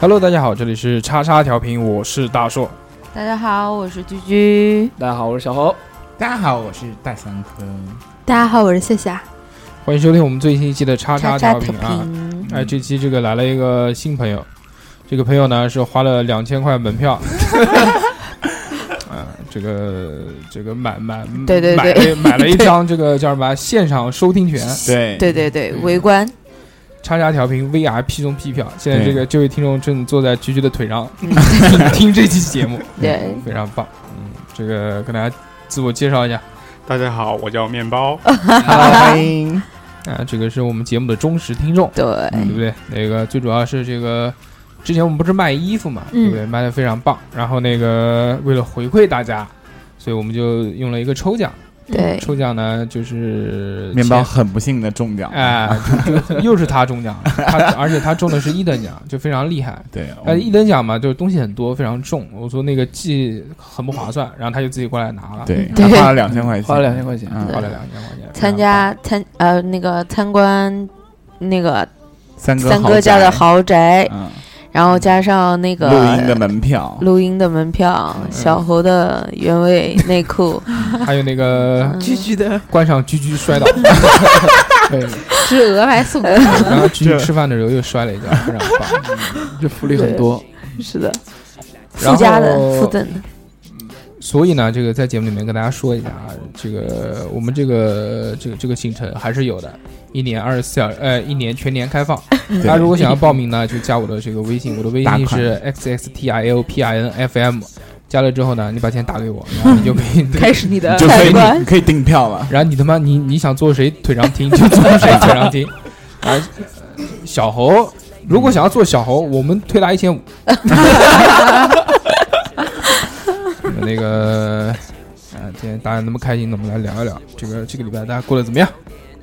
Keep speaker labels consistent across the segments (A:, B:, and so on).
A: Hello，大家好，这里是叉叉调频，我是大硕。
B: 大家好，我是居居。
C: 大家好，我是小侯。
D: 大家好，我是大三哥。
B: 大家好，我是夏夏。
A: 欢迎收听我们最新一期的叉叉调频啊！
B: 频
A: 哎，这期这个来了一个新朋友，这个朋友呢是花了两千块门票，啊，这个这个买买
B: 对对
A: 买
B: 对
A: 了买了一张这个叫什么现场收听权，
D: 对
B: 对对对，
A: 嗯
B: 围观。
A: 叉叉调频 VIP 中 P 票。现在这
D: 对
A: 个这位听众正坐在菊菊的腿 上
B: 嗯
A: 听这期节目，
B: 对，
A: 非常棒。嗯，这个跟大家自我介绍一下
E: 大家好，我叫面包。
D: 欢迎。
A: 啊，这个是我们节目的忠实听众，
B: 对，
A: 对不对？那个最主要是这个。之前我们不是卖衣服嘛，
B: 嗯
A: 对不对？卖的非常棒。然后那个为了回馈大家，所以我们就用了一个抽奖。
B: 对
A: 抽奖呢就是
D: 面包
A: 前
D: 很不幸的中奖。
A: 哎，就就又是他中奖了，他而且他中的是一等奖，就非常厉害。
D: 对，我
A: 呃，一等奖嘛，就是东西很多，非常重。我说那个寄很不划算，然后他就自己过来拿了，
D: 对，
B: 对
D: 他花了两千块钱，
C: 花了两千块钱，
D: 嗯，
A: 花了两千块钱。
B: 参加参呃那个参观那个
D: 三哥
B: 三哥家的，豪宅，
D: 嗯，
B: 然后加上那个
D: 录音的门票，
B: 录音的门票，小猴的原味内裤，
A: 非常棒，还有那个
B: 嗯
F: 居居的
A: 观赏居居摔倒，对，
B: 是额外送的。
A: 然后居居吃饭的时候又摔了一跤，非常棒。
C: 这福利很多。
B: 是的，
A: 然
B: 附
A: 后
B: 加的附赠的。
A: 所以呢，这个在节目里面跟大家说一下啊，这个我们这个这个这个行程还是有的，一年二十四小呃一年全年开放。
D: 对
A: 大家如果想要报名呢，就加我的这个微信，我的微
D: 打
A: 信
D: 款
A: 是 x x t i l p i n f m。加了之后呢，你把钱打给我，然后你就可以
B: 开始你的
D: 就可以
B: 参观
D: 你，可以订票了。
A: 然后你他妈你你想坐谁腿上 听就坐谁腿上听，啊，小猴如果想要做小猴，我们推他一千五。 那个啊，今天大家那么开心，那我们来聊一聊这个这个礼拜大家过得怎么样？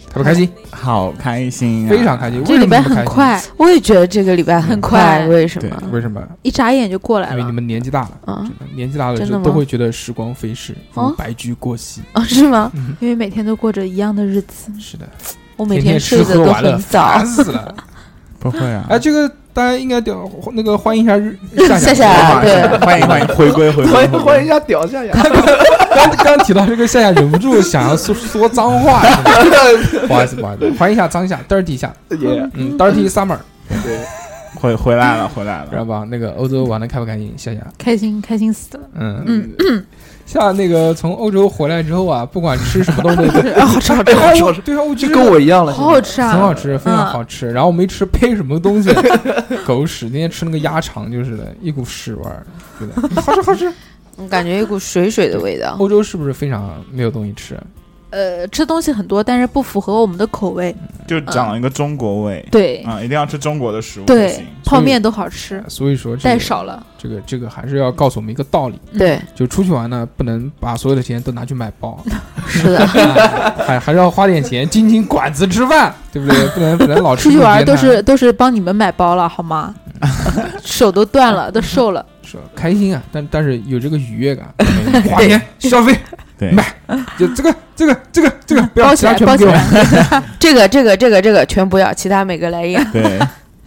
A: 开不开心？
D: 好开心啊，
A: 非常开心。
G: 嗯这
A: 为什
G: 个礼
A: 么
G: 拜
A: 那么
G: 很
A: 开心？
G: 快，
B: 我也觉得这个礼拜很快，
G: 嗯
B: 为什么？
A: 为什么？
G: 一眨眼就过来
A: 因为你
G: 了。嗯
A: 们年纪大了，
B: 啊
A: 真的年纪大了
B: 真
A: 之
B: 的
A: 后
B: 吗
A: 都会觉得时光飞逝，如
B: 哦
A: 白驹过隙。
B: 啊， 是吗？
A: 嗯
G: 因为每天都过着一样的日子，
A: 是的，
B: 我每
A: 天
B: 睡
A: 吃
B: 得
A: 喝
B: 都
A: 玩乐，
B: 很早
A: 烦。死了。
D: 不会啊
A: 哎，，这个大家应该得那个欢迎一下 日夏
B: 夏
A: 夏。
B: 夏，对，
D: 啊欢迎欢迎回归回归，
C: 欢迎欢迎一
D: 迎，
C: 下屌下呀！
A: 刚 刚提到这个夏夏，忍不住想要说说脏 话，不好意思不好意思，欢迎一下脏夏，dirty 夏，
C: 耶，
A: 嗯，dirty summer，
D: 回回来了回来
A: 知道
D: 了。
A: 吧？那个欧洲玩的开不开心？夏夏，
G: 开心开心死了。
A: 嗯嗯，夏那个从欧洲回来之后啊，不管吃什么 东西，
C: 啊，好吃好吃
A: 对
C: 好吃好
A: 啊
C: 吃，，
A: 对啊，我觉
C: 这
A: 得
C: 跟我一样了，
G: 好好吃啊！
A: 很好吃，非常
G: 嗯
A: 好吃。然后没吃配什么东 西，狗屎！那天吃那个鸭肠就是的，一股屎味儿，对的，好吃好吃。
B: 我感觉一股水水的味
C: 哦
B: 道。
A: 欧洲是不是非常没有东西吃？
G: 呃，吃东西很多，但是不符合我们的口味。
D: 就长了一个中国味
G: 对
D: 啊，一定要吃中国的食物才
G: 嗯对
D: 行。，
G: 泡面都好吃，
A: 所以说这
G: 带
A: 个
G: 少了。
A: 这个这个还是要告诉我们一个道理。
B: 对，
A: 就出去玩呢，不能把所有的钱都拿去买包，啊
B: 是的，
A: 还还是要花点钱进进馆子吃饭，对不对？不能不能老
G: 出去
A: 路边
G: 玩
A: 摊
G: 都是都是帮你们买包了，好吗？手都断了，都瘦了。
A: 是吧开心啊，但但是有这个愉 悦感，花钱哎消费，
D: 对
A: 买就这个这个这个这个不要，
G: 包
A: 其
G: 起
A: 他
G: 来
A: 全部
G: 包
A: 给
G: 起
A: 我
G: 来。
B: 这个这个这个这个全不要，其他每个来一
A: 嗯
B: 样。
D: 对，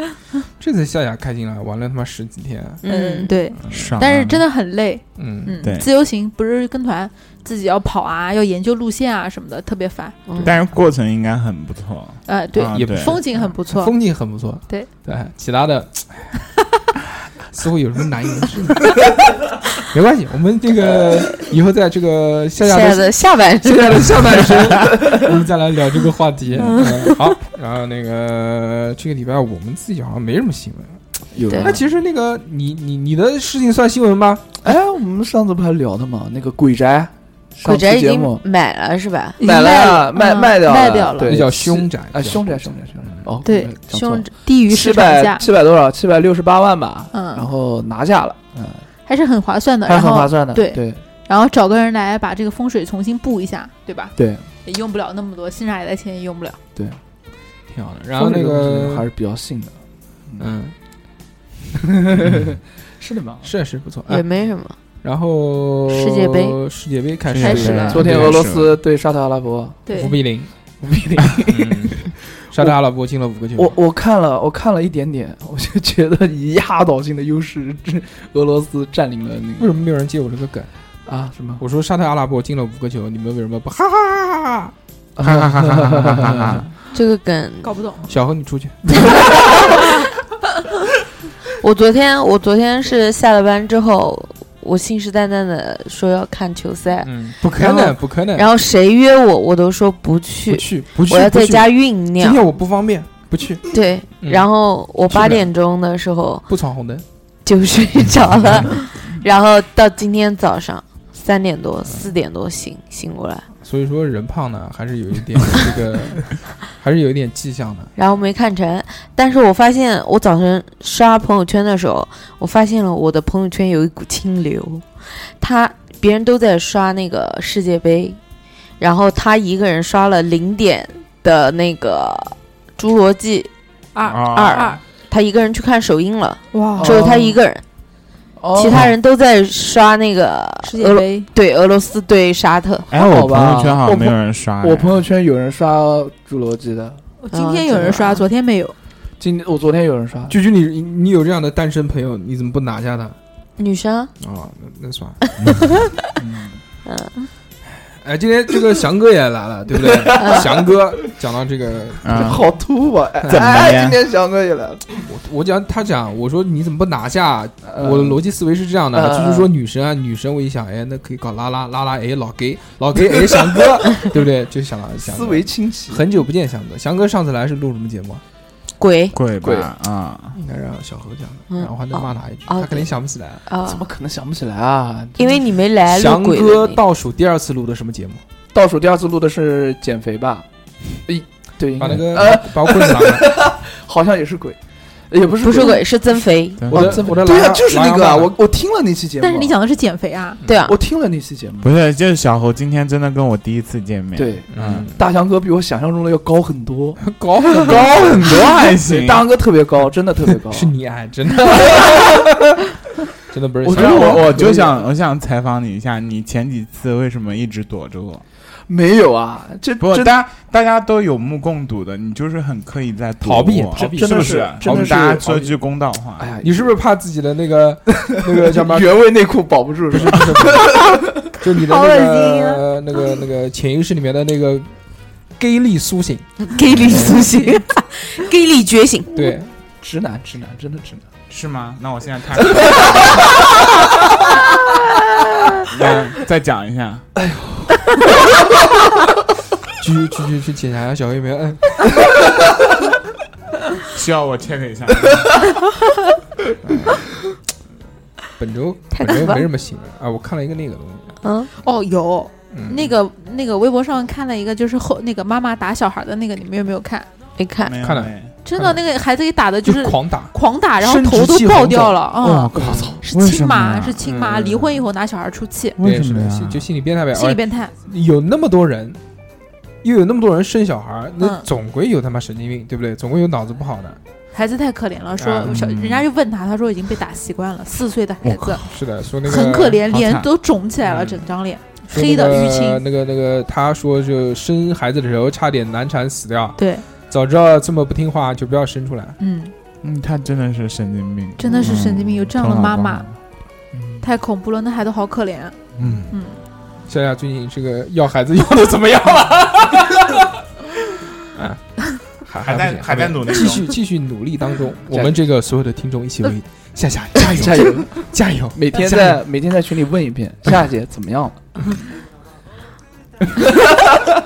A: 这次夏夏开心了，玩了他妈十几天，
G: 嗯，
B: 嗯，
G: 对。
D: 爽啊。
G: 但是真的很累。
A: 嗯，
G: 嗯
D: 对，
G: 自由行不是跟团，自己要跑啊，要研究路线啊什么的，特别烦。
D: 但是过程应该很不错，
G: 呃，对，
D: 啊
A: 也
D: 对
G: 风景很不错。
A: 风景很不错，
G: 对
A: 对，其他的似乎有什么难言之隐， 没关系，我们这个以后在这个夏
B: 夏
A: 夏
B: 夏
A: 的
B: 的下半
A: 现
B: 身，
A: 在的下半身， 我们再来聊这个话题。嗯好，然后那个这个礼拜我们自己好像没什么新闻，
C: 有
B: 对
A: 那其实那个你你你的事情算新闻吗？
C: 哎，我们上次不还聊的嘛，那个鬼宅，
B: 鬼
C: 上次
B: 宅已
C: 节
B: 经
C: 目
B: 买了是吧？
G: 已经
C: 买了呀，
G: 了，
C: 卖
G: 嗯
C: 卖掉
G: 卖掉了，
C: 对，
A: 那叫凶宅
C: 啊，凶宅，凶宅，凶宅。哦，
G: 对，
C: 讲错了
G: 凶低于市
C: 七
G: 场
C: 百
G: 价，
C: 七百多少？七百六十八万吧，
G: 嗯
C: 然后拿下了，嗯，
G: 还是很划算的。
C: 还是
G: 然
C: 很划
G: 后，
C: 算的，
G: 对
C: 对
G: 然后找个人来把这个风水重新布一下，对吧？
C: 对，
G: 也用不了那么多，新买的钱也用不了。
A: 挺好的。然后那
C: 风水
A: 个
C: 还是比较信的，
A: 嗯，
C: 是的吗？
A: 是是不错。
B: 也
A: 哎
B: 没什么，
A: 然后
B: 世界杯
A: 世界杯开始
G: 开始了
C: 嗯昨天俄罗斯对沙特阿拉伯，
G: 对
A: 五，比零，
C: 五比零。
A: 嗯沙特阿拉伯进了五个球。
C: 我我看了，我看了一点点，我就觉得以压倒性的优势，这俄罗斯占领了那
A: 为什
C: 个
A: 么没有人接我这个梗？
C: 啊什么？
A: 我说沙特阿拉伯进了五个球，你们为什么不哈哈哈哈哈？
C: 哈哈哈哈哈哈！
B: 这个梗
G: 搞不懂。
A: 小何，你出去。
B: 我昨天我昨天是下了班之后，我信誓旦旦的说要看球赛，
A: 嗯，不可
B: 然后
A: 能，不可能。
B: 然后谁约我我都说不
A: 嗯不
B: 去，
A: 去，不去，
B: 我要在
A: 不去
B: 家。酝
A: 今
B: 酿。
A: 天我不方便，不去。
B: 对，
A: 嗯
B: 然后我
A: 去不了
B: 八点钟的时候
A: 不闯红灯。
B: 就睡着了，然后到今天早上三点多四点多醒醒过来，
A: 所以说人胖呢，还是有一 点这个，还是有一点迹象的。
B: 然后没看成。但是我发现我早晨刷朋友圈的时候，我发现了我的朋友圈有一股清流，他别人都在刷那个世界杯，然后他一个人刷了零点的那个《侏罗纪》，
G: 二
D: 二
G: 二，
B: 他一个人去看首映了，
G: 哇
B: 只有他一个人，
C: 哦
B: 其他人都在刷那个
G: 世
B: 俄
G: 界
B: 罗
G: 杯
B: 对俄罗斯对沙特。
D: 哎，
C: 好
D: 我
C: 吧
D: 朋友圈好
C: 我
D: 像没有
C: 朋
D: 人刷哎，
C: 我朋友圈有人刷侏罗纪的，
G: 今天有人
B: 这个
G: 刷，
B: 啊
G: 昨天没有。
C: 今我昨天有人刷，
A: 居居，你你有这样的单身朋友，你怎么不拿下他？
B: 女生，啊
A: 哦，那那算了。
B: 嗯，
A: 哎，今天这个翔哥也来了，对不 对？翔哥讲到这个，
D: 嗯，
C: 好突兀啊！哎
D: 怎么
C: 哎，
D: 了
C: 今天翔哥也来了，
A: 我我讲他讲，我说你怎么不拿下？
C: 呃
A: 我的逻辑思维是这样的，
C: 嗯
A: 就是说女生啊，女生我一想，哎，那可以搞拉拉拉拉，哎，老 gay 老 gay，哎，翔哥，对不对？就想到翔哥
C: 思维清晰，
A: 很久不见翔哥，翔哥上次来是录什么节目啊？
B: 鬼
D: 贵
C: 贵
D: 吧啊，
C: 嗯
A: 应该让小何讲的，
B: 嗯
A: 然后还能骂他一句，
B: 哦
A: 他肯定想不起来。
B: 啊
C: 怎，么可能想不起来啊？
B: 因为你没来录
A: 翔
B: 鬼
A: 哥
B: 的那
A: 倒数第二次录的什么节目？
C: 倒数第二次录的是减肥吧？诶，对，应
A: 把
C: 该
A: 那个
C: 呃，
A: 把我棍子拿来，
C: 好像也是鬼，也不是
B: 不是鬼，是增肥。
A: 我
C: 哦
A: 的我的
C: 对啊，
A: 狼
C: 就是那个啊，
A: 狼
C: 我我听了那期节目，
G: 但是你讲的是减肥啊，
B: 对啊，
C: 我听了那期节目，
D: 不是，就是小侯今天真的跟我第一次见面，，
C: 对，
D: 嗯，
C: 大强哥比我想象中的要高很多，
A: 高很
D: 高很多还
C: 对，
D: 行，
C: 大强哥特别高，真的特别 高，
A: 是你矮，真的，真的不是
C: 我
A: 小
C: 觉
A: 何。
D: 不是
C: 得
D: 我，
C: 我
D: 我就想，我想采访你一下，你前几次为什么一直躲着我？
C: 没有啊，这
D: 不，
C: 真
D: 大家大家都有目共睹的，你就是很刻意在躲
A: 逃避
D: 我
A: 逃避
D: 是
C: 真
D: 不
C: 的
D: 是？啊
C: 真的
D: 我们
C: 是
D: 大家
C: 逃
D: 说
C: 避
D: 句公道话
C: 哎，呀，
A: 你是不是怕自己的那个那个 叫什么？
C: 原味内裤保不住是吧？
A: 就你的
B: 好
A: 那
B: 恶心
G: 啊
A: 个 那个那个潜意识里面的那个 gay 力苏醒？
B: 给力苏醒， 给力觉醒。
G: 嗯
A: 对，
C: 直男，直男，真的直男。
D: 是吗？那我现 在看。那再讲一下，
A: 继续继续去检查一下小黑没有哎摁。
D: 需要我 check 一下。
A: 本周
B: 太
A: 本周
B: 可怕
A: 没什么新闻啊，我看了一个那个东西，
B: 嗯，
G: 哦，有
A: 嗯
G: 那个那个微博上看了一个，就是后那个妈妈打小孩的那个，你们有没有看？
B: 你看，
D: 没有
A: 看了
D: 没
G: 真
A: 看了
G: 的，那个孩子给打的
A: 就
G: 就是是
A: 狂打，
G: 狂打，然后
A: 生殖
G: 头都
A: 器
G: 爆
A: 红
G: 掉
A: 肿
G: 了啊！
D: 我操！
G: 是
D: 哦为什
G: 亲
D: 么
G: 妈，
D: 呀
G: 是亲妈，
A: 嗯
G: 离婚以后拿小孩出气，
D: 为
A: 对
D: 什
A: 是
D: 么
A: 的
D: 呀？
A: 心就心理变态呗。
G: 心理
A: 而
G: 变态。
A: 有那么多人，又有那么多人生小孩儿，那
G: 嗯
A: 总归有他妈神经病，对不对？总归有脑子不好的。
G: 孩子太可怜了，说
A: 嗯
G: 小人家就问他，他说已经被打习惯了，四岁的孩
D: 我
G: 子
A: 是的，说那个
G: 很可怜，
D: 好
G: 脸
D: 惨
G: 都肿起来了，
A: 嗯
G: 整张脸
A: 说
G: 黑的淤
A: 那个
G: 青。
A: 那个那个，他说就生孩子的时候差点难产死掉，
G: 对，
A: 早知道这么不听话就不要生出来。
G: 嗯，
D: 嗯，他真的是神经病，嗯
G: 真的是神经病，有这样的
D: 头脑
G: 妈
D: 不
G: 妈
D: 好，
G: 太恐怖了，那孩子好可怜。
D: 嗯，
G: 嗯，
A: 夏夏最近这个要孩子要的怎么样了？ 啊，还
D: 还在
A: 不行
D: 还在努力
A: 继
D: 中
A: 续继续努力当 中。
C: 加
A: 我
C: 油
A: 们这个所有的听众一起为夏夏加油
C: 加油！
A: 加油！
C: 每天
A: 加
C: 在每天在群里问一 遍，夏姐怎么样了？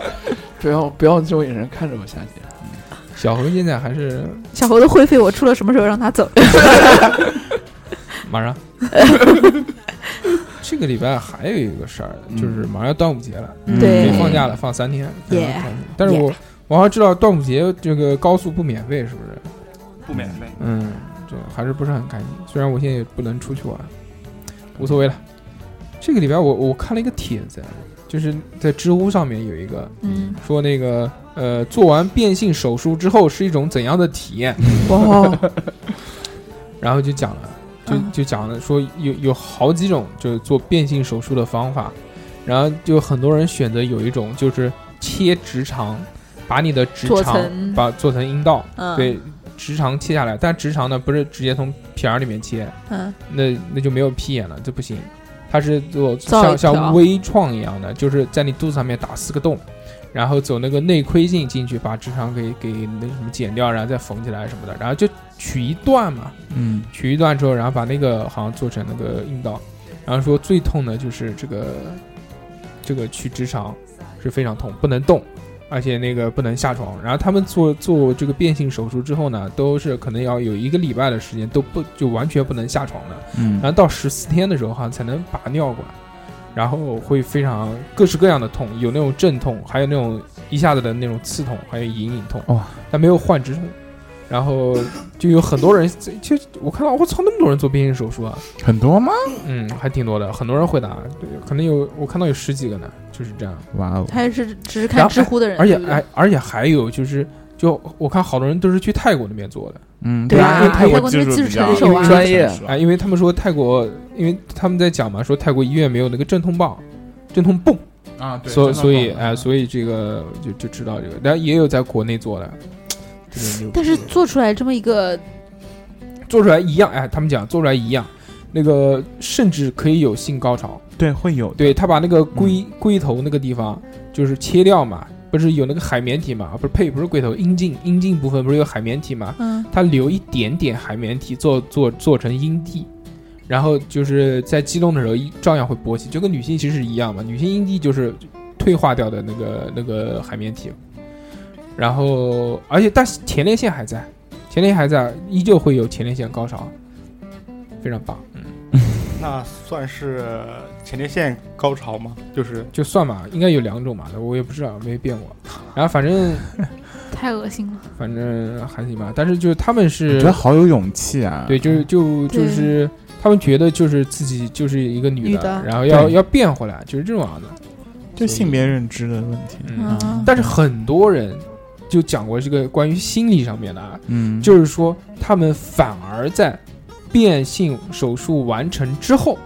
C: 不要不要这种眼神看着我，夏姐。
A: 小猴现在还是
G: 小猴的会费我出了什么时候让他走？
A: 马上。这个礼拜还有一个事儿，就是马上要端午节了，
D: 嗯
G: 对
A: 可以放假了，放三天。可以放
G: Yeah
A: 三天但是我我好像知道端午节这个高速不免费，是不是？
E: 不免费。
A: 嗯，这还是不是很开心。虽然我现在也不能出去玩，无所谓了。这个礼拜我我看了一个帖子，就是在知乎上面有一个
G: 嗯，
A: 说那个呃，做完变性手术之后是一种怎样的体 验，
G: 哇，
A: 然后就讲了，就
G: 嗯
A: 就讲了说有有好几种就是做变性手术的方法，然后就很多人选择有一种就是切直肠，把你的直
G: 做
A: 肠
G: 成
A: 把做成阴道，
G: 嗯，
A: 对，直肠切下来，但直肠呢不是直接从屁眼儿里面切，
G: 嗯，
A: 那那就没有屁眼了，这不行。它是做
G: 造
A: 像
G: 一条
A: 像微创一样的，就是在你肚子上面打四个洞，然后走那个内窥镜进去，把直肠给给那什么剪掉，然后再缝起来什么的，然后就取一段嘛，
D: 嗯，
A: 取一段之后，然后把那个好像做成那个阴道，然后说最痛的就是这个这个取直肠是非常痛，不能动，而且那个不能下床。然后他们做做这个变性手术之后呢，都是可能要有一个礼拜的时间都不就完全不能下床的，然
D: 嗯，
A: 后到十四天的时候好像才能拔尿管，然后会非常各式各样的痛，有那种阵痛，还有那种一下子的那种刺痛，还有隐隐痛。
D: 哇！
A: 但没有换直痛，然后就有很多人，就我看到我操，那么多人做变性手术啊，
D: 很多吗？
A: 嗯，还挺多的，很多人回答，对，可能有我看到有十几个呢，就是这样。
D: 哇哦，
G: 他是只是
A: 然
G: 看
A: 后
G: 知乎的人，
A: 而且
G: 对不对
A: 哎，而且还有就是，就我看好多人都是去泰国那边做的。
D: 嗯，
G: 对
D: 啊，因为
G: 啊
D: 泰
G: 泰
D: 国
G: 国那边技术
D: 比较
G: 成熟啊
C: 专业
D: 成熟
A: 啊，因为他们说泰国，因为他们在讲嘛，说泰国医院没有那个镇痛棒、镇痛泵，
D: 啊，对，
A: 所
D: 真的
A: 所以
D: 懂
A: 哎、所以这个就就知道这个，但也有在国内做的，这个牛逼
G: 但是做出来这么一个，
A: 做出来一样，哎，他们讲做出来一样，那个甚至可以有性高潮，
D: 对会有的，
A: 对他把那个龟龟头那个地方就是切掉嘛，不是有那个海绵体嘛，啊不是呸，不是龟头，阴茎阴茎部分不是有海绵体嘛，
G: 嗯，
A: 它留一点点海绵体做做做成阴蒂，然后就是在激动的时候一照样会勃起，就跟女性其实是一样嘛，女性阴蒂就是退化掉的那个那个海绵体，然后而且但是前列腺还在，前列腺还在，依旧会有前列腺高潮，非常棒，嗯，
E: 那算是前列腺高潮吗？就是
A: 就算吧，应该有两种嘛，我也不知道没变过，然后反正
G: 太恶心了，
A: 反正还行吧，但是就是他们
D: 我
A: 是
D: 觉得好有勇气啊，
A: 对，就是就
G: 嗯对
A: 就是他们觉得就是自己就是一个女的，
G: 女的
A: 然后要
D: 对
A: 要变回来，就是这种样子。
D: 就性别认知的问题，
A: 嗯，
G: 嗯，
A: 但是很多人就讲过这个关于心理上面的，啊，
D: 嗯，
A: 就是说他们反而在变性手术完成之后，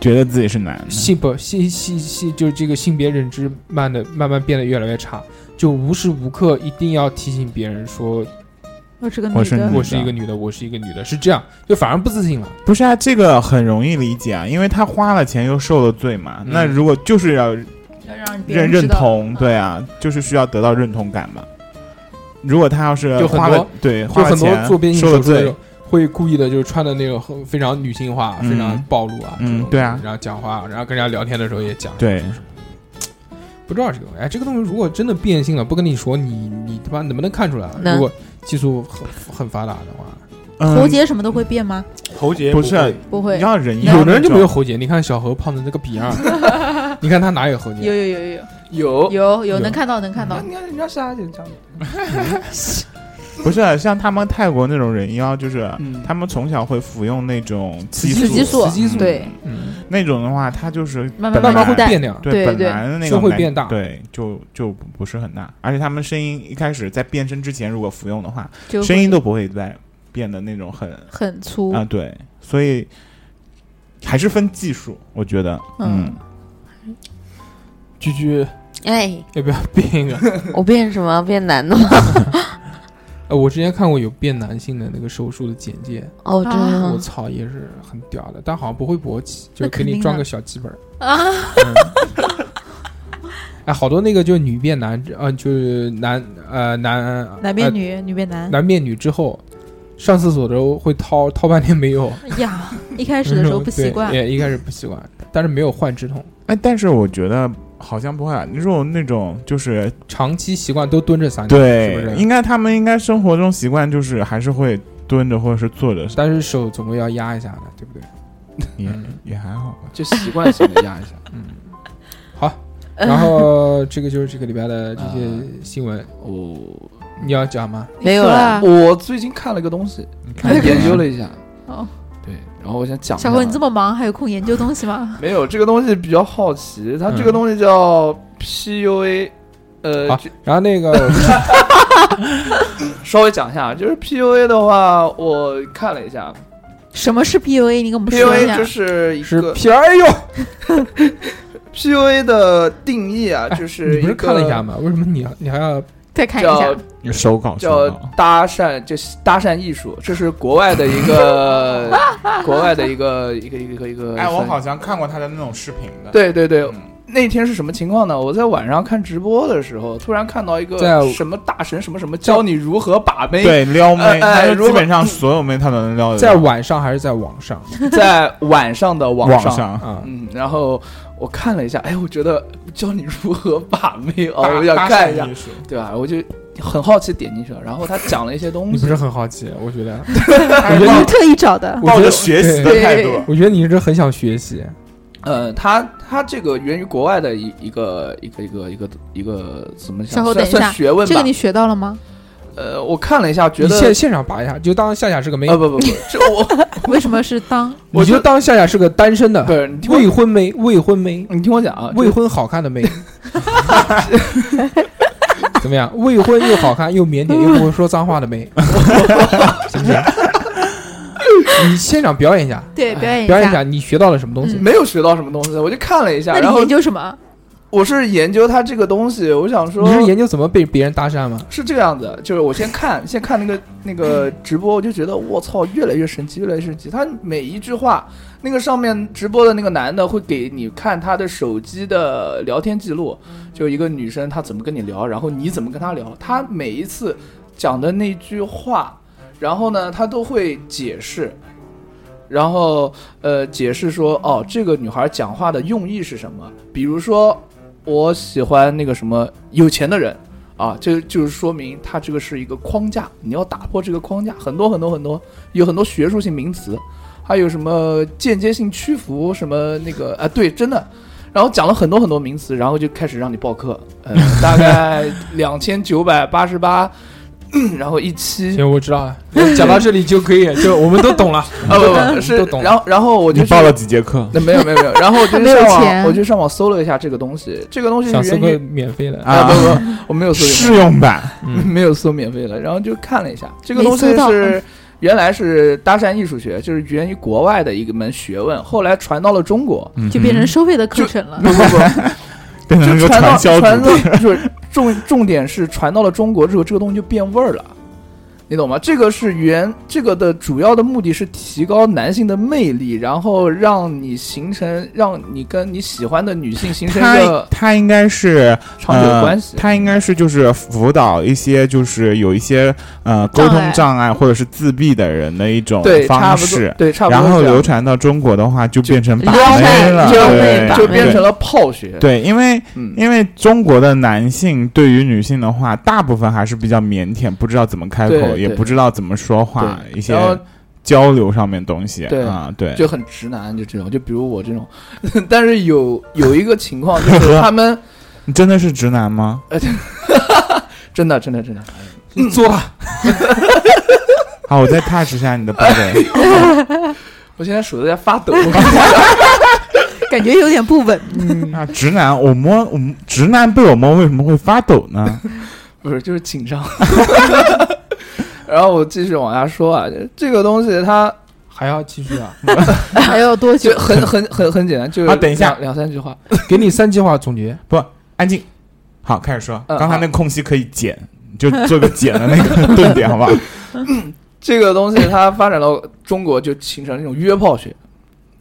D: 觉得自己是男的，
A: 性不性性性就是这个性别认知慢的慢慢变得越来越差，就无时无刻一定要提醒别人说
G: 我是个
D: 我嗯
G: 女
D: 是啊
G: 的
D: 女，
A: 我是一个女的，我是一个女的，是这样，就反而不自信了。
D: 不是啊，这个很容易理解啊，因为他花了钱又受了罪嘛。
A: 嗯
D: 那如果就是要认
G: 要让别人
D: 认
G: 知道
D: 同，
G: 嗯
D: 对啊，就是需要得到认同感嘛。如果他要是
A: 就很
D: 花
A: 多
D: 了对
A: 就
D: 花了
A: 很多
D: 钱
A: 做变性
D: 受了
A: 手术的时
D: 罪
A: 候，，会故意的就是穿的那种很非常女性化、
D: 嗯
A: 非常暴露啊，
D: 嗯
A: 这种
D: 对啊
A: 然后讲话，然后跟人家聊天的时候也讲，
D: 对，
A: 不知道这个东西，哎，这个东西如果真的变性了，不跟你说，你你他妈能不能看出来？啊
B: 能
A: 如果技术很很发达的话，
G: 喉
D: 嗯，
G: 结什么都会变吗？
E: 喉结
D: 不是
E: 会
G: 不会，
D: 要人
A: 有
D: 要
A: 的人
D: 那
A: 就没有
D: 种
A: 喉结，你看小何胖的那个逼 样，你看他哪有喉
G: 有
A: 结？
G: 有有有
C: 有
G: 有有
A: 有
G: 有能看到能看到，
C: 你看人家沙姐讲，
D: 不是啊像他们泰国那种人妖，就是
C: 嗯
D: 他们从小会服用那种雌
A: 雌激
D: 激
A: 素雌激素
G: 对，
A: 嗯，
D: 那种的话，他就是
G: 慢慢
D: 本
A: 慢慢
D: 来
A: 会变量，
D: 对
G: 对
D: 本
G: 对
D: 来的那
A: 就
D: 个
A: 会
D: 男
A: 变大
D: 对，就就不是很大，而且他们声音一开始在变声之前，如果服用的话，
G: 就
D: 声音都不会再变得那种很啊、
G: 很粗，
D: 对，所以还是分技术，我觉得，
G: 嗯
D: 嗯，
A: 居居
B: 哎，
A: 要不要变一个？
B: 我变什么？变男的吗？
A: 呃，我之前看过有变男性的那个手术的简介，
B: 哦，真的
A: 我
B: 吗？
A: 操，也是很屌的，但好像不会勃起，就
G: 嗯那
A: 是给
G: 肯
A: 你
G: 定
A: 装
G: 的
A: 个小鸡本儿
G: 啊
A: 嗯 哎，好多那个就是女变男，呃，就是男呃男
G: 男变、女，女变
A: 呃
G: 男，
A: 男变女之后，上厕所的时候会掏掏半天没有，
G: 呀，一开始的时候不习
A: 对
G: 惯，
A: 也一开始不习惯，但是没有换直筒，
D: 哎，但是我觉得好像不会啊，你种那种就是
A: 长期习惯都蹲着撒尿，
D: 对，
A: 是不是？
D: 应该他们应该生活中习惯就是还是会蹲着或者是坐着，
A: 但是手总归要压一下的，对不嗯对？
D: 也也还好吧。
C: 就习惯性的压 一下。
A: 然后 这个就是这个礼拜的这
C: 啊
A: 些新闻，
C: 哦，
A: 你要讲吗？
B: 没有
G: 了
B: 了。
C: 啊我最近看了个东西，
D: 你看
C: 研究了一下。
G: 啊哦，
C: 对，然后我想讲一下。
G: 小侯，你这么忙，还有空研究东西吗？
C: 没有这个东西比较好奇，它这
A: 嗯
C: 个东西叫 PUA，、呃，
A: 好
C: 就
A: 然后那个我们
C: 稍微讲一下，就是 PUA 的话，我看了一下
G: 什么是 PUA？你跟我们说一
C: ，PUA
G: 下
C: 就。是一
A: 是哎
C: 个
A: 皮儿哟，
C: PUA 的定义啊，就
A: 你
C: 是
A: 不是
C: 一
A: 看了一
C: 个
A: 下吗？为什么你你还
D: 哎
A: 要
G: 再看一
C: 叫
G: 下，
D: 有手稿
C: 叫
D: 手稿，
C: 搭讪，就是搭讪艺术，这是国外的一个国外的一个一个一个一个。
D: 哎，我好。像看过他的那种视频的。
C: 对对对，
D: 嗯，
C: 那天是什么情况呢？我在晚上看直播的时候，突然看到一
A: 在
C: 个什么大神什么什么教你如何把妹，
D: 对撩妹，
C: 呃
D: 他
C: 呃
D: 就
C: 如
D: 基
C: 果
D: 本上所有妹他都能撩的。
A: 在晚上还是在网上
C: 在晚上的网
D: 网
C: 上。
D: 上
A: 啊？
C: 嗯，然后我看了一下，哎，我觉得教你如何把妹哦，
D: 搭
C: 我想
D: 搭
C: 看
D: 讪
C: 一下，
D: 艺术
C: 对吧？我就很好奇点进去了，然后他讲了一些东
A: 你
C: 西
A: 不， 是很好奇？我觉得，
D: 他
A: 我
D: 是
A: 觉
G: 你
A: 得
G: 是特意找的
A: 我
D: 抱
A: 觉
D: 着
A: 得
D: 学习的
A: 对
D: 态度，
A: 我觉得你是很想学习，
C: 呃，他他这个源于国外的一一个一个一个一个一个怎么
G: 稍
C: 讲，
G: 后
C: 算
G: 等一下
C: 算学问吧。
G: 这个你学到了吗？
C: 呃，我看了一下，觉
A: 你
C: 得
A: 现现场拔一下，就当夏夏是个妹
C: 呃，不 不不，这我
G: 为什么是当？
A: 你就当夏夏是个单身
C: 不
A: 的
C: 是你听
A: 未
C: 我
A: 婚妹，未婚妹，
C: 你听我讲啊，
A: 未婚好看的妹，怎么样？未婚又好看又腼腆又不会说脏话的妹，行不行？ 你现场表演一下，
G: 对，表演一
A: 哎表演一
G: 下。
A: 下你学到了什么东西？
C: 没有学到什么东西，我就看了一下，
G: 那
C: 然
G: 你
C: 后
G: 研究什么？
C: 我是研究他这个东西，我想说
A: 你是研究怎么被别人搭讪吗？
C: 是这个样子，就是我先看，先看那个那个直播，我就觉得我操，越来越神奇，越来越神奇。他每一句话，那个上面直播的那个男的会给你看他的手机的聊天记录，就一个女生她怎么跟你聊，然后你怎么跟她聊，他每一次讲的那句话，然后呢，他都会解释。然后，呃，解释说，哦，这个女孩讲话的用意是什么？比如说，我喜欢那个什么有钱的人，啊，这就是说明它这个是一个框架，你要打破这个框架，很多很多很多，有很多学术性名词，还有什么间接性屈服，什么那个啊，对，真的。然后讲了很多很多名词，然后就开始让你报课，呃，大概两千九百八十八，然后一期，
A: 行，我知道了，我讲到这里就可以，就我们都懂了。
C: 啊不
G: 嗯
C: 不
A: 你
C: 是
A: 都懂，了
C: 然后然后我就
D: 你
C: 去
D: 报了几节课？
C: 那没有没有没有，然后我就
G: 没有
C: 上
G: 钱
C: 网，我就上网搜了一下这个东西，这个东西
A: 想
C: 是
A: 搜
C: 源
A: 个
C: 于
A: 免费的，嗯
D: 啊
C: 啊不不，我没有搜这个
D: 试用版，
C: 没有搜免费的，然后就看了一下，这个
G: 没
C: 东西
G: 搜到嗯
C: 是原来是搭讪艺术学，就是源于国外的一个门学问，后来传到了 中国。
D: 嗯哼
G: 就变成收费的课程了
C: 不。不不，
D: 变成一个
C: 就传到
D: 传销
C: 传
D: 组织。
C: 到 就是重重点是传到了中国之后，这个东西就变味儿了，你懂吗？这个是原这个的主要的目的是提高男性的魅力，然后让你形成让你跟你喜欢的女性形成一
D: 他
C: 个
D: 他应该是
C: 长久的
D: 呃
C: 关系。
D: 他应该是就是辅导一些就是有一些呃沟
G: 障
D: 通
G: 碍
D: 障碍或者是自闭的人的一种
C: 对，差
D: 方
C: 不
D: 式
C: 多，，对，差不多
D: 然
C: 是
D: 后
C: 这样。
D: 流传到中国的话就变成把
G: 撩
D: 妹
G: 妹
D: 了，
C: 撩
G: 妹
D: 对
G: 把
C: 就
G: 妹
C: 变成了泡学。
D: 对，因为
C: 嗯，
D: 因为中国的男性对于女性的话，大部分还是比较腼腆，不知道怎么开口，
C: 对
D: 也
C: 对
D: 不知道怎么说话，
C: 对
D: 一些
C: 然后
D: 交流上面东西
C: 对
D: 啊，对，
C: 就很直男，就这种，就比如我这种。 但是有有一个情况 就是他们
D: 你真的是直男吗？
C: 真的真的真的，
A: 做吧。
D: 好，我再 touch 一下你的 body，
C: 我现在手都在发抖。
G: 感觉有点不稳。
D: 啊，直男，我摸，我摸直男被我摸为什么会发抖呢？
C: 不是，就是紧张。 然后我继续往下说啊，这个东西它
A: 还要继续 啊？
G: 还要多久
C: 就？很很很很简单，就
D: 啊等一下
C: 两两三句话。
A: 给你三句话总结，
D: 安静，好，开始说，
C: 嗯
D: 刚才那个空隙可以剪，就做个剪的那个 顿点，好不好？
C: 这个东西它发展到中国就形成那种约炮学，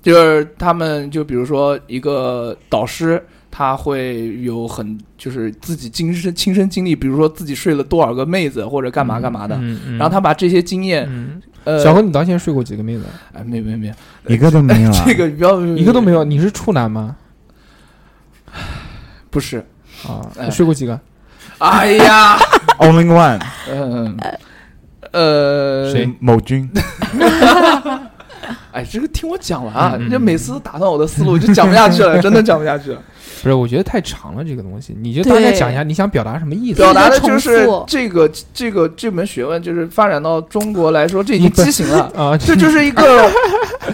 C: 就是他们就比如说一个导师，他会有很就是自己亲身亲身经历，比如说自己睡了多少个妹子或者干
D: 嗯
C: 嘛干嘛的，然后他把这些经验，
A: 嗯，
C: 呃，
A: 小何，你到现在睡过几个妹子？
C: 哎，没有没有没有，
D: 一个都没有啊，
C: 这个不要
A: 一个都没有。你是处男吗？
C: 不是，
A: 啊
C: 哎，
A: 睡过几个？
C: 哎呀，
D: Only one，嗯
C: 嗯，呃，
A: 谁？
D: 某君，
C: 哎，这个听我讲完啊，
A: 嗯嗯
C: 这每次打断我的思路，就讲不下 去了，真的讲不下去了。
A: 不是，我觉得太长了，这个东西，你就大概
G: 对
A: 讲一下你想表达什么意思。
C: 表达的就是
G: 重复
C: 这个这个这门学问，就是发展到中国来说，这已
A: 你
C: 经
A: 不
C: 畸形了。
A: 啊，
C: 这就是一个，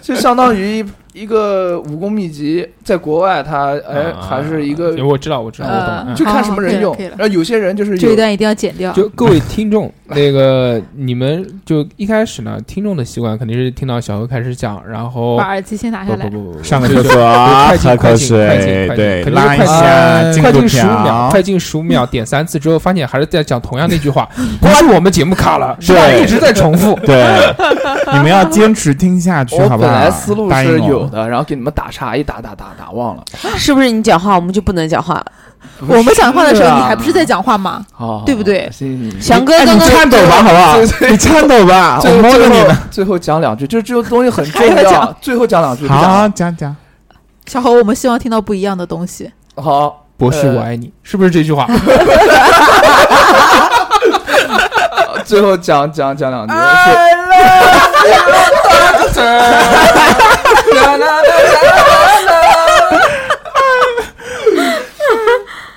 C: 就相当于一一个武功秘籍，在国外它哎
A: 啊
C: 还是一个，
A: 我知道，我知道，我懂了
G: 呃。
A: 嗯
C: 就看什么人用
G: 好好可以了可以。了
C: 然后有些人就是
G: 这一
C: 有
G: 段一定要剪掉。
A: 就各位听众，那个你们就一开始呢，听众的习惯肯定是听到小何开始讲，然后
G: 把耳机先拿
A: 不
G: 下
A: 不
G: 来。
A: 不不，
D: 上个
A: 就
D: 厕
A: 是
D: 所啊，
A: 快进
D: 喝口
A: 快进快
D: 水，
A: 进
D: 对，
A: 可能是
D: 拉一
A: 快进啊呃
D: 下进
A: 快
D: 度
A: 进十五秒，
D: 条
A: 快，进十五秒，点三次之后，发现还是在讲同样那句话，不是我们节目卡了，是吧？
D: 对
A: 一直在重复。
D: 对，你们要坚持听下去，
C: 我
D: 好
C: 本
D: 不好？
C: 来思路
D: 答
C: 是
D: 应我
C: 有的，然后给你们打岔，一打打打打忘了。
B: 是不是你讲话我们就不能讲话了？
G: 我们讲话的时
C: 是
G: 候，
C: 啊
G: 你还不是在讲话吗？
C: 哦，
G: 对不对
C: 行行行
B: 翔哥
D: 哎，
B: 刚
D: 你
B: 刚
D: 颤抖吧，好不好
C: 对？对
D: 你颤抖吧，啊我
C: 最后
D: 摸着
C: 最
D: 你
C: 后
A: 呃
D: 呢。
C: 最后讲两句，就这个东西很重
G: 还要
C: 要
G: 讲。
C: 最后讲两句，不讲
D: 好，
C: 了
D: 讲讲，
G: 小侯，我们希望听到不一样的东西。
C: 好，
A: 博士，我爱你，是不是这句话？
C: 最后讲讲讲两句。
D: 啊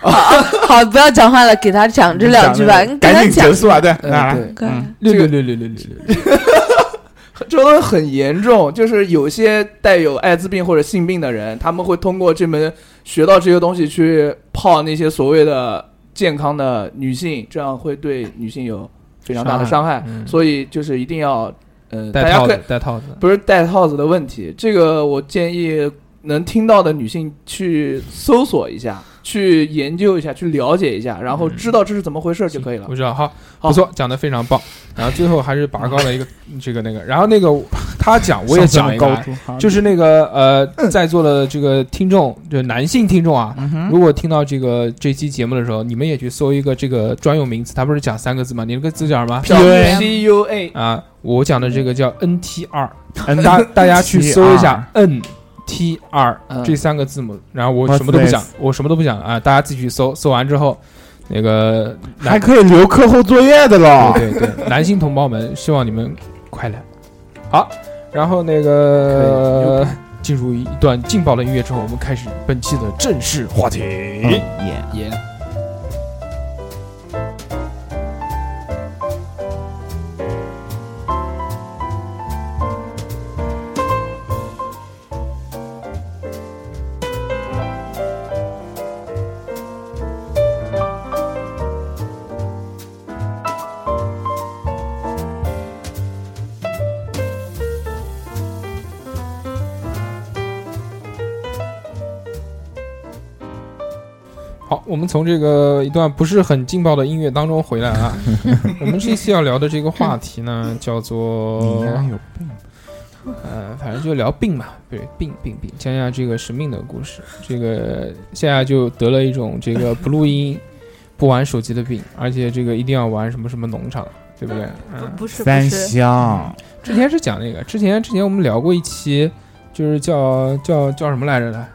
B: 好，不要讲话了，给他讲这两句吧，你给他
D: 赶紧
B: 讲
D: 结。束啊！对，
A: 呃
C: 嗯
D: 来来
C: 对，
B: 对
D: 嗯
A: 六
C: 这
A: 六
C: 个
A: 六六六六六，
C: 这个东西很严重，就是有些带有艾滋病或者性病的人，他们会通过这门学到这些东西去泡那些所谓的健康的女性，这样会对女性有非常大的伤害。
A: 伤害嗯
C: 所以就是一定要，呃，大
A: 戴
C: 家
A: 套
C: 可以
A: 子，戴套子。
C: 不是戴套子的问题，这个我建议能听到的女性去搜索一下，去研究一下，去了解一下，然后知道这是怎么回事就可以了
A: 我。知道，好，
C: 好
A: 不错，讲的非常棒。然后最后还是拔高了一个这个那个，然后那个他讲我也讲一个
D: 高
A: 啊，
D: 度，好
A: 就是那个呃，在座的这个听众，就是男性听众啊，
D: 嗯哼
A: 如果听到这个这期节目的时候，你们也去搜一个这个专用名词，它不是讲三个字吗？你那个字叫什么？
D: PUA
C: C U A
A: 啊，我讲的这个叫 NT 二，
D: 嗯
A: 大大家去搜一 下
D: 啊
A: NT 二
C: 嗯
A: 这三个字母，然后我什么都不讲
D: What's，
A: 我什么都不讲啊，大家自己去搜，搜完之后，那个
D: 还
A: 男
D: 可以留课后作业的喽。
A: 对对对，男性同胞们，希望你们快乐。好，然后那个进入一段劲爆的音乐之后，我们开始本期的正式话题。
C: 耶，
A: 好，我们从这个一段不是很劲爆的音乐当中回来 啊。我们这期要聊的这个话题呢，叫做
D: 你呀有病！
A: 呃，反正就聊病嘛，对，病病病，讲讲这个神命的故事。这个夏夏就得了一种这个不录音、不玩手机的病， 而且这个一定要玩什么什么农场，对不对？嗯，
G: 不是
D: 三香，
A: 之前是讲那个，之前之前我们聊过一期，就是叫叫叫什么来着的？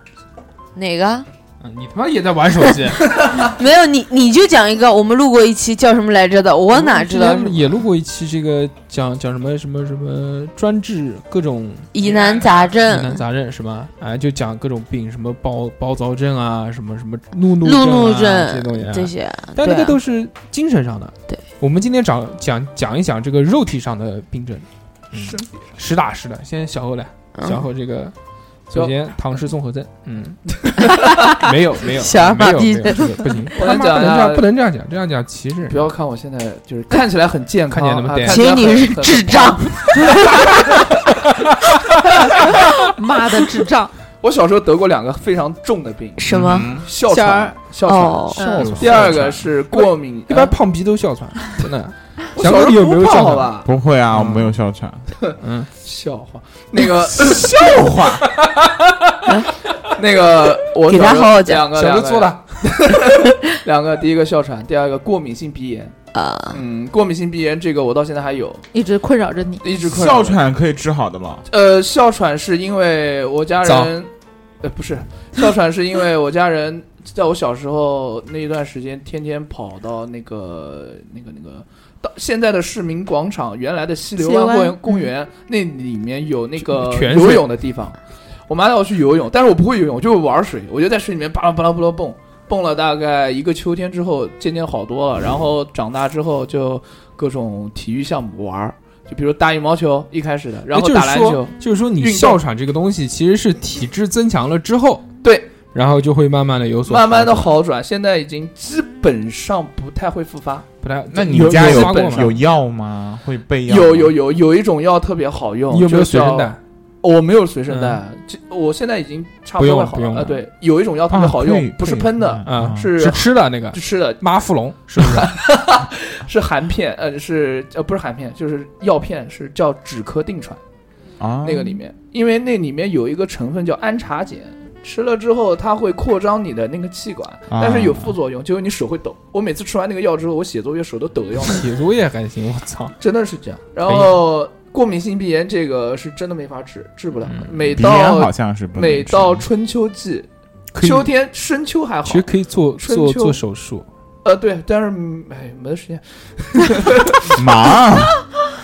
B: 哪个？
A: 嗯，你他妈也在玩手机？
B: 没有你，你就讲一个。我们录过一期叫什么来着的，我哪知道
A: 之？前也录过一期这个讲讲什么什么什么专治各种
B: 疑难杂
A: 疑难
B: 症、
A: 杂症是吧？哎，就讲各种病，什么暴暴躁症啊，什么什么怒怒
B: 路怒
A: 啊这些东西、啊
B: 症。这些，
A: 但那
B: 对
A: 个
B: 啊
A: 都是精神上的。
B: 对，
A: 我们今天讲讲讲一讲这个肉体上的病症，是实打实的。先小欧来，小
B: 嗯
A: 欧这个
C: 小
A: 首先唐氏综合症， 嗯，没有没有，
B: 小儿
A: 没
B: 麻
A: 有没
B: 痹
A: 有，这个不 行，
C: 我
A: 他
C: 来
A: 妈
C: 讲
A: 不
C: 一
A: 能这样，不能
C: 下
A: 这样讲，这样讲歧视
C: 不。要看我现在就是看起来很健
A: 看
C: 康，
A: 起来那么
C: 啊
A: 呆
C: 看
B: 其实
C: 起来
B: 你
C: 很
B: 是
C: 很
B: 智障，
G: 妈的智障！
C: 我小时候得过两个非常重的病，
B: 什么？
A: 嗯
C: 哮
G: 小
C: 喘
G: 儿，
C: 哮
B: 哦
C: 喘。
A: 哮喘
C: 第二个是过敏，哎
A: 一般胖逼都哮喘，真的。
C: 我
A: 小
C: 小
A: 时候
C: 时
A: 有
C: 候
A: 没有
C: 不
A: 哮
C: 胖
A: 喘？
C: 好吧？
D: 不会啊，我没有哮喘。
A: 嗯，
C: 笑话，那个
D: 笑话，
C: 那个我
B: 给他
C: 小时候
B: 好好讲
C: 两个
A: 小时
C: 两
A: 候
C: 个
A: 做的，
C: 两个，第一个哮喘，第二个过敏性鼻炎。
B: 呃，
C: 嗯，过敏性鼻炎这个我到现在还有，
G: 一直困扰着你。
C: 一直困
D: 哮。
C: 扰
D: 喘可以治好的吗？
C: 呃，哮喘是因为我家
A: 早
C: 人，呃，不是，哮喘是因为我家人在我小时候那一段时间，天天跑到那个那个那个到现在的市民广场，原来的溪流
G: 溪流
C: 湾公
G: 湾
C: 园公园那里面有那个
A: 泉水
C: 游泳的地方。我妈带我去游泳，但是我不会游泳，我就玩水，我就在水里面巴拉巴拉巴拉蹦，蹦了大概一个秋天之后，渐渐好多了。然后长大之后就各种体育项目玩儿，就比如打羽毛球，一开始的，然后
A: 就是
C: 打篮球
A: 说，，就是说你
C: 运动
A: 哮喘这个东西其实是体质增强了之后，
C: 对，
A: 然后就会慢慢的有所
C: 慢慢的
A: 好
C: 好转，现在已经基本上不太会复发。
A: 不太。
D: 那你
A: 有
D: 家
A: 有
D: 有
A: 刷过吗？
D: 有药吗？会备药吗？
C: 有有有有一种药特别好用，
A: 你有没有
C: 就
A: 随
C: 叫哦
A: 身带？？
C: 我没有随身带，这我现在已经差不
A: 不用
C: 多快
A: 了
C: 好
A: 不用
C: 了。啊
A: 了
C: 对，有一种药特别
D: 啊
C: 好
D: 可
C: 用
D: 以，
C: 不是
D: 可以
C: 喷的，
A: 啊，
C: 是
A: 是吃的那个
C: 就吃的，
A: 妈富隆，是不是？
C: 是含片，呃，是呃不是含片，就是药片，是叫止咳定喘
D: 啊，
C: 那个里
A: 哦
C: 面，因为那里面有一个成分叫氨茶碱。吃了之后，它会扩张你的那个气管，
A: 啊
C: 但是有副作用，就是你手会抖。我每次吃完那个药之后，我写作业手都抖的要 命。
A: 体术也还行，我操！
C: 真的是这样。
A: 哎
C: 然后过敏性鼻炎这个是真的没法治，治不了。
A: 嗯
C: 每
D: 鼻炎好
C: 到
D: 像是不能
C: 每
D: 吃
C: 到春秋季，
A: 可以
C: 秋天深秋还好
A: 其，实可以做
C: 春
A: 做
C: 秋
A: 做手术，
C: 呃对，但是嗯哎没得时间。
D: 忙，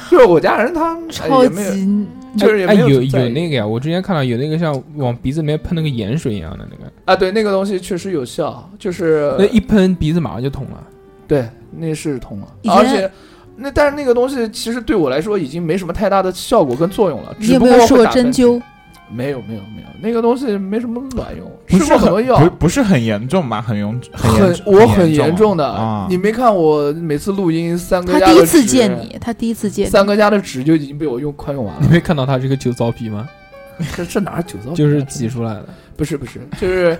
C: 就是我家人他们哎
G: 超
C: 也没有，
G: 级
C: 就是也
A: 哎
C: 没
A: 有
C: 在
A: 有
C: 意
A: 那个呀，我之前看到有那个像往鼻子里面喷那个盐水一样的那个，
C: 啊对那个东西确实有效，就是
A: 那一喷鼻子马上就通了。
C: 对那是通了，
G: 以前
C: 而且。那但是那个东西其实对我来说已经没什么太大的效果跟作用了。
G: 你有
C: 只不
G: 没有
C: 会
G: 试过
C: 打
G: 针
C: 喷嚏
G: 灸？
C: 没有没有没有，那个东西没什么卵用。
D: 不
C: 吃
D: 是
C: 过很多
D: 很
C: 药，
D: 不不是很严重吧？很严
C: 很
D: 严重
C: 我
D: 很
C: 很严重的，
D: 啊！
C: 你没看我每次录音三哥
G: 他
C: 家
G: 第一
C: 的
G: 次
C: 纸
G: 见，你，他第一次见
C: 三
G: 你，
C: 哥家的纸就已经被我用快用完
A: 你
C: 了。
A: 没看到他是个酒糟皮吗？
C: 这这哪是酒糟？
A: 就是挤出来的。
C: 不是不是，就是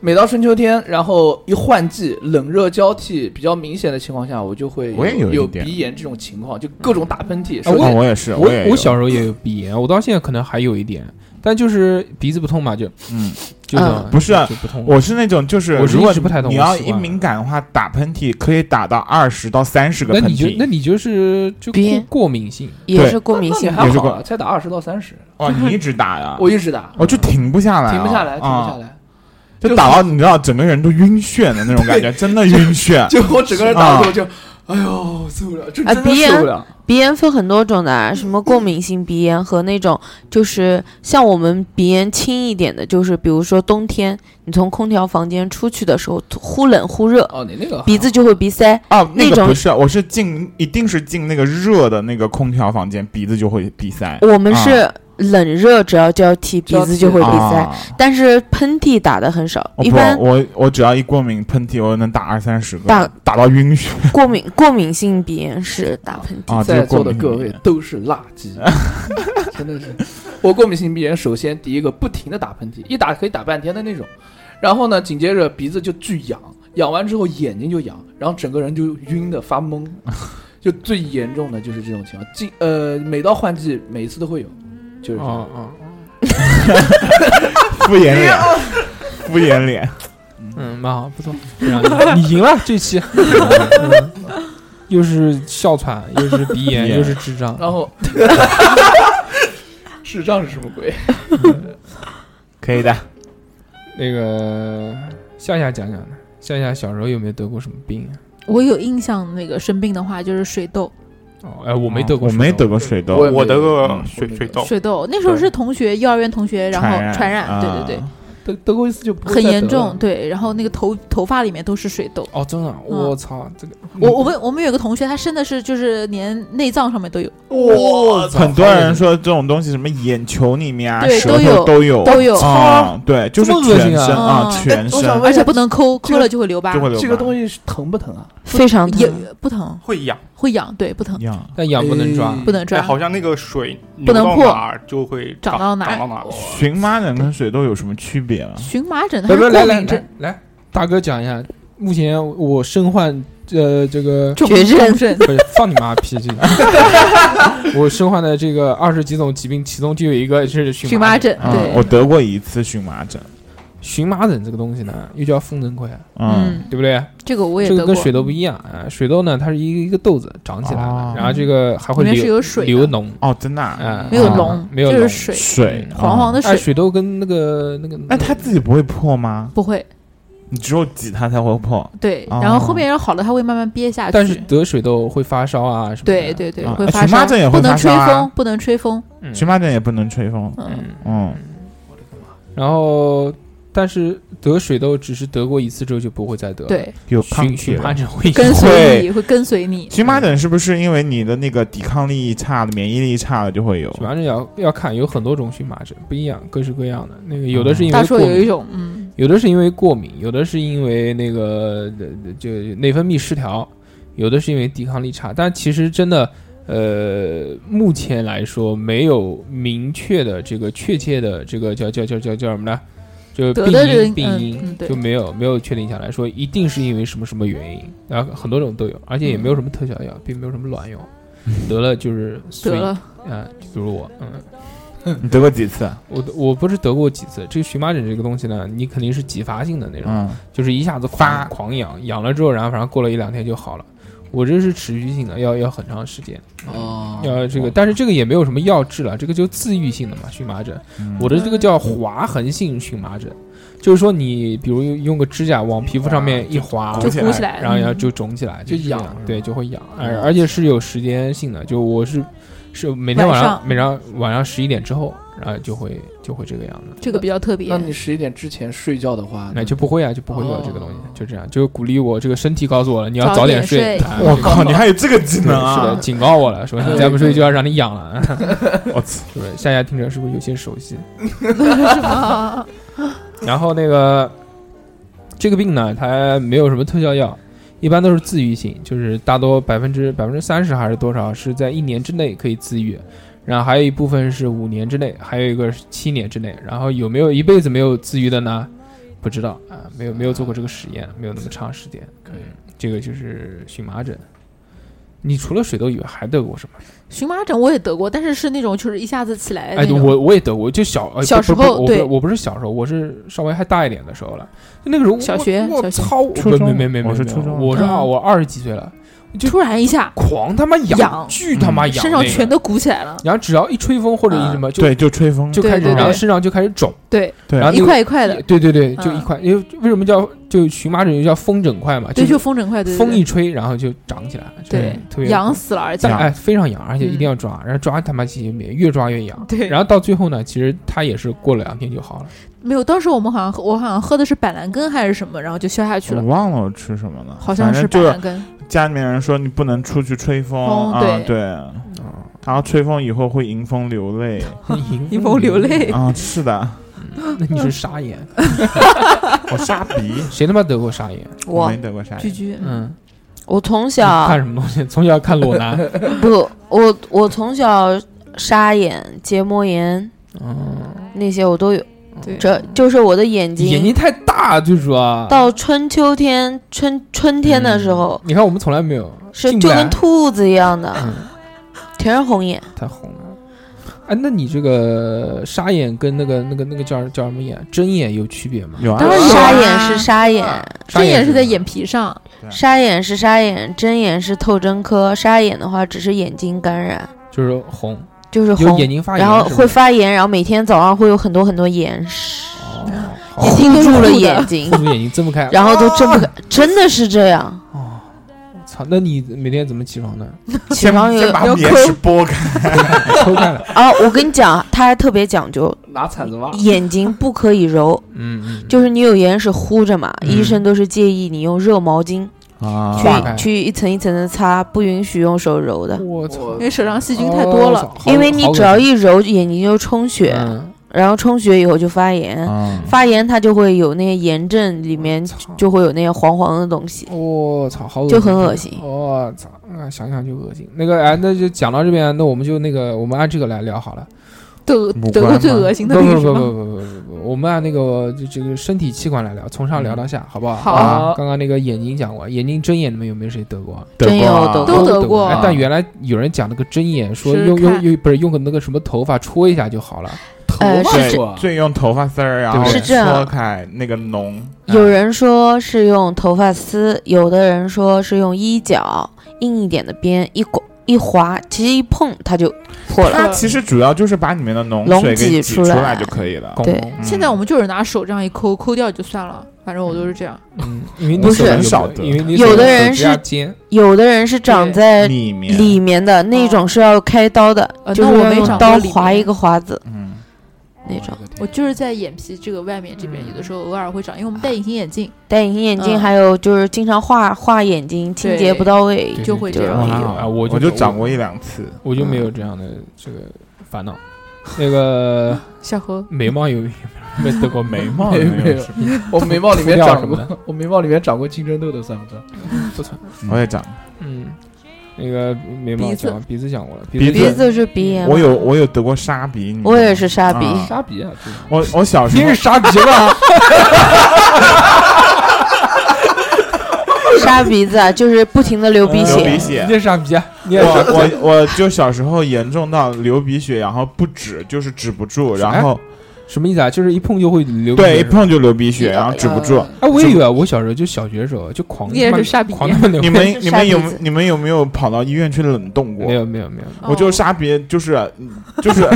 C: 每到春秋天，然后一换季，冷热交替比较明显的情况下，我就会
D: 我也有一
C: 有
D: 点
C: 鼻炎这种情况，就各种打喷嚏。
A: 哎
C: 手
D: 啊
A: 我
D: 我也是，
A: 我
D: 也
A: 我
D: 有
A: 小时候也有鼻炎，我到现在可能还有一点，但就是鼻子不痛嘛，就
D: 嗯，
A: 就这样
D: 不是啊
A: 就不痛。
D: 我是那种就是
A: 我是
D: 如果
A: 一直不太懂
D: 你
A: 我
D: 要
A: 习
D: 一
A: 惯了
D: 敏感的话，打喷嚏可以打到二十到三十个
A: 那
D: 喷
A: 你就那
D: 嚏。
A: 你就是就
B: 鼻炎
A: 过过敏性，
B: 也
D: 对
B: 是过敏
C: 那
B: 性哦
C: 你
D: 也
C: 还
D: 是
C: 好啊，
D: 过
C: 才打二十到三十，
D: 哦，你一直打
B: 啊
D: 呀？
C: 我一直打，
D: 我就停不下来啊，
C: 停不下来，停不下
D: 啊，
C: 来。
D: 就打到你知道整个人都晕眩的那种感觉，真的晕眩。
C: 就我整个人打的时候就，哎呦，受不了，这
B: 啊
C: 真的
B: 鼻炎
C: 受不了。
B: 鼻炎分很多种的啊，什么过敏性鼻炎和那种就是像我们鼻炎轻一点的，就是比如说冬天你从空调房间出去的时候忽冷忽热，
C: 哦，你那个还
B: 鼻
C: 好
B: 子就会鼻塞。
D: 哦，那
B: 那
D: 个
B: 种
D: 不是，我是进，一定是进那个热的那个空调房间，鼻子就会鼻塞，
B: 我们是冷热只要交替，鼻
C: 交替
B: 子就会鼻塞。
D: 啊
B: 但是喷嚏打的很少，
D: 我
B: 一
D: 不哦
B: 般
D: 我我只要一过敏喷嚏，我能打二三十个，
B: 打
D: 打到晕眩
B: 过敏过敏性鼻炎是打喷嚏。
D: 啊！这
C: 在
D: 是过
C: 座的
D: 敏
C: 各位都是垃圾， 真的是。我过敏性鼻炎，首先第一个不停的打喷嚏，一打可以打半天的那种，然后呢，紧接着鼻子就巨痒，痒完之后眼睛就痒，然后整个人就晕的 发懵，就最严重的就是这种情况。进呃，每到换季，每一次都会有，就是这样。
A: 哦哦，
D: 敷衍脸，敷衍脸。
A: 嗯，蛮好，不错，非常 厉害你赢了这期，嗯又是哮喘，又是鼻炎，
D: 鼻炎
A: 又是智障，
C: 然后， 智障是什么鬼？
D: 可以的，
A: 那个夏夏讲讲呢？夏夏小时候有没有得过什么病啊？
G: 我有印象，那个生病的话就是水痘，
A: 哦，哎，我没得过
D: 我
A: 什么，
D: 没得过水痘，
C: 我也没
E: 我得过
D: 嗯
E: 水水痘，
G: 水痘那时候是同学，幼儿园同学，然后传染，对对对，
D: 啊
C: 德德国一次就不会
G: 很
C: 再
G: 严
C: 得了
G: 重，对，然后那个头头发里面都是水痘。
A: 哦，真的啊，我操，这个嗯
C: 嗯
G: 我我们我们有个同学，他生的是就是连内脏上面都有
D: 哇，很多人说这种东西什么眼球里面啊、
G: 对
D: 舌头
G: 都
D: 都有
G: 都有
D: 啊，对，就是
A: 这么恶
D: 全
A: 心啊
D: 身啊，
G: 嗯
D: 全
C: 哎我想
D: 身
C: 问
G: 而且
C: 呀
G: 不能抠，抠了就会留疤
D: 就，会流
C: 这个东
D: 西
C: 西是疼不疼啊？啊
B: 非常
G: 也
B: 疼，
G: 不疼，
E: 会痒，
G: 会痒，对，不疼，
D: 痒，
A: 但痒不能抓
C: 哎，
G: 不能
E: 哎
G: 抓，
E: 好像那个水
G: 啊不能
E: 流到
G: 破
E: 哪儿就会
G: 长到哪儿
E: 长到哪儿。
D: 荨麻疹跟水痘有什么区别吗？
G: 荨麻疹它
A: 哎不
G: 是
A: 不，来
G: 过
A: 来
G: 敏
A: 来
G: 症，
A: 来，大哥讲一下，目前我身患呃这个。
G: 重
B: 绝症
G: 重症
A: 不是放你妈屁！这 个我身患的这个二十几种疾病，其中就有一个是
G: 荨
A: 荨
G: 麻
A: 麻
G: 疹，
D: 啊
G: 对，
D: 我得过一次荨麻疹，
A: 荨麻疹这个东西呢，又叫风疹块，
D: 嗯，
A: 对不对？
G: 这个我也
A: 这
G: 得
A: 个
G: 过
A: 跟，水痘不一样啊，水痘呢，它是一个一个豆子长起来的，
D: 哦
A: 然后这个还会
G: 里面
A: 流
G: 是有水的
A: 流脓，
D: 哦，真的啊
A: 啊，
G: 没有
D: 啊
G: 脓，
A: 没有
G: 就是
A: 脓
G: 水，
D: 水啊
A: 嗯
G: 黄黄的
A: 哎，
G: 水
A: 水痘跟那个那个，
D: 那他自己不会破吗？
G: 不会，
D: 你只有挤它才会破。
G: 对，
D: 哦
G: 然后后面要好了，它会慢慢憋下去。
A: 但是得水痘会发烧啊什么的。
G: 对对对，
D: 啊
G: 会
D: 哎
G: 发
D: 荨麻
G: 烧
D: 疹也，会
G: 不能
D: 发
G: 吹
D: 烧啊
G: 风，不能吹风。
A: 嗯，
D: 荨麻疹也不能吹风。
G: 嗯，
A: 嗯，
D: 嗯，
A: 然后但是得水痘只是得过一次之后就不会再得了。
G: 对，
D: 有抗
A: 荨
D: 体
A: 荨麻
D: 了。
A: 疹会
G: 跟随
D: 会
G: 你会跟随你。
D: 荨麻疹是不是因为你的那个抵抗力差了，免疫力差了就会有？
A: 荨麻疹要要看，有很多种荨麻疹，不一样，各式各样的。那个有
D: 哦
A: 的是因
G: 大
A: 为
G: 硕
A: 过
G: 有一
A: 敏，
G: 种，嗯，
A: 有的是因为过敏，有的是因为那个呃就内分泌失调，有的是因为抵抗力差。但其实真的，呃，目前来说没有明确的这个确切的这个叫叫叫叫叫什么呢？就
G: 得
A: 病
G: 的人
A: 因病
G: 嗯
A: 因、
G: 嗯对
A: 就没有没有确定下来说一定是因为什么什么原因，然后很多种都有，而且也没有什么特效药，并没有什么卵用，得了就是
G: 嗯得
A: 随
G: 了。
A: 啊，比如我，嗯，
D: 你得过几次？
A: 我我不是得过几次，这个荨麻疹这个东西呢，你肯定是继发性的那种，
D: 嗯，
A: 就是一下子
D: 发
A: 狂狂痒，痒了之后，然后反正过了一两天就好了。我这是持续性的，要要很长时间，
C: 哦
A: 要这个，但是这个也没有什么药治了，这个就自愈性的嘛，荨麻疹。
D: 嗯
A: 我的这个叫划痕性荨麻疹，就是说你比如用个指甲往皮肤上面一划，
G: 就
D: 起
G: 鼓
D: 来
G: 起来，
A: 然后要
G: 嗯
A: 就肿起来，
C: 就是
A: 这
C: 痒
A: 样，对，就会痒，而而且是有时间性的，就我是是每天
G: 晚
A: 晚上
G: 上
A: 每上晚上十一点之后，然后就会就会这个样子，
G: 这个比较特别
C: 那。你十一点之前睡觉的话，
A: 那就不会啊，就不会有
C: 哦
A: 这个东西，就这样，就鼓励我这个身体告诉我了，你要
G: 早
A: 早
G: 点
A: 点睡
G: 睡。
A: 啊
D: 我靠，你还有这个技
A: 对
D: 能啊！
A: 是的，警告我了，说你再不睡就要让你养了。
D: 我操，
A: 是不是？夏夏听着是不是有些熟悉？
G: 是吗？
A: 然后那个这个病呢，它没有什么特效药，一般都是自愈性，就是大多百分之百分之三十还是多少是在一年之内可以自愈，然后还有一部分是五年之内，还有一个是七年之内。然后有没有一辈子没有自愈的呢？不知道啊，没有没有做过这个实验，没有那么长时间。
C: 可以
A: 嗯这个就是荨麻疹。你除了水痘以外还得过什么？
G: 荨麻疹我也得过，但是是那种就是一下子起来
A: 哎，
G: 的那
A: 对
G: 种。
A: 我我也得过，就小呃
G: 小
A: 不
G: 时
A: 不
G: 候
A: 不我不
G: 对
A: 是我不是小时候，我是稍微还大一点的时候了。就那个时候我
G: 小学
A: 我
G: 小学
A: 操，
D: 初
A: 没
D: 中
A: 没没没没，
D: 我是
A: 没
D: 初中
A: 我是啊，
G: 嗯
A: 我二十几岁了，就
G: 突然一下，
A: 狂他妈
G: 痒
A: 痒，巨他妈痒，
G: 身上
A: 那个
G: 全都鼓起来了，
A: 然后只要一吹风或者一什么，就
D: 嗯对，就吹风，
A: 就
G: 对
A: 开始，
G: 对
A: 然后
G: 对
A: 身上就开始肿，
G: 对，
D: 对
A: 然后
G: 一
A: 那个
G: 块一块的，
A: 对对对，就
G: 嗯
A: 一块，因为为什么叫就荨麻疹又叫风疹块嘛，
G: 对，
A: 是
G: 就风疹块，对，对
A: 风一吹，然后就长起来了，就是
G: 对
A: 特
G: 对
A: 别
G: 痒死了，而且
A: 但
D: 痒
A: 哎非常痒，而且一定
G: 嗯
A: 要抓，然后抓他妈几遍，越抓越痒。
G: 对
A: 然后到最后呢，其实它也是过了两天就好了。
G: 没有。当时我们好像喝我好像喝的是板蓝根还是什么，然后就消下去
D: 我
G: 了，
D: 忘了我吃什么了，
G: 好像
D: 反
G: 是
D: 正就
G: 板
D: 是
G: 蓝根。
D: 家里面人说你不能出去吹风
G: 风
D: 啊
G: 对，
D: 对，
B: 嗯
D: 然后吹风以后会迎风流泪
A: 你
G: 迎风流泪
B: 嗯
D: 啊，是的，
A: 那你是沙眼？
D: 我沙鼻，
A: 谁他妈得过沙眼？
D: 我
B: 我
D: 没得过沙
G: 居
D: 眼，
G: 居，
A: 嗯，
B: 我从
A: 看
B: 小
A: 什么东西？从小看裸男。
B: 不，我我从小沙眼、结膜炎
A: 嗯，
B: 那些我都有，
G: 对，
B: 这就是我的眼睛。
A: 眼睛太大，最主要。
B: 到春秋天、春春天的时候，
A: 你看我们从来没有，
B: 是
A: 嗯进不
B: 就
A: 来啊
B: 跟兔子一样的，
A: 嗯
B: 全是红眼。
A: 太红了。哎，那你这个沙眼跟那个那个那个叫叫什么眼针眼有啊区别吗？
D: 有啊
G: 当，然有
B: 沙
G: 啊
B: 眼是沙眼，
A: 沙
G: 针眼
A: 是
G: 是在眼皮上，
B: 沙眼是沙眼，针眼是透针科。沙眼的话，只是眼睛感染，
A: 就是红，
B: 就是
A: 有
B: 红
A: 眼，睛发炎
B: 然
A: 是吗，
B: 后会发炎，然后每天早上会有很多很多眼屎，
A: 哦，好
B: 眼睛住 了眼睛
A: 护，住眼睛睁不开。
B: 然后都睁不开，真的是这样。
A: 哦，我操！那你每天怎么起床的？
B: 起床有
D: 先把
B: 要
D: 眼
B: 抠
D: 屎剥开，
A: 偷看了。
B: 啊！我跟你讲，他还特别讲究，
C: 拿铲子挖。
D: 啊
B: 眼睛不可以揉，
A: 嗯嗯，
B: 就是你有眼屎糊着嘛，
A: 嗯
B: 医生都是建议你用热毛巾
D: 啊哦
A: 划开
B: 去去一层一层的擦，不允许用手揉的，
A: 我操
G: 因，为手上细菌太多了。
A: 哦，
B: 因为你只要一揉，眼睛就充血，
A: 嗯，
B: 然后充血以后就发炎，
D: 啊，
B: 发炎它就会有那些炎症，里
D: 嗯
B: 面
A: 操
B: 就会有那些黄黄的东西。
A: 我操，好恶
B: 就很恶心
A: 我操，啊，想想就恶心。那个哎，那就讲到这边，那我们就那个，我们按这个来聊好了。
G: 得
D: 母
G: 得过
D: 官
G: 最
D: 吗
G: 恶心
A: 不
G: 的病
A: 不
G: 是
A: 不
G: 吗？
A: 不不不不，我们按那个这这个身体器官来聊，从上
B: 嗯
A: 聊到下，好不好？
G: 好
A: 啊刚刚那个眼睛讲过，眼睛睁眼，你们有没有谁得过？
D: 得
B: 真
D: 过
B: 有
D: 啊
B: 得
G: 都得过
A: 哎但原来有人讲那个睁眼，说
G: 是
A: 用用
G: 看
A: 用不是用个那个什么头发戳一下就好了。
B: 呃，
C: 头发
B: 是
D: 对
B: 这
C: 过，
D: 最用头发丝儿，然后
A: 对是
B: 这样
D: 搓开那个脓，
B: 有人说是用头发丝，有的人说是用衣角硬一点的边一刮一滑，其实一碰它就破了。
D: 它其实主要就是把里面的脓水给
B: 脓挤
D: 挤
B: 出来
D: 来就可以了。
A: 拱
B: 对
A: 拱
D: 嗯
G: 现在我们就是拿手这样一抠，抠掉就算了，反正我都是这样。
A: 嗯，因为你
B: 不
A: 手
B: 是
A: 很
D: 少
A: 少
D: 的
A: 的，因为你
B: 有
A: 手
B: 的
A: 手
B: 人
A: 指
B: 是
A: 甲尖，
B: 有的人是长在
D: 里面，
B: 里面的那种是要开刀的，
G: 呃
B: 就是
G: 那我没
B: 要用
G: 长过
B: 刀
G: 里
B: 划
G: 面
B: 一个划子
D: 嗯，
B: 那种。
G: 我就是在眼皮这个外面这边，有的时候偶尔会长，因为我们戴隐形眼镜
B: 戴隐形眼镜，
G: 嗯
B: 还有就是经常画画眼睛，清洁不到位。
A: 对
G: 就会这
B: 对
G: 样。
D: 哇
A: 啊我就
D: 我就长过一嗯两 次，
A: 我就没有这样的这个烦恼。那 个
G: 小何，
A: 眉毛有有没有得过眉
D: 眉
A: 毛？
D: 毛
C: 没有
D: 没有什么，
C: 我眉毛里面
A: 掉
C: 长
A: 什么
C: 过，我眉毛里面长过青春痘的 算不算？
A: 不错，
D: 我也长过。
A: 嗯，那个眉毛
G: 鼻子
A: 讲鼻子讲过了，
D: 鼻
B: 鼻
A: 子
B: 子是鼻炎，
D: 我有我有得过沙鼻，你
B: 我也是沙鼻
D: 啊
C: 傻逼啊！这个
D: 我我小时
A: 你
D: 候
A: 是傻逼吧？
B: 沙鼻子啊，就是不停的流鼻
D: 流嗯
B: 血。
D: 鼻血
A: 嗯你，是傻逼啊，你也是傻逼
D: 我我我就小时候严重到流鼻血，然后不止，就是止不住，
A: 啥呀
D: 然后
A: 什么意思啊？就是一碰就会流鼻
D: 对
A: 血
D: 一
A: 是吧。
D: 碰就流鼻血，然后止不住。
A: 哎，我也有啊，我小时候就小学的时候就狂
G: 你也
A: 他妈
G: 是傻逼
A: 狂他妈流
D: 你
A: 鼻
D: 们你们有
B: 沙鼻子
D: 你们有没有跑到医院去冷冻
A: 没
D: 过？
A: 有没有没有，
D: 我就
G: 哦
D: 沙鼻，就是 就是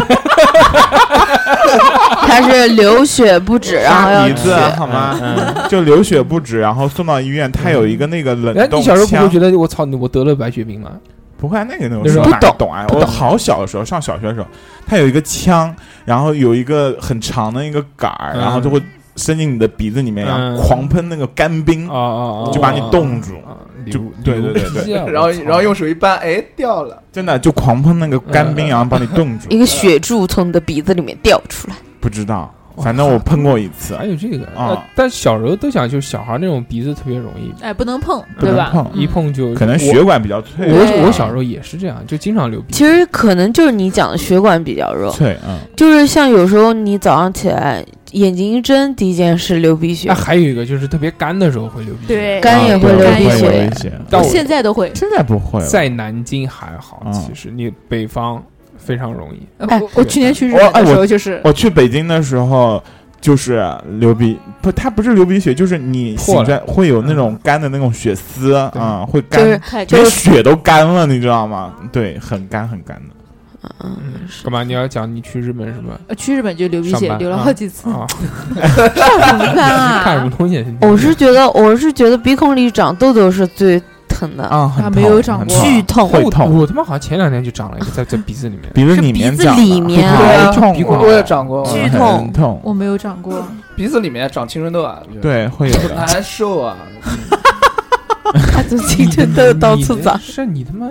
B: 它是流血不
A: 哎
B: 止，然后
D: 拉
B: 要
D: 鼻子
B: 止
D: 啊好吗？
A: 嗯
D: 就流血不止，然后送到医院，他有一个那个
A: 哎，
D: 冷
A: 你
D: 冻
A: 小时候不会
D: 枪
A: 觉。得我操，你我得了白血病吗？
D: 不会，那个那
A: 那
D: 种
A: 时候
D: 候哪
A: 不懂
D: 懂啊！
A: 不
D: 我
A: 懂
D: 好小的时候，上小学的时候，它有一个枪，然后有一个很长的一个杆儿，
A: 嗯
D: 然后就会伸进你的鼻子里面，然
A: 嗯
D: 后狂喷那个干冰
A: 哦，哦哦，
D: 嗯就把你冻住。
A: 啊，
D: 就
A: 流
D: 对对对
A: 流鼻
D: 对
A: 啊
C: 然后
A: 我操
C: 然后用手一扳，哎，掉了。
D: 真的就狂喷那个干冰，
A: 嗯
D: 然后把你冻住
B: 一。个血柱从你的鼻子里面掉出来。
D: 不知道，反正我喷过一次
A: 还，有这个
D: 啊
A: 呃但小时候都想，就是小孩那种鼻子特别容易，
G: 哎，不能碰，
D: 不
G: 对
D: 能
G: 吧？
D: 碰
G: 嗯
A: 一碰就
D: 可能血管比较
A: 我
D: 脆
A: 我
G: 对
A: 我小时候也是这样，就经常流鼻。
B: 其实可能就是你讲的血管比较弱，
D: 脆，嗯，
B: 就是像有时候你早上起来眼睛一睁，第一件事流鼻血
A: 那，还有一个就是特别干的时候会流鼻血。
G: 对
B: 干也
D: 啊
B: 会
D: 对
B: 流鼻
D: 会
B: 血
D: 流血。
A: 但
G: 我
A: 我
G: 现在都会。
D: 现在不会了，
A: 在南京还好，
D: 嗯
A: 其实你北方非常容易。
B: 哎
G: 我我去年去日本
D: 我哎
G: 的时
D: 我
G: 候就是，
D: 我去北京的时候，就是流鼻不，它不是流鼻血，就是你
A: 破
D: 醒
A: 了
D: 着会有那种干的那种血丝啊、
A: 对
D: 嗯会
B: 就
D: 干，
B: 是
G: 太
D: 连血都干了，你知道吗？对，很干很干的。
B: 嗯，是
A: 干嘛？你要讲你去日本什么
G: 呃去日本就流鼻
A: 上
G: 血，
A: 班
G: 流了
A: 啊
G: 好几次，
A: 啊？
G: 怎么办
A: 你 看什么
G: 啊？
A: 东西？神经病
B: 我是觉得，我是觉得鼻孔里长痘痘是最疼的，
D: 啊，很
G: 啊
D: 痛，
G: 没有长
D: 很
G: 过
D: 痛
B: 巨痛
D: 会
A: 我
D: 痛，
A: 我他妈好像前两天就长了一个，在在鼻子里面。
D: 鼻子里面
B: 是鼻子
D: 长的，
B: 里面
D: 好
C: 对啊
D: 痛，
A: 鼻孔
C: 我我也长过，
B: 巨
D: 嗯
B: 痛
D: 很痛，
G: 我没有长过，
C: 鼻子里面长青春痘啊，我觉得
D: 对，会有
C: 很
D: 的。
C: 难受 啊。
G: 他从青春痘到处
A: 你
G: 长。
A: 是你他妈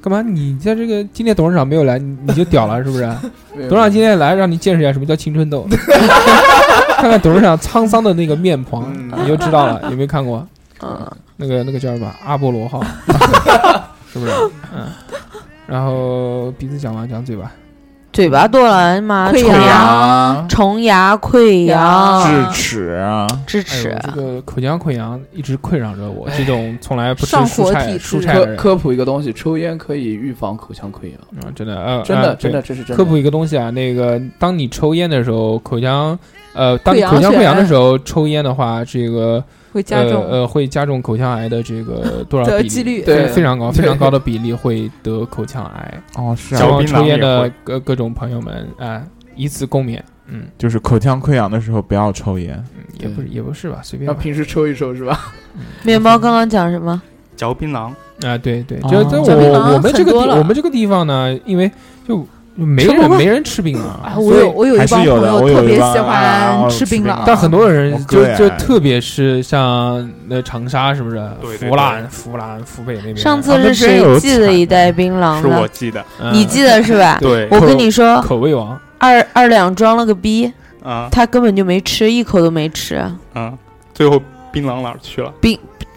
A: 干嘛？你在这个今天董事长没有来，你你就屌了是不是？
C: 没有
A: 董事长今天来，让你见识一下什么叫青春痘，看看董事长沧桑的那个面庞，
C: 嗯
A: 你就知道了。有没有看过
B: 嗯，
A: 那个那个叫什么阿波罗号？是不是？嗯。然后鼻子讲完，讲嘴巴。
B: 嘴巴多了，哎妈，
G: 溃
B: 虫
G: 疡
D: 啊，
B: 虫牙、溃
D: 智
B: 疡、
D: 齿啊，
B: 智
A: 哎呦
B: 齿，，
A: 这个口腔溃疡一直困扰着我，这种从来不吃
G: 上
A: 蔬
G: 火
A: 菜
G: 体质
A: 蔬菜的
C: 科
A: 人，
C: 科普一个东西，抽烟可以预防口腔溃疡，
A: 嗯，真的，呃，
C: 真
A: 呃
C: 的
A: 对
C: 真的这是真的。
A: 科普一个东西啊，那个当你抽烟的时候，口腔呃，当你
G: 溃疡
A: 口腔溃疡的
G: 血
A: 时候，抽烟的话，这个
G: 会加
A: 呃
G: 重
A: 呃会加重口腔癌的这个多少
G: 的
A: 比
G: 几
A: 例？
G: 率。
C: 对
A: 非常高，非常
C: 对
A: 高的比例会得口腔癌。
D: 哦
A: 希
D: 是啊
E: 嚼，
A: 望
E: 槟
A: 抽
E: 榔
A: 烟
E: 也
A: 的
E: 会
A: 各各种朋友们啊，以此共勉。嗯，
D: 就是口腔溃疡的时候不要抽烟，
A: 嗯也不
C: 对
A: 也不是吧，随便
C: 那
A: 吧。
C: 平时抽一抽是吧？
B: 面包刚刚讲什么？
E: 嚼槟榔，
A: 啊，对对，
D: 哦
A: 就在
D: 这边好
A: 我
G: 像
A: 我们这个
G: 很多
A: 地
G: 了
A: 我们这个地方呢，因为就 没
G: 吃
A: 人
G: 不惯
A: 没人吃槟榔
G: 啊，，我有我有一
D: 还是
G: 帮朋
D: 有的我
G: 友
D: 有
G: 特
D: 一
G: 别
D: 帮
G: 喜
D: 啊
G: 欢
D: 我
G: 吃
D: 吃
G: 槟
D: 槟
G: 榔
D: 榔，
A: 但很多人
D: 我
A: 就
D: 个人
A: 就特别是像那长沙是不是？
E: 对对对
A: 湖南、湖南、湖北那边。
B: 上
D: 啊
B: 次
D: 那
B: 是
D: 边有
B: 谁寄了
D: 惨
B: 一袋槟榔
E: 是我
B: 的？
E: 记的。
A: 嗯
B: 你记得是吧？
E: 对，
B: 我跟你说，
A: 口味王，
B: 二二两装了个逼，
E: 啊
B: 他根本就没吃，一口都没吃，
E: 啊，最后槟榔哪儿去了？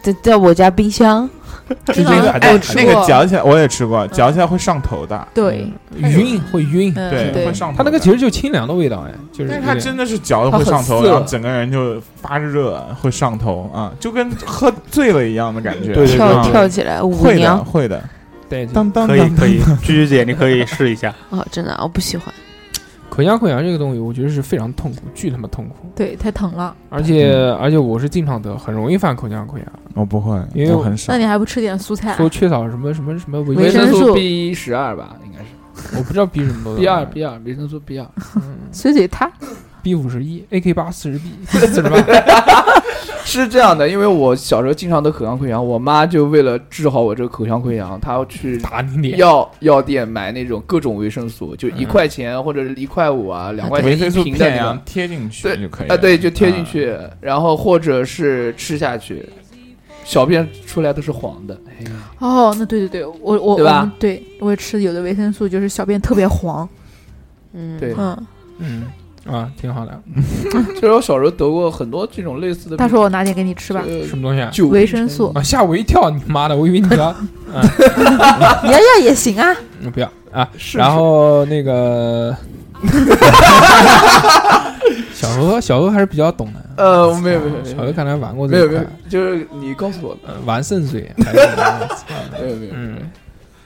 B: 在在我家冰箱。
G: 槟
A: 这
G: 榔
A: 个
G: 我
A: 还在
G: 吃
D: 那个
G: 过
D: 嚼起来我也吃过，嚼起来会上头的，
G: 对，
A: 晕会晕，
G: 嗯
D: 对，
G: 对
D: 会，上头的。
A: 它那个其实就清凉的味道哎，就是
D: 但
A: 有
D: 是它
A: 点
D: 真的是嚼的
C: 它
D: 会
C: 很
D: 上头，
C: 涩
D: 然后整个人就发热，会上头啊，就跟喝醉了一样的感觉。
E: 对对
B: 跳
D: 啊
B: 跳起来，舞
D: 会的，
B: 娘
D: 会的。
A: 带劲。
D: 当当
E: 可以
D: 当，
E: 可以，居居姐你可以试一下。
B: 哦，真的我不喜欢。
A: 口腔溃疡这个东西，我觉得是非常痛苦，巨他妈痛苦。
G: 对，太疼了。
A: 而且、而且我是经常得，很容易犯口腔溃
B: 啊
A: 疡，
D: 我不会，
A: 因为
D: 我很少
G: 那。你还不吃点蔬菜？啊
A: 说缺少什么什么什么维
C: 维
G: 生
C: 生
G: 素
C: 素 B 十二吧，应该是
A: 我不知道 B 什么 东西
C: B 二 B 二维生素 B 二。
G: 随嘴他
A: B 五十一 AK 八四十 B 四十八，
C: 是这样的，因为我小时候经常得口腔溃疡，我妈就为了治好我这个口腔溃疡，她要去
A: 打你脸。
C: 药药店买那种各种维生素，就一块钱或者是一块五啊，两块钱
D: 维生素
C: 一瓶的
D: 片嗯
C: 那
D: 呀
C: 种。
D: 贴进去
C: 对
D: 就可以
C: 啊，
D: 了
C: 对，就贴进去，然后或者是吃下去，小便出来都是黄的。
G: 哦，那对对对，我我
C: 对
G: 我
C: 吧？
G: 们对我吃有的维生素就是小便特别黄，
B: 嗯，
C: 对，
G: 嗯，
A: 嗯啊，挺好的。
C: 就是我小时候得过很多这种类似的病。
G: 大叔，我拿点给你吃吧。
C: 呃
A: 什么东西啊？
C: 久病
G: 维生素
A: 啊，吓我一跳！你妈的，我以为你 要，
G: 你要要也行啊，
A: 嗯不要啊。
C: 成瘾，
A: 然后那 个小何，小何还是比较懂的。
C: 呃，没有没有没有
A: 小
C: 没
A: 何
C: 有
A: 看来玩过
C: 没
A: 这
C: 有
A: 一
C: 没有
A: 块，，
C: 就是你告诉我的，
A: 呃玩剩水。还是
C: 没有没有，
A: 嗯，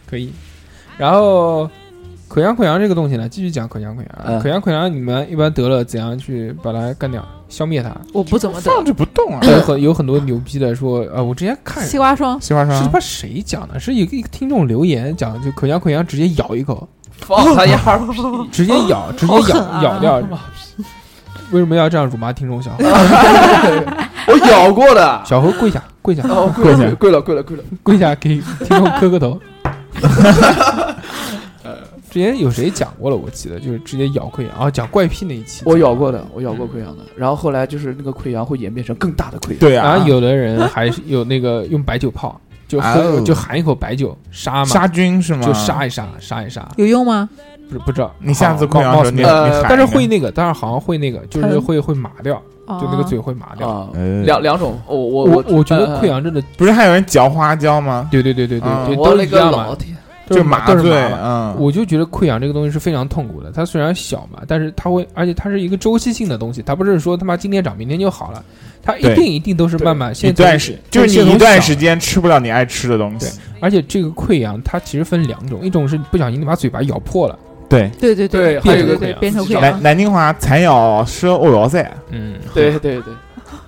A: 可以。然后口腔溃疡这个东西呢，继续讲口腔溃疡。
C: 嗯
A: 口腔溃疡你们一般得了怎样去把它干掉、消灭 它？
G: 我不怎么的。
D: 放着不动啊。
A: 有很有很多牛逼的说，啊，我之前看
G: 西瓜霜，
D: 西瓜
A: 是他
D: 霜
A: 妈谁讲的？是一个一个听众留言讲，就口腔溃疡直接咬一口，
C: 放他丫屁！
A: 直接咬，直接
G: 好
A: 咬、
G: 狠啊
A: 咬掉。为什么要这样辱骂听众小 何？
C: 我咬过的，
A: 小何跪下，跪 下，
C: 哦，跪了跪了跪了跪了，
A: 跪下给听众磕个 头。 之前有谁讲过了？我记得就是直接咬溃疡，啊，讲怪癖那一期。
C: 我咬过的，我咬过溃疡的，然后后来就是那个溃疡会演变成更大的溃疡，
D: 对
A: 然
D: 啊
A: 后，有的人还是有那个用白酒泡，就喝、
D: 哦
A: 就含一口白酒杀嘛，
D: 杀菌是吗？
A: 就杀一杀，杀一杀，
G: 有用吗？
A: 不是不知道。
D: 你下次
A: 冒
D: 溃疡的
A: 冒
D: 时候，你
A: 死
D: 你
A: 了
C: 呃
D: 喊
A: 但是
D: 一个
A: 会那个，但是好像会那个，就是
G: 疼
A: 会会麻掉，
G: 就
A: 就那个嘴会麻掉。
C: 啊，
D: 呃
C: 两两种，我我
A: 嗯我我觉得
C: 呃
A: 溃疡真的，
D: 不是还有人嚼花椒吗？
A: 对对对对
D: 啊
A: 对，就
C: 我
A: 都
C: 勒
A: 是一
C: 个
A: 样
C: 老
A: 嘛，
C: 天，
A: 都
D: 就是麻
A: 都是
D: 醉，
A: 麻嘛。
D: 嗯，
A: 我就觉得溃疡这个东西是非常痛苦的，它虽然小嘛，但是它会，而且它是一个周期性的东西，它不是说他妈今天长明天就好了，它一
D: 对
A: 定一定都是
C: 对
A: 慢慢
D: 一
A: 先
D: 段
A: 从
D: 时就是你一段时，间吃不了你爱吃的东西，
A: 而且这个溃疡它其实分两种，一种是不小心你把嘴巴咬破了，
D: 对。
G: 对对
C: 对
G: 对
A: 还有一
G: 对
A: 个
G: 对，
A: 溃
G: 扁头溃
C: 疡
B: 啊
D: 南
G: 疡，
D: 南京话才要说我要噻，
A: 嗯，
C: 对对对，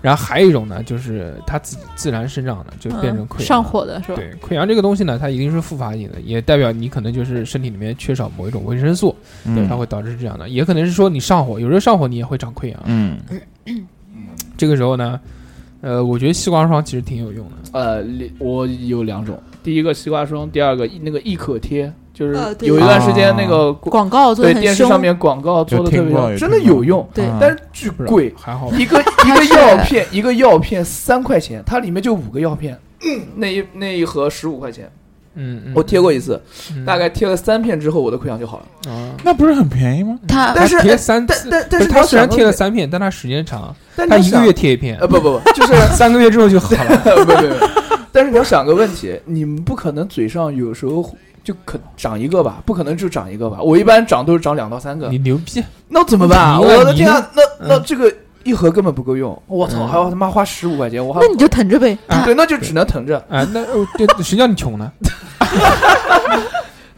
A: 然后还有一种呢，就是它自己自然生长的，就变成
G: 嗯
A: 溃疡、
G: 上火的是吧？
A: 对，溃疡这个东西呢，它一定是复发性的，也代表你可能就是身体里面缺少某一种维生素，它
D: 嗯
A: 会导致这样的。也可能是说你上火，有时候上火你也会长溃疡。
D: 嗯，
A: 这个时候呢，呃，我觉得西瓜霜其实挺有用的。
C: 呃，里我有两种，第一个西瓜霜，第二个那个益可贴，就是
G: 呃对
C: 有一段时间那个
G: 广告做
C: 对
G: 的很
C: 电视
G: 凶，
C: 上面广告做的特别
D: 有听过
C: 好，
D: 有
C: 真的
D: 听过
C: 有用，
G: 对
D: 嗯
C: 但是巨
A: 不知道
C: 贵，
A: 还好吧，
C: 一个一
G: 它
C: 个
G: 是
C: 药片，一个药片三块钱，它里面就五个药片，那一那一盒十五块钱，
A: 嗯，嗯
C: 我贴过一次，
A: 嗯
C: 大概贴了三片之后，我的溃疡就好了。
A: 啊，
D: 那不是很便宜吗？
G: 它
C: 但是哎
A: 它贴三
C: 但
A: 次，
C: 但但
A: 不是
C: 是
A: 他
C: 你要
A: 虽然
C: 想
A: 贴了
C: 过
A: 三片，但他时间长，
C: 但你
A: 他
C: 要
A: 一个
C: 想
A: 月贴一片
C: 呃，不不不，就是
A: 三个月之后就好 了。
C: 不不不，但是你要想个问题，你们不可能嘴上有时候就可长一个吧，不可能就长一个吧。我一般长都是长两到三个
A: 你，牛逼，
C: 那怎么办啊？
A: 你呢
C: 我的天
A: 你
C: 啊，那那
A: 嗯
C: 这个一盒根本不够用，我操，
A: 嗯
C: 还要他妈花十五块钱，我还
G: 那你就疼着呗。它
C: 对，那就只能疼着，
A: 啊！那哦 对，谁叫你穷呢？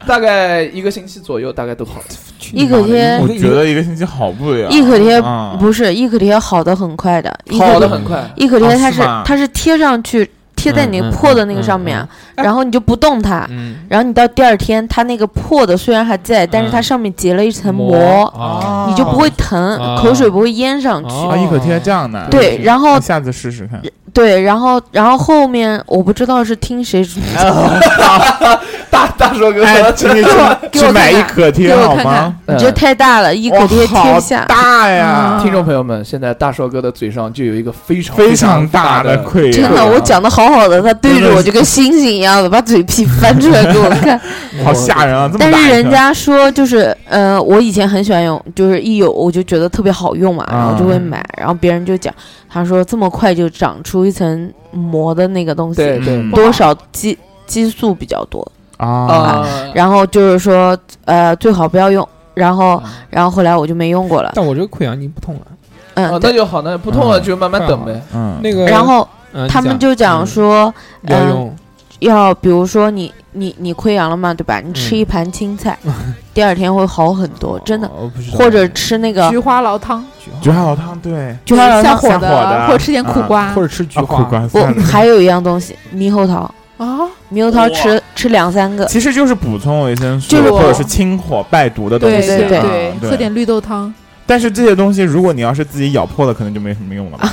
C: 大概一个星期左右，大概都好了。
A: 去你
B: 一个
A: 妈的
B: 贴
A: 一
D: 我
A: 个
D: 觉得一个星期好不了，
B: 一可贴
D: 啊
B: 不是一可贴好的很快的，一
C: 好
B: 可
C: 的
B: 贴
C: 很快，
B: 一可贴
D: 哦
B: 它
D: 是
B: 是
D: 吗
B: 它是贴上去，贴在你
A: 嗯嗯
B: 破的那个上面
A: 嗯，嗯
B: 然后你就不动它。
A: 嗯，
B: 然后你到第二天，它那个破的虽然还在，但是它
A: 嗯
B: 上面结了一层膜，
A: 啊，
B: 你就不会疼，
A: 啊
B: 口水不会淹上去。
A: 哦
D: 啊，一口贴这样的，
B: 对，然后
D: 下次试试 看。
B: 对，然后然后后面我不知道是听谁说，
C: 大大硕哥，
D: 哎，请你去
G: 给我
D: 去买
G: 看
D: 一
G: 看
D: 可贴
G: 给我
D: 好
G: 看
D: 吗
G: 看？
C: 嗯
B: 你这太大了，一
D: 哇
B: 口贴贴
D: 好
B: 不下。嗯
D: 大呀，
C: 听众朋友们，现在大硕哥的嘴上就有一个嗯非常
D: 非
C: 常
D: 常大
C: 的
D: 的啊溃疡，
B: 真的，我讲的好好的，他对着我就跟猩猩一样的把嘴皮翻出来给我看。
D: 好吓人啊！这么
B: 但
D: 大
B: 是
D: 一
B: 人
D: 个
B: 家说就是，呃，我以前很喜欢用，就是一有我就觉得特别好用嘛，然后就会买。然后别人就讲，他说这么快就长出一层膜的那个东
C: 对
B: 西，
C: 对
D: 嗯
B: 多少激激素比较多，
D: 啊，
C: 啊，
B: 然后就是说，呃，最好不要用。然后，
C: 啊
B: 然后后来我就没用过了，
A: 但我这个溃疡已经不痛了。
B: 嗯，
C: 哦那就好，那不痛了就慢慢等
A: 嗯
C: 呗。
D: 嗯，
A: 那个，
B: 然后
A: 嗯
B: 他们
A: 你
B: 就讲
A: 嗯
B: 说，
A: 要
B: 嗯
A: 用
B: 要比如说你你你溃疡了嘛，对吧？你吃
A: 嗯
B: 一盘 青菜，第二天会好很多，真的。
A: 哦，我不知道
B: 或者吃那个
G: 菊花熬汤，
D: 菊花老汤，对，
B: 啊菊花
G: 下
B: 老
G: 火
D: 下火的
G: 或者吃点苦
D: 嗯
G: 瓜
A: 或者吃菊
D: 啊
A: 花
D: 苦，瓜
B: 不
D: 算
A: 嗯
D: 了，
B: 还有一样东西，猕猴桃，
G: 啊，
B: 猕猴桃吃吃两三个，
D: 其实就是补充维生素，
B: 就是
D: 或者是清火败毒的东西
G: 对
D: 啊。
B: 对对
G: 对，喝点绿豆汤，
D: 但是这些东西，如果你要是自己咬破了，可能就没什么用了
B: 啊
D: 吧。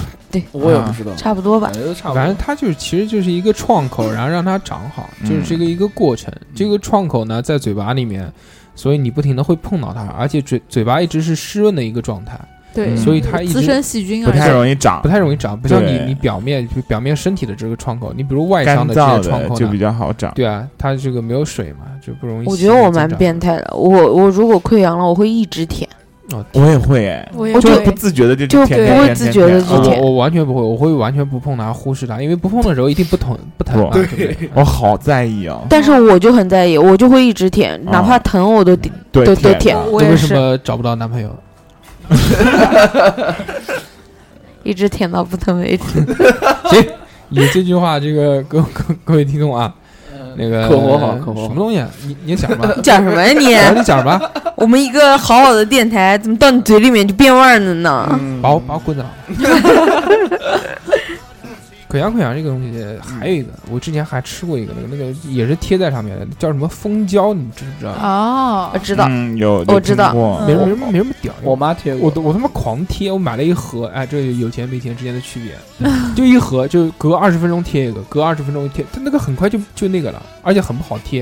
C: 我也不知道，
B: 差不多吧
C: 感。哎觉都差不
A: 反正
C: 多。
A: 它就是其实就是一个创口，然后让它长好，就是这个一个过程。这个创口呢在嘴巴里面，所以你不停的会碰到它，而且嘴嘴巴一直是湿润的一个状态，
G: 对，
D: 嗯
A: 所以它一
G: 滋
A: 直
G: 生细菌啊
D: 不
G: 而
D: 太
G: 且
D: 容易长
A: 不，太容易长，不像你
D: 对
A: 你表面就表面身体的这个创口，你比如外
D: 干
A: 伤的这
D: 燥
A: 些创
D: 的
A: 口
D: 就比
A: 呢，
D: 较好长。
A: 对啊，它这个没有水嘛，就不容易
B: 我
A: 细
B: 觉
A: 菌增长。
B: 得我蛮变态的，我我如果溃疡了，我会一直舔，
A: 啊
D: 我也会哎，
G: 我也
B: 我
D: 就
B: 就
D: 会
G: 会
D: 不自觉的就
B: 就
D: 舔
G: 不
D: 舔
G: 会
D: 舔
B: 自
D: 舔
B: 觉地
D: 舔
B: 去
A: 啊
D: 嗯
B: 舔
A: 我我完全不会，我会完全不碰它，忽视它，因为不碰的时候一定不疼不疼嘛，
D: 对
A: 不对？
D: 哦我好在意哦。
B: 但是我就很在意，我就会一直舔，
A: 哦
B: 哪怕疼我都舔。
D: 对
B: 都都
D: 舔
B: 舔
D: 的
G: 我
A: 那啊
G: 也
A: 为什
G: 是，
A: 么找不到男朋友？
B: 一直舔到不疼为止。
A: 你这句话，这个各各各位听众啊，那个
C: 可活好可活好
A: 什么东西啊？你你讲什么？
B: 你讲什么呀 你？
A: 我说你讲什么？
B: 我们一个好好的电台，怎么到你嘴里面就变味儿了呢？
G: 嗯
A: 把我把我棍子拿来。溃疡溃疡这个东西还有一个，我之前还吃过一个，那个那个也是贴在上面的，叫什么蜂胶，你知不知道？
G: 哦
B: 我，知道，
D: 嗯，有
B: 我知道嗯
D: 有听过
A: 没什么没什么没什么屌用。
C: 我妈贴
A: 我
C: 过，
A: 都我他妈狂贴，我买了一盒，哎，这有钱没钱之间的区别， 就一盒，就隔二十分钟贴一个，隔二十分钟贴，它那个很快就就那个了，而且很不好贴。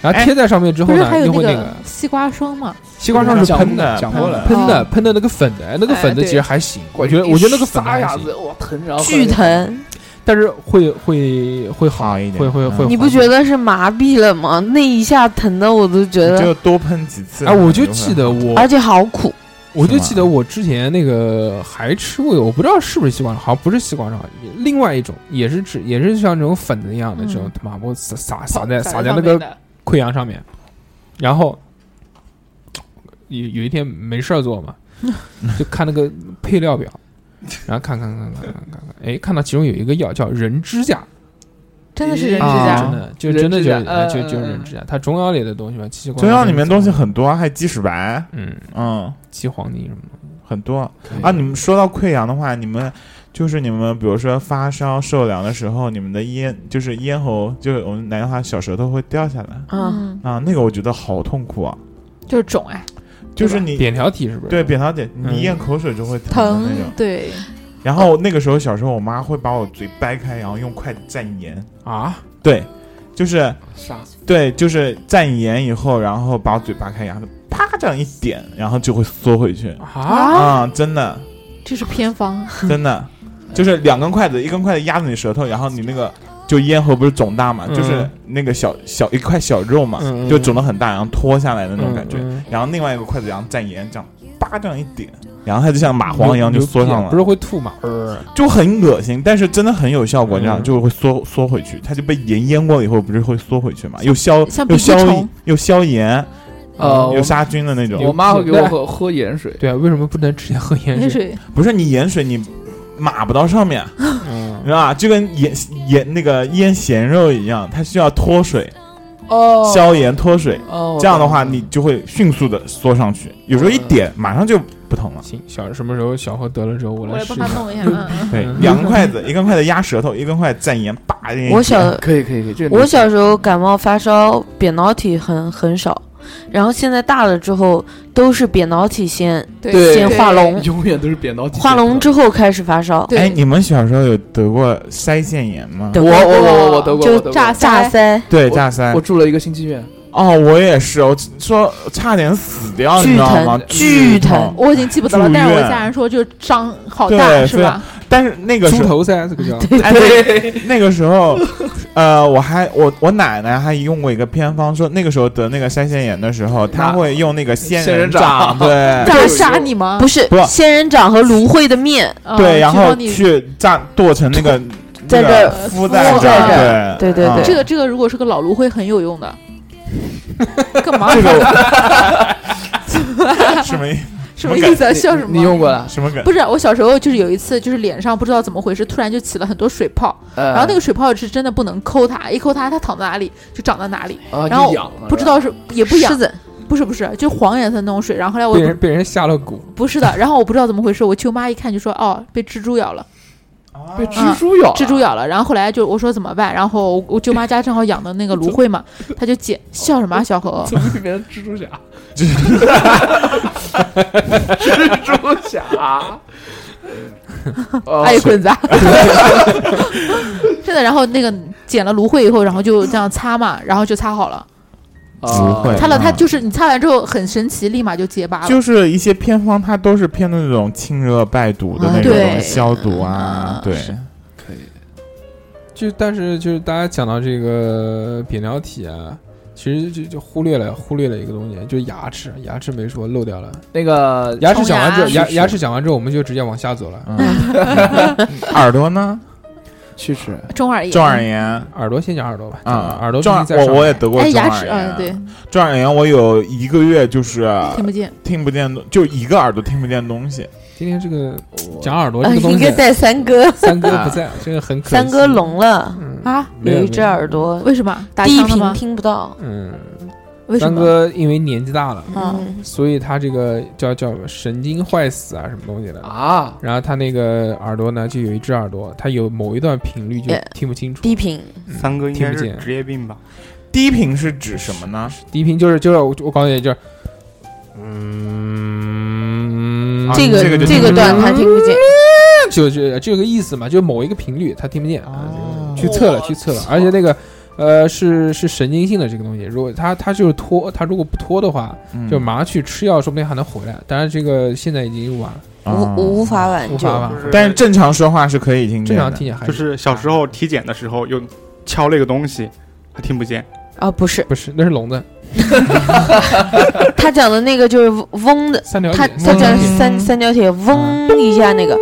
A: 然后
D: 哎
A: 贴在上面之
G: 不
A: 后
G: 是
A: 呢，
G: 还有
A: 又会
G: 那
A: 那
G: 个
A: 个
G: 西瓜霜嘛？
A: 西瓜霜是
D: 讲
A: 喷的，
D: 讲
A: 喷
D: 过
A: 的
D: 了
A: 喷的
G: 哦
A: 喷的那个粉的，哎那个
G: 哎
A: 粉的
G: 对
A: 其实还行，我觉得我觉得那个粉的
C: 撒
A: 还
C: 呀
A: 行
C: 子，，哇疼，
A: 嗯
C: 然后
B: 巨疼！
A: 但是会会会好
D: 好一点
A: 会会
D: 嗯
A: 会。
B: 你不觉？得是麻痹了吗？那一下疼的我都觉
D: 你
B: 得，
D: 就多喷几次。
A: 哎，我就
D: 会
A: 记得我
B: 而且好苦。
A: 我就是
D: 吗
A: 记得我之前那个还吃过，我不知道是不是西瓜霜，好像不是西瓜霜，另外一种也是指也是像这种粉的一样的
G: 嗯
A: 这种麻布撒撒
G: 泡
A: 撒在
G: 撒
A: 撒在
G: 在
A: 那
G: 上
A: 个
G: 面的
A: 溃疡上面，然后有有一天没事儿做 嘛，就看那个配料表，然后看看看看看看看，哎，看到其中有一个药叫人指甲，
G: 真的是人指
C: 啊
A: 真
G: 甲，
A: 的就真的就
C: 人指甲
A: 哎就
C: 嗯嗯
A: 就是人指甲，它中药类的东西嘛，奇奇怪怪
D: 中药里面东西很多啊，还有鸡屎白，
A: 嗯，
D: 嗯，
A: 鸡黄精什么的
D: 很多啊。你们说到溃疡的话，你们就是你们，比如说发烧受凉的时候，你们的咽就是咽喉，就是我们南京话小舌头会掉下来
B: 嗯，
G: 嗯，
D: 啊，那个我觉得好痛苦啊，
G: 就是肿哎，
D: 就是你。
A: 扁条体是不是？
D: 对，扁桃体，你
A: 嗯
D: 咽口水就会疼
G: 疼
D: 的那种。，
G: 对，
D: 然后那个时候小时候，我妈会把我嘴掰开，然后用筷子蘸盐。
A: 啊，
D: 对，就是
C: 啥？
D: 对，就是蘸盐以后，然后把我嘴扒开，然后啪这样一点，然后就会缩回去。
A: 啊，
D: 啊，真的，
G: 这是偏方，
A: 嗯
D: 真的，就是两根筷子，一根筷子压着你舌头，然后你那个就咽喉不是肿大嘛，
A: 嗯
D: 就是那个小小一块小肉嘛，
A: 嗯嗯
D: 就肿得很大，然后拖下来的那种
A: 嗯
D: 感觉。
A: 嗯
D: 然后另外一个筷子，然后蘸盐这样叭这样一点，然后它就像蚂蟥一样就
A: 牛
D: 缩
A: 逼啊
D: 上了，
A: 不是会吐吗？呃，
D: 就很恶心，但是真的很有效果，这样
A: 嗯
D: 就会缩缩回去，它就被盐淹过了以后，不是会缩回去嘛？又消
G: 像
D: 又
G: 鼻涕
D: 消
G: 虫
D: 又消炎，
A: 哦
C: 呃，
D: 有
C: 我
D: 杀菌的那
C: 我
D: 种。
C: 妈会给我喝喝盐水，
A: 对啊，为什么不能直接 喝盐
G: 盐
A: 水？
G: 水
D: 不是你盐水你码不到上面，
A: 嗯
D: 你知道吧？就跟盐盐那个腌咸肉一样，它需要脱水、
C: 哦
D: 消炎、脱水，
C: 哦，
D: 这样的话你就会迅速的缩上去，有时候一点马上就不疼了。
A: 行，小什么时候小何得了之后，我
G: 我
A: 来
G: 来
A: 试
G: 帮
A: 一
G: 他
A: 下。
G: 弄一下，嗯
D: 对，
A: 嗯
D: 两根筷子，一 根筷子压舌头，一根筷子蘸盐，叭。
G: 嗯
B: 我小
C: 可以可以可以，这个
B: 我小时候感冒发烧，扁桃体很很少，然后现在大了之后都是扁桃体先
C: 对
B: 先化脓，
C: 永远都是扁桃体，
B: 化脓之后开始发烧，
D: 哎，
G: 对，
D: 你们小时候有得过腮腺炎吗？
B: 得
C: 我
B: 过
C: 我我我得过，
B: 就
C: 我得过
G: 炸
B: 炸腮，
D: 对，炸腮
C: 我。住了一个星期院，
D: 哦，我也是，我说差点死掉，你
B: 巨
D: 知道吗
B: 疼？巨疼，
G: 我已经记不得了
D: 住，
G: 但是我
D: 院
G: 家人说就是伤好
D: 对
G: 大是
D: 非
G: 吧？
D: 但是那个
A: 猪
D: 时候，
A: 头腮这个 叫
D: 哎对， 那个时候，呃，我还我我奶奶还用过一个偏方，说那个时候得那个腮腺炎的时候，她会用那个仙
C: 仙人
D: 掌，
C: 掌
D: 对
G: 炸
C: 对
G: 杀你吗？
B: 不是
D: 不
B: 仙人掌和芦荟的面，
G: 啊
D: 对，然
G: 去帮
D: 后
G: 你
D: 去炸剁成那个
B: 在这
D: 那个
B: 儿
D: 敷
G: 敷
D: 这
G: 在这
D: 儿，
B: 对对
D: 嗯
B: 对
G: 这个这个如果是个老芦荟很有用的，干嘛
D: 这个什么意思？
G: 什么意思啊？
C: 你
G: 笑什么？
C: 你用过了？
D: 什么梗？
G: 不是，我小时候就是有一次，就是脸上不知道怎么回事，突然就起了很多水泡，
C: 然
G: 嗯
D: 嗯
G: 然后那个水泡是真的不能抠它，一抠它它躺在哪里就长到哪里，
C: 啊，
G: 然后
C: 就痒了
G: 不知道是也不
B: 狮
G: 痒，
B: 子，
G: 不是不是，就黄颜色那种水。然后后来我
A: 被
G: 也
A: 人
G: 不
A: 被人下了蛊，
G: 不是的，然后我不知道怎么回事，我舅妈一看就说哦被蜘蛛咬了，
C: 是吧
D: 啊
C: 被蜘蛛咬
G: 嗯
C: 了，
G: 蜘蛛咬了。然后后来就我说怎么办，然后我我舅妈家正好养的那个芦 荟嘛，她就捡，笑什么
D: 哦
G: 啊小何？
C: 怎么会变成蜘蛛侠？蜘蛛侠，哦
G: 哎，滚 子啊！真的，然后那个捡了芦荟以后，然后就这样擦嘛，然后就擦好了。
C: 呃
D: 不会
G: 擦了它
D: 啊
G: 就是你擦完之后很神奇，立马就结疤了。
D: 就是一些偏方，它都是偏那种清热败毒的
B: 啊
D: 那
G: 对
D: 种消毒啊
G: 啊，
D: 对，
G: 是
C: 可以，
A: 就但是就是大家讲到这个扁桃体啊，其实就就忽略了忽略了一个东西，就是牙齿，牙齿没说漏掉了。
C: 那个哦
A: 牙齿讲完之后，
G: 虫牙
A: 牙牙齿讲完之后，我们就直接往下走了。
D: 嗯，耳朵呢？
C: 去齿，
G: 中耳炎，
D: 中耳炎
A: 耳朵先讲耳朵吧，
D: 啊，
A: 嗯耳朵
D: 中
A: 毕
D: 耳
A: 竟，在上
D: 我我也啊
A: 海
D: 得过
G: 哎，
D: 中
G: 牙
D: 耳
G: 齿，嗯，对
D: 炎，，中耳炎我有一个月就是
G: 听不见。
D: 听不见，就一个耳朵听不见东西，
A: 今天这个讲耳朵
G: 哦
B: 呃，
A: 这个东
B: 应
A: 西
B: 该，在三哥，
A: 三哥不 在，这个很可惜。
B: 三哥聋了，
A: 嗯
G: 啊？
A: 没
B: 有
A: 有
B: 一只耳朵
G: 为什么？打
B: 低
G: 枪了
B: 频
G: 吗？
B: 听不到，
A: 嗯，
G: 为什
A: 三
G: 么？
A: 哥因为年纪大了，
G: 嗯
B: 嗯，
A: 所以他这个叫叫神经坏死啊，什么东西的。
C: 啊，
A: 然后他那个耳朵呢，就有一只耳朵，他有某一段频率就
B: 哎
A: 听不清楚。
B: 低频，
E: 三哥应该
A: 听
E: 是
A: 不见
E: 职业病吧？
D: 低频是指什么呢？
A: 低频就是就是我我告诉你，就是，嗯，
D: 啊
B: 这个
D: 这个就
B: 这
D: 听
B: 个
D: 不见
B: 段他听不见，
A: 就就这个意思嘛，就是某一个频率他听不见，
E: 啊
A: 啊
D: 哦
A: 去测了去测了，而且那个呃是是神经性的这个东西，如果他他就是拖，他如果不拖的话，
D: 嗯
A: 就马上去吃药，说不定还能回来。当然这个现在已经晚了，
D: 啊
B: 无无法挽
A: 无
B: 救
A: 法。挽
E: 就
A: 回，
E: 是
D: 但是正常说话是可以听见
A: 正
D: 的
A: 常听见还
E: 就是小时候体检的时候，有敲那个东西，他听不见。
B: 啊，不是，
A: 不是那是聋子，
B: 他讲的那个就是嗡的，
A: 三条
B: 他
A: 腿
B: 他
A: 三条
B: 讲
A: 腿
G: 嗯
B: 三三条铁嗡一下那个，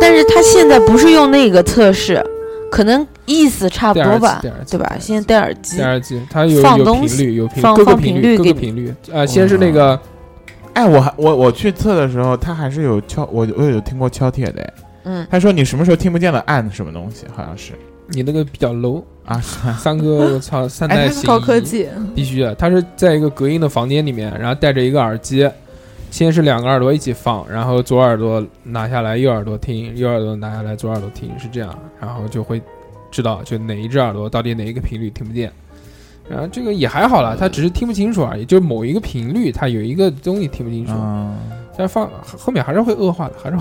B: 但是他现在不是用那个测试，可能意思差不
A: 戴
B: 多
A: 耳机
B: 吧
A: 戴，耳机
B: 对吧？现在戴耳机
A: 第，二季，它有
B: 放
A: 有
B: 东
A: 频
B: 西
A: 率，有频
B: 放
A: 各个
B: 放
A: 频
B: 频
A: 率，
B: 率
A: 各
B: 给
A: 个频率啊，先是那个
D: 哎，我还我我去测的时候，他还是有敲我我有听过敲铁的。哎
B: 嗯，
D: 他说你什么时候听不见了按什么东西，好像是
A: 你那个比较 low，
D: 啊，是啊
A: 三 哥，我操，三代
D: 哎
A: 行
G: 高科
A: 医
G: 技，
A: 必须的。他是在一个隔音的房间里面，然后戴着一个耳机，先是两个耳朵一起放，然后左耳朵拿下来，右耳朵听，右耳朵拿下来，左耳朵听，是这样，然后就会知道就哪一只耳朵到底哪一个频率听不见。然后这个也还好啦，他只是听不清楚而已，就是某一个频率，它有一个东西听不清楚，
D: 嗯，
A: 但放后面还是会恶化的，还 是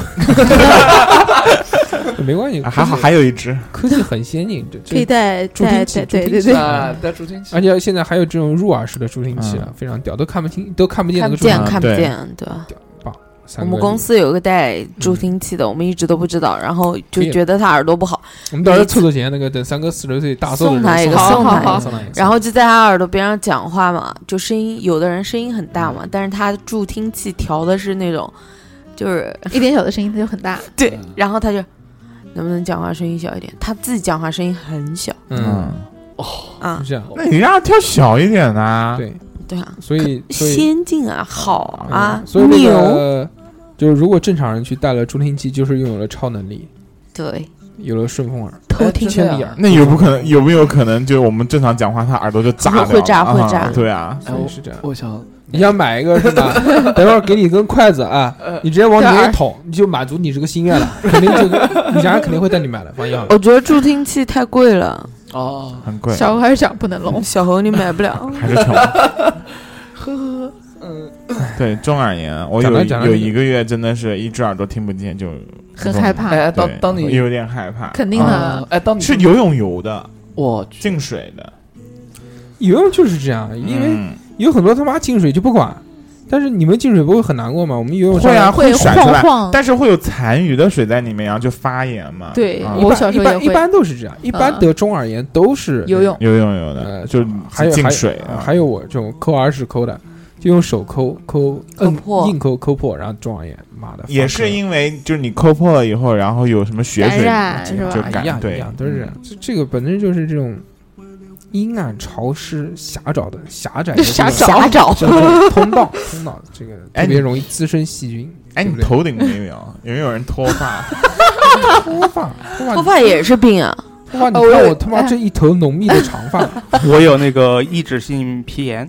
A: 会。没关系，
D: 啊还好
A: 科技
D: 还有一只，
A: 科技很先进，这
G: 可
A: 这，
G: 以带
A: 助
G: 带
A: 听器
G: 带，
A: 助
G: 对
A: 听
G: 对
A: 器
G: 对，
C: 啊，带助听器
A: 而，且现在还有这种入耳式的助听器了，
D: 嗯
A: 非常屌，都看不清，都看不见那
B: 看
A: 个
B: 不
A: 助听器
B: 见看不
D: 对
B: 见，对吧？我
A: 三嗯
B: 们
A: 个
B: 公
A: 人
B: 司有个带助听器的，我们一直都不知道，然后就
A: 对
B: 觉得他耳朵不好，
A: 我们到时候凑凑钱，那个等三哥四十岁大寿的时候
B: 送他一个
A: 送
G: 送他一
A: 他
G: 个
A: 送他一个，
B: 然后就在他耳朵边上讲话嘛，就声音有的人声音很大
A: 嗯
B: 嘛，但是他助听器调的是那种，就是
G: 一点小的声音它就很 大。
B: 对，然后他就能不能讲话声音小一点？他自己讲话声音很小
A: 嗯，，
B: 啊
A: 是，这样，
D: 那你让他挑小一点的啊，
A: 对，
B: 对啊，
A: 所以所以
B: 先进啊，好啊
A: 嗯，所以那
B: 牛，
A: 个就是如果正常人去戴了助听器，就是拥有了超能力，
B: 对，
A: 有了顺风耳、
B: 偷听
C: 哎真的
A: 千里
C: 呀
A: 耳，
D: 那有不可能有没有可能就是我们正常讲话，他耳朵就炸掉了？
B: 会炸会
D: 啊
B: 炸
D: 对啊，
C: 哎
A: 所以
C: 我
A: 是这样。
C: 我想
A: 你想买一个是 吧？等会儿给你一根筷子啊，
G: 呃
A: 你直接往里面一捅，你就满足你这个心愿了，肯定 就你家人肯定会带你买的，放心好了。
B: 我觉得助听器太贵了，
C: 哦，
D: 很贵，，
G: 小孩想不能聋，
B: 小猴你买不了
D: 还是 穷。
G: 嗯
D: 对中耳炎，我
A: 讲
D: 有
A: 来讲来
D: 有一个月真的是一只耳朵听不见，就
G: 很害怕，
C: 哎，当
D: 对
C: 当你
D: 有点害怕，
G: 肯定的
C: 啊。哎，当你
D: 是游泳游的，
C: 我去，
D: 进水的，
A: 有人就是这样，因为
D: 嗯
A: 有很多他妈进水就不管，但是你们进水不会很难过吗？我们游泳上
D: 会啊
G: 会
D: 甩出
G: 晃
D: 来，
G: 晃，
D: 但是会有残余的水在里面，然后就发炎嘛。
G: 对
D: 啊
A: 一
G: 我
A: 般
G: 小时候
A: 一
G: 也
A: 般
G: 会嗯
A: 一般都是这样，一般得中耳炎都是
G: 游泳，
D: 游泳游的，
A: 呃，
D: 就
A: 还有
D: 进
A: 还
D: 水
A: 有
D: 啊，
A: 还有我这种抠耳屎抠的，就用手抠抠
B: 抠
A: 摁
B: 破
A: 硬抠抠破，然后中耳炎，妈的，
D: 也是因为就是你抠破了以后，然后有什么血水
G: 感染是吧
D: 就
A: 为一
D: 感
A: 样
D: 对嗯
A: 一样都是这样，这这个本身就是这种阴暗、潮湿、狭窄的狭窄
G: 就
A: 的
G: 狭
A: 这
G: 窄找。
A: 种这种通道，通道这个
D: 哎
A: 特别容易滋生细菌。
D: 哎，
A: 对不
D: 你
A: 对
D: 头顶没有？有没有人脱 发？
A: 脱发，脱 发，
B: 头发也是病啊，
A: 脱发，你
G: 哦我
A: 看
G: 有
A: 我他妈这一头浓密的长 发，
E: 我有那个抑制性皮炎，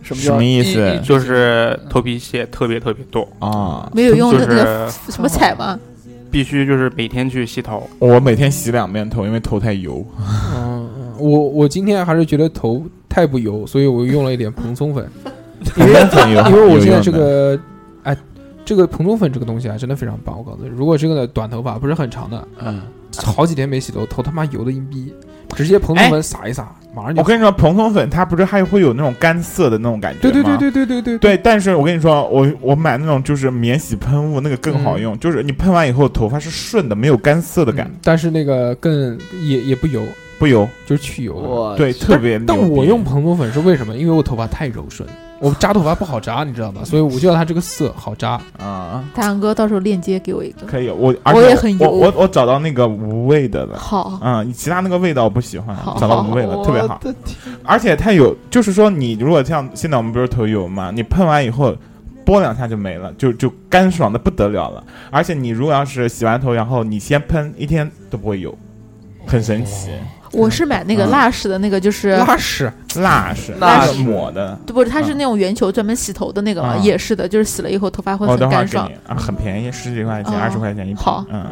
C: 什么
D: 什
C: 叫
D: 么意
C: 一
D: 思
C: 一
E: 就是头皮屑特别特别多，
D: 啊！
G: 没有用
E: 就
G: 的那个
E: 是
G: 什 么彩嘛，
E: 必须就是每天去洗头。
D: 我每天洗两遍头，因为头太油。
A: 嗯，嗯我我今天还是觉得头太不油，所以我用了一点蓬松粉，因 为
D: 很油
A: 因为我现在
D: 啊有用的
A: 这个哎，这个蓬松粉这个东西啊，真的非常棒。我告诉你，如果这个短头发不是很长的，
C: 哎
D: 嗯，
A: 好几天没洗头，头他妈油的硬逼，直接蓬
D: 哎
A: 松粉撒一撒，马上就
D: 我跟你说，蓬松粉它不是还会有那种干涩的那种感觉吗？
A: 对对对对对对对，
D: 对，但是我跟你说，我我买那种就是免洗喷雾，那个更好用，就是你喷完以后头发是顺的，没有干涩的感，
A: 嗯但是那个更也也不油，
D: 不油，
A: 呃就是去油的。
C: 我
D: 对，特别
A: 但
D: 牛
A: 我
D: 逼
A: 用蓬松粉是为什么？因为我头发太柔顺，我扎头发不好扎，你知道吗？所以我就要它这个色好扎。
D: 啊，
G: 大杨哥到时候链接给我一个。
D: 可以，我而且
G: 我也很油
D: 我我我找到那个无味的了。
G: 好，
D: 嗯，其他那个味道我不喜欢
G: 好，
D: 找到无味了，特别好。而且它有，就是说你如果像现在我们不是头油嘛，你喷完以后拨两下就没了，就就干爽的不得了了。而且你如果要是洗完头，然后你先喷一天都不会有，很神奇。
G: 我是买那个
D: 嗯
G: 蜡式的那个，就是
A: 拉屎，
D: 蜡是
C: 蜡
D: 是
C: 是
D: 抹的，
G: 不是它是那种圆球专门洗头的那个嘛，
D: 啊
G: 也是的，就是洗了以后头发会
D: 我
G: 很
D: 等会儿
G: 干
D: 给
G: 爽
D: 你。啊，很便宜，十几块钱，
G: 哦
D: 二十块钱一瓶。
G: 好
D: 嗯，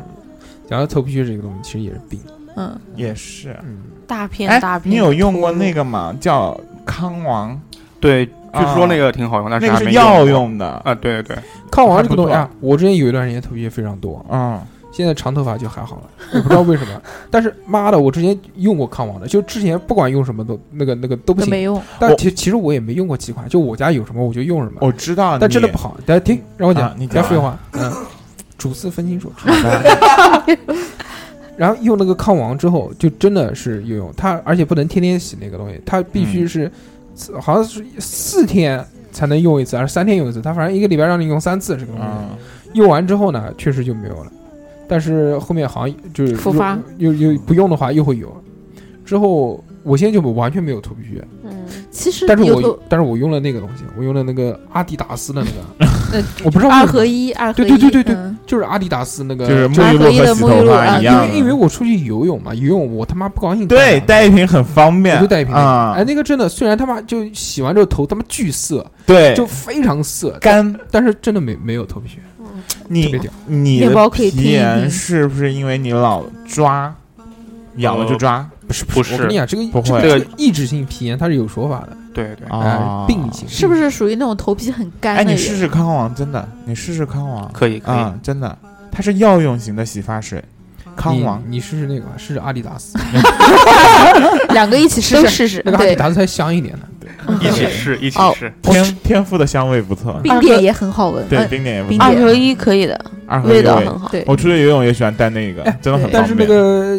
A: 讲到头皮屑这个东西，其实也是病。
G: 嗯，
D: 也是。
A: 嗯，
B: 大片
D: 哎
B: 大，片。
D: 你有用过那？个吗？叫康王，
E: 对，据说
D: 啊
E: 那个挺好用，但
D: 那
E: 是
D: 个
E: 还
D: 是
E: 没
D: 药
E: 过
D: 用的。
E: 啊。对对对，
A: 抗王这个东西
D: 还
A: 啊，我之前有一段时间头皮屑非常多，
D: 嗯，
A: 现在长头发就还好了，我不知道为什么。但是妈的，我之前用过抗王的，就之前不管用什么都那个那个都不
G: 都没
A: 行。
G: 用。
A: 但
D: 我
A: 其其实我也没用过几款，就我家有什么我就用什么。
D: 我知啊道你。嗯
A: 但真的不好。大家听，让我
D: 啊
A: 讲，
D: 你
A: 不要
D: 讲
A: 废话。嗯，主次分清楚。
D: 好。
A: 然后用那个抗王之后，就真的是有用。它而且不能天天洗那个东西，它必
D: 嗯
A: 须是、好像是四天才能用一次，还是三天用一次？它反正一个礼拜让你用三次这个东西。
D: 嗯，
A: 用完之后呢，确实就没有了。但是后面好像就是
G: 复发
A: 又，又又不用的话又会有。之后我现在就完全没有头皮屑，
B: 嗯，
G: 其实
A: 但是
G: 有
A: 我但是我用了那个东西，我用了那个阿迪达斯的那个，
G: 呃
A: 我不知道为
G: 二
A: 什么
G: 合一，二合一，
A: 对对对对
G: 嗯
A: 就是阿迪达斯那个，
D: 就是沐浴露和洗头发一
A: 啊因
D: 样
A: 为
D: 的。
A: 因为我出去游泳嘛，游泳我他妈不高兴带
D: 对带一瓶很方
A: 嘛，
D: 便，
A: 我就带一瓶那个。
D: 啊
A: 哎，，那个真的，虽然他妈就洗完之后头他妈巨涩，
D: 对，
A: 就非常涩，
D: 干
A: 但是真的没没有头皮屑，特别
D: 你
A: 屌。
D: 你
G: 面包
D: 的
G: 可以
D: 皮
G: 听一听
D: 炎是不是因为你老抓，痒了就抓
A: 不是
E: 不
A: 我跟你
E: 是，
A: 讲，哎这个
D: 不
A: 这个
D: 会
A: 这个抑制性皮炎它是有说法的，
E: 对对，
D: 啊
A: 哎，？病理性
G: 是不？是属于那种头皮很干
D: 哎，
G: 的？
D: 你试试康王，真的，你试试康王
E: 可以可以。
D: 啊，真的，它是药用型的洗发水，康王
A: 你你试试那个吧，试试阿迪达 斯，
G: 两个一起试
B: 都
G: 试。
B: 试试
A: 那。个阿迪
G: 对，嗯
A: 达斯还香一点呢。
E: 一起试，一起
B: 哦
E: 试。
D: 天天赋的香味不错，
G: 冰点也很好闻。
D: 对，
G: 嗯
D: 冰点也不
G: 冰
D: 错，
B: 二
G: 点
B: 合一可以的，
D: 二合一
B: 味道
D: 味
B: 很好。
G: 对，
D: 我出去游泳也喜欢带那个，真
B: 哎
D: 的很方便。
A: 哎但是那个，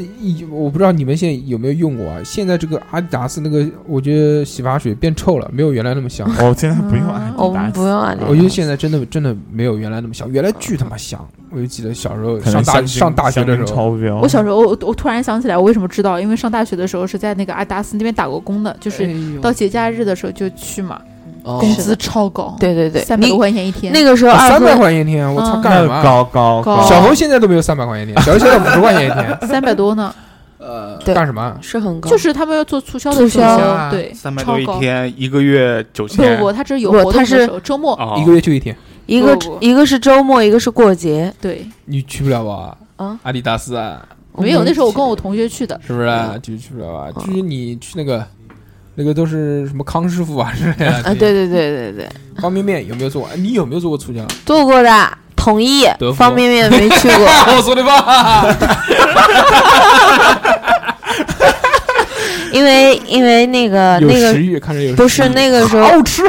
A: 我不知道你们现在有没有用过啊？现在这个阿迪达斯那个，我觉得洗发水变臭了，没有原来那么香。
D: 我哦现在不用
G: 嗯
D: 安
B: 我
D: 迪达
B: 们
D: 斯，
B: 不用啊，
A: 我觉得现在真的真的没有原来那么香，原来巨他妈香。我就记得小时候
D: 可
A: 上
D: 能
A: 大
D: 香精
A: 上大学的时
D: 香精
A: 候，
D: 超标。
G: 我小时候，我我突然想起来，我为什么知道？因为上大学的时候是在那个阿达斯那边打过工的，
C: 哎
G: 就是到节假日的时候就去嘛，
C: 哦
G: 工资超高，，
B: 对对对，
G: 三百
B: 你
G: 多块钱一天。
B: 那个时候二
A: 哦三
B: 合
A: 百块钱一天，我操，
G: 嗯
A: 干什么
D: 那
A: 啊？
D: 高高
G: 高
A: 小猴现在都没有三百块钱一天，小猴现在五十块钱一天，
G: 三百多呢，
C: 呃，
B: 对
A: 干什么啊？
B: 是很高，
G: 就是他们要做促销的时
B: 促销
G: 候，
D: 啊
G: 对，
E: 三百
G: 超
E: 多一
G: 高。
E: 天，一个月九
G: 不
E: 千
G: 不，。他只是有
B: 不
G: 活动
B: 它
G: 的
B: 是
G: 时候，周末
E: 哦
A: 一个月就一天，
B: 一个
G: 不不
B: 一个是周末，一个是过节
G: 对，
A: 你去不了吧？
B: 啊，
A: 阿迪达斯啊，
G: 没有。
B: 们
G: 那时候我跟我同学去的，
A: 是不是
B: 嗯
A: 啊？就去不了吧？就是你去那个。那个都是什么康师傅啊之类的
B: 啊，对对对对对，
A: 方便面有没有做过？哎你有没有做过醋酱？
B: 做过的统一
A: 德芙
B: 方便面没去过，
A: 我说的
B: 呃
A: 吧，
B: 因为因为那个
A: 有
B: 那个
A: 食欲，看着有
B: 不是那个时候好吃。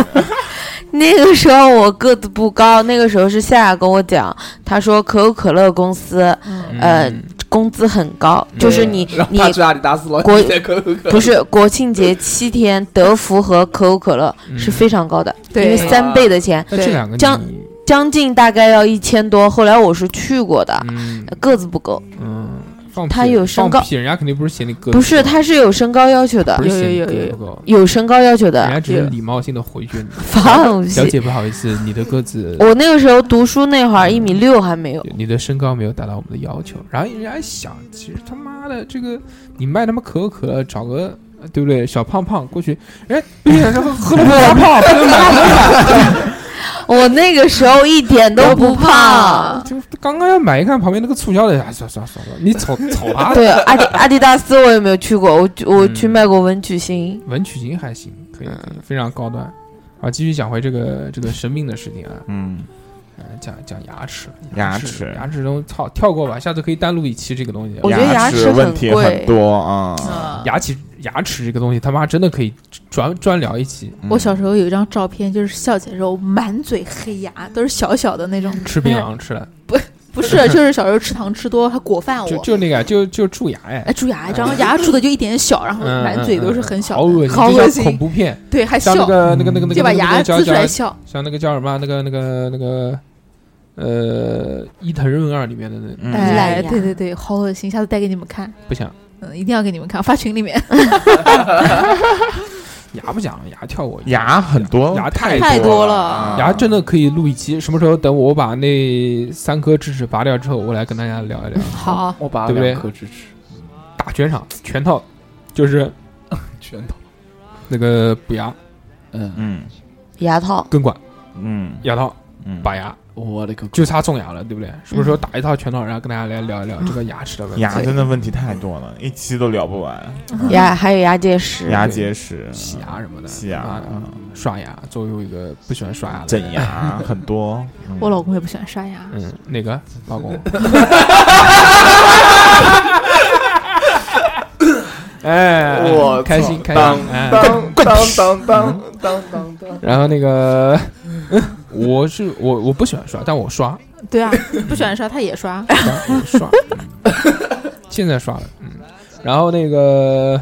B: 那个时候我个子不高，那个时候是夏夏跟我讲，他说可口可乐公司
G: 嗯，
B: 呃工资很高，就是你你
C: 他去阿迪达斯了，
B: 国
C: 你在可口可乐
B: 不是国庆节七天，德芙和可口可乐
A: 嗯
B: 是非常高的，
G: 对
B: 因为三倍的钱，
A: 那这两个你
B: 将将近大概要一千多。后来我是去过的，
A: 嗯
B: 个子不够，
A: 嗯，放屁
B: 他啊呃有身高
A: 放屁，人家肯定不是嫌你个子
B: 不是，
A: 高
B: 他是有身高要求的
A: 不，是嫌你
G: 有有有
A: 个子高，
B: 有身高要求
A: 人家
B: 的。
A: 只是礼貌性的回绝你。
B: 放
A: 小
B: 屁！
A: 姐不好意思，你的个子，
B: 我那个时候读书那会儿一米六还没有，
A: 你的身高没有达到我们的要求。然后人家一想，其实他妈的这个你卖他妈可口可乐，找个对不对小胖胖过去，哎，不行，喝喝 了发胖，不能买，不能买。
B: 我那个时候一点都不胖。
A: 就刚刚要买，一看旁边那个促销的，哎，算算算了，你 瞅瞅他。
B: 对，阿迪阿迪达斯我也没有去过，我去我去
A: 嗯
B: 卖过文曲星。
A: 文曲星还行，可以，可
G: 嗯
A: 以非常高端。啊，继续讲回这个这个生病的事情啊，
D: 嗯，
A: 呃讲讲牙齿，
D: 牙
A: 齿
D: 齿，
A: 牙齿中操跳过吧，下次可以单录一期这个东西。
B: 我觉得牙齿
D: 齿
B: 很
D: 问题
B: 贵
D: 很多啊。
A: 牙齿牙齿这个东西，他妈真的可以专专聊一期，
D: 嗯
G: 我小时候有一张照片，就是笑起来的时候满嘴黑牙，都是小小的那种。
A: 吃槟榔吃 了，
G: 不是，就是小时候吃糖吃多，还果饭
A: 就
G: 哦我。
A: 就那个就就蛀牙哎
G: 哎，，蛀牙，然后牙蛀的就一点小，然后
A: 嗯
G: 满嘴都是很小
A: 好恶
G: 的，
A: 心，
G: 好
A: 就
G: 恶
A: 像
G: 心。
A: 恐怖片，
G: 对，还笑
A: 像那，个那个那个那个
G: 就把
A: 那个
G: 牙
A: 叫
G: 呲出来
A: 叫
G: 笑。
A: 像那个叫什么那个那个那个呃伊藤润二里面的那
D: 嗯
G: 哎，
B: 烂牙
G: 对对对，好恶心，下次带给你们看。
A: 不想
G: 嗯，一定要给你们看，发群里面。
A: 牙不讲了，牙跳过
D: 牙很多，
A: 牙太
D: 太
G: 太多了
D: 啊
A: 牙真的可以录一期，什么时候等我把那三颗智齿拔掉之后，我来跟大家聊一聊
G: 好，
C: 我拔了
A: 对不对
C: 两颗智齿，
A: 大全场全套，就是
C: 全套。
A: 那个补牙、
C: 嗯，
D: 嗯
B: 牙套，
A: 根管、
D: 嗯
A: 牙套、
D: 嗯，
A: 拔牙，
C: 我的个
A: 就差种牙了，对不对？什么时候打一套全套，然后跟大家来聊一聊这个牙齿的问题？
D: 牙真的问题太多了，一期都聊不完。
B: 牙还有牙结石，
D: 牙结石、
A: 洗牙什么的，
D: 洗牙嗯
A: 妈的刷牙。作为我一个不喜欢刷牙的人
D: 整， 牙很多。嗯
G: 我老公也不喜欢刷牙，
A: 嗯，哪个老公？ 哎，
C: 我
A: 开
C: 操
A: 心开
C: 当
A: 心，哎
C: 当当当当当当当，
A: 然后那个， 我是我我不喜欢刷，但我刷
G: 对啊，不喜欢刷他也刷。
A: 刷我刷，现在刷了，嗯。然后那个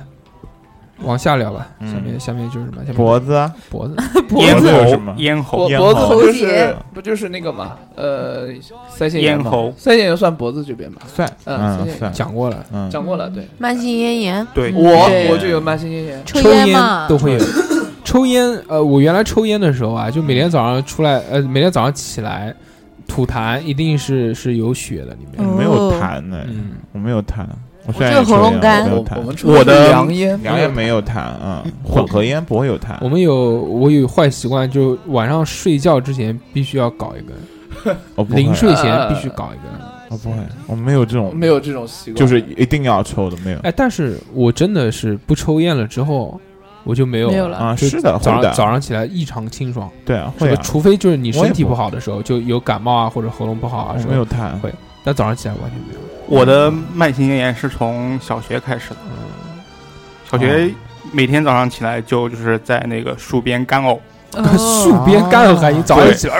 A: 往下聊吧，
D: 嗯
A: 下面下面就是什么？下面
D: 脖子啊，
A: 脖子，
E: 咽
D: 脖子有什
E: 喉
D: 么，
E: 咽
C: 脖
E: 喉，
C: 脖子
G: 喉
C: 不就
G: 结
C: 是不就是那个嘛？呃，腮腺炎
E: 咽
C: 嘛，
E: 喉，
C: 腮腺炎算脖子这边吧？
D: 算，
C: 嗯
D: 嗯
C: 谢谢
D: 算，
A: 讲过了，
D: 嗯，
C: 讲过了，对，
B: 慢性咽炎，
E: 对，
C: 我我就有慢性咽炎，
G: 抽
A: 烟
G: 嘛，
A: 都会有。
D: 嗯
A: 抽烟，呃，我原来抽烟的时候啊，就每天早上出来，呃，每天早上起来吐痰，一定是是有血的里面。
G: 哦
D: 没有痰呢，
A: 嗯，
D: 我没有痰，我虽
B: 我
D: 然
B: 就
D: 也抽
B: 喉咙
D: 烟
B: 干
D: 我没
C: 我
D: 有痰
C: 我们抽
D: 我
C: 的是
D: 的
C: 凉烟，
D: 凉烟没有痰，嗯，混合烟不会有痰。
A: 我们有我有坏习惯，就晚上睡觉之前必须要搞一根，
D: 我哦不会呃
A: 临睡前必须搞一根。
D: 我不会，我没有这种，
C: 没有这种习惯，
D: 就是一定要抽的没有
A: 哎，但是我真的是不抽烟了之后，我就没有
G: 没有了。
D: 啊，
A: 就是
D: 的，会
A: 早上
D: 的，
A: 早上起来异常清爽，
D: 对啊，
A: 这
D: 会
A: 个
D: 啊，
A: 除非就是你
D: 我也
A: 身体
D: 不
A: 不好的时候，就有感冒啊或者喉咙不好
D: 我
A: 啊什
D: 没
A: 么
D: 有。痰
A: 会，但早上起来完全没有。
E: 我的慢性咽炎是从小学开始的，小学每天早上起来就就是在那个树边干呕，
G: 嗯哦
A: 树边干呕还行，早上
E: 对
A: 起来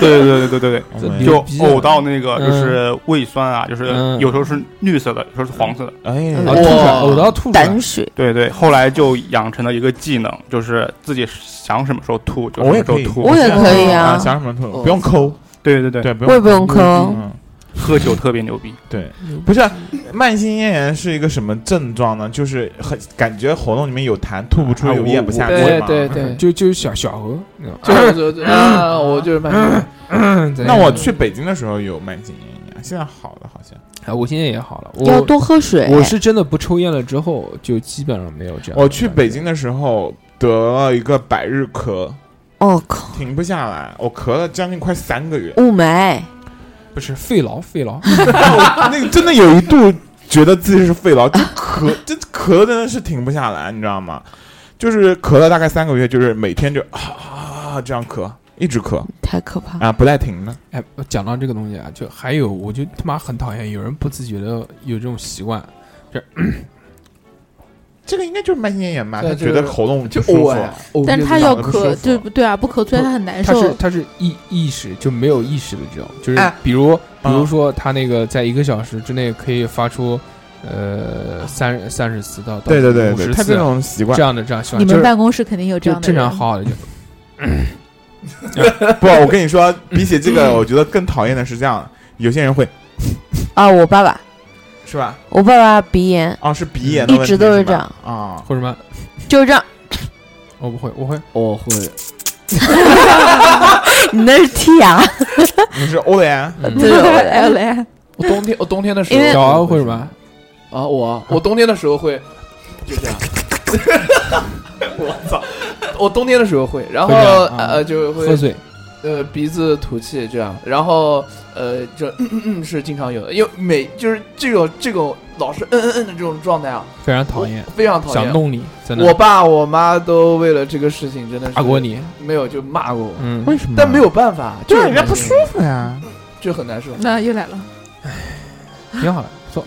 E: 对对对对对
D: 我
A: 这
D: 没
E: 对，
D: 有
A: 牛
E: 就
A: 逼啊
E: 呕到那个就是胃酸啊，就是
A: 嗯
E: 有时候是绿色的，有时候是黄色的，
A: 然
D: 哎，
A: 后吐出来，
C: 哇
A: 呕到吐出来
B: 胆。水，
E: 对对。后来就养成了一个技能，就是自己想什么时候吐就什
D: 我也
E: 么时
D: 可
E: 候
D: 以，
E: 吐。
B: 我也可以啊
D: 啊，想什么吐，
C: 哦
D: 不用抠，
E: 对对对，
D: 对，不
B: 我也
D: 用，
B: 不用抠，嗯
D: 嗯，
E: 喝酒特别牛逼。
D: 对，不是啊慢性咽炎是一个什么症状呢？就是很感觉喉咙里面有痰，吐不出，
A: 啊
D: 有
A: 我
D: 咽不下去
C: 对
D: 嘛
C: 对对，
A: 就 就小小鹅，你知道吗
C: 就是就啊，我就是慢性咽炎。
D: 那我去北京的时候有慢性咽炎，啊现在好了好像。
A: 哎我现在也好了，
B: 要
A: 我
B: 多喝水。
A: 我是真的不抽烟了之后，就基本上没有这样。
D: 我去北京的时候得了一个百日咳，
B: 哦靠，，
D: 停不下来，我咳了将近快三个月
B: 雾霾，
A: 不是肺痨，肺痨，
D: 那个真的有一度觉得自己是肺痨，就咳，真咳得真的是停不下来，你知道吗？就是咳了大概三个月，就是每天就啊啊啊这样咳，一直咳
B: 太可怕了。
D: 啊，不带停的。
A: 哎，讲到这个东西啊，就还有，我就他妈很讨厌有人不自觉的有这种习惯，
D: 这个应该就是慢性咽炎吧？
C: 对
D: 他觉
C: 这
D: 得
C: 个
D: 喉咙
C: 就
D: 不舒服
C: 呕呀，呕
G: 但
C: 就是是
G: 他要
D: 嗓子不舒
G: 咳，
D: 服
G: 对不对啊？不咳出来他很难
A: 他是啊
G: 受。
A: 他是意意识就没有意识的这种，就是
D: 哎
A: 比如比如
D: 嗯
A: 说他那个在一个小时之内可以发出呃三三十四到到
D: 对对对
A: 五
D: 对，
A: 十
D: 他
A: 次
D: 这种习 惯
A: 这样的这样习
G: 你
A: 惯，就
G: 们
A: 是
G: 办公室肯定有这
A: 就
G: 样的
A: 正
G: 人
A: 常好好的就
D: 不，我跟你说，比起这个，我觉得更讨厌的是这样，有些人会，
B: 啊，我爸爸，
D: 是吧？
B: 我爸爸鼻炎
D: 哦，是鼻炎的
B: 一
D: 问题
B: 直都
D: 是
B: 是这样
D: 吧啊。
A: 或者什么？
B: 就是这样，
A: 我不会，我会，
F: 我会
B: 你那是剔牙，
D: 你是欧联，
G: 呃
A: 嗯
B: 对
G: 来
B: 我
G: 来，
C: 我冬天我冬天的时
B: 因为
C: 候
A: 小敖会什么？
C: 啊，我啊我冬天的时候会就这样。 我操！我冬天的时候会，然后
A: 会这样啊
C: 呃就会
A: 喝水，
C: 呃，鼻子吐气这样，然后呃，这嗯嗯嗯是经常有的，因为每就是这种这种老是嗯嗯嗯的这种状态啊，
A: 非常讨厌
C: 我，非常讨
A: 想
C: 厌。
A: 弄你，真的
C: 我爸我妈都为了这个事情真的是
A: 打过，你，
C: 没有就骂过我，
A: 嗯，
D: 为什么？
C: 但没有办法，就
D: 对啊
C: 是
D: 人家不
C: 难
D: 舒
C: 受
D: 服呀。
C: 就很难受。
G: 那又来了。
A: 挺好的，不错。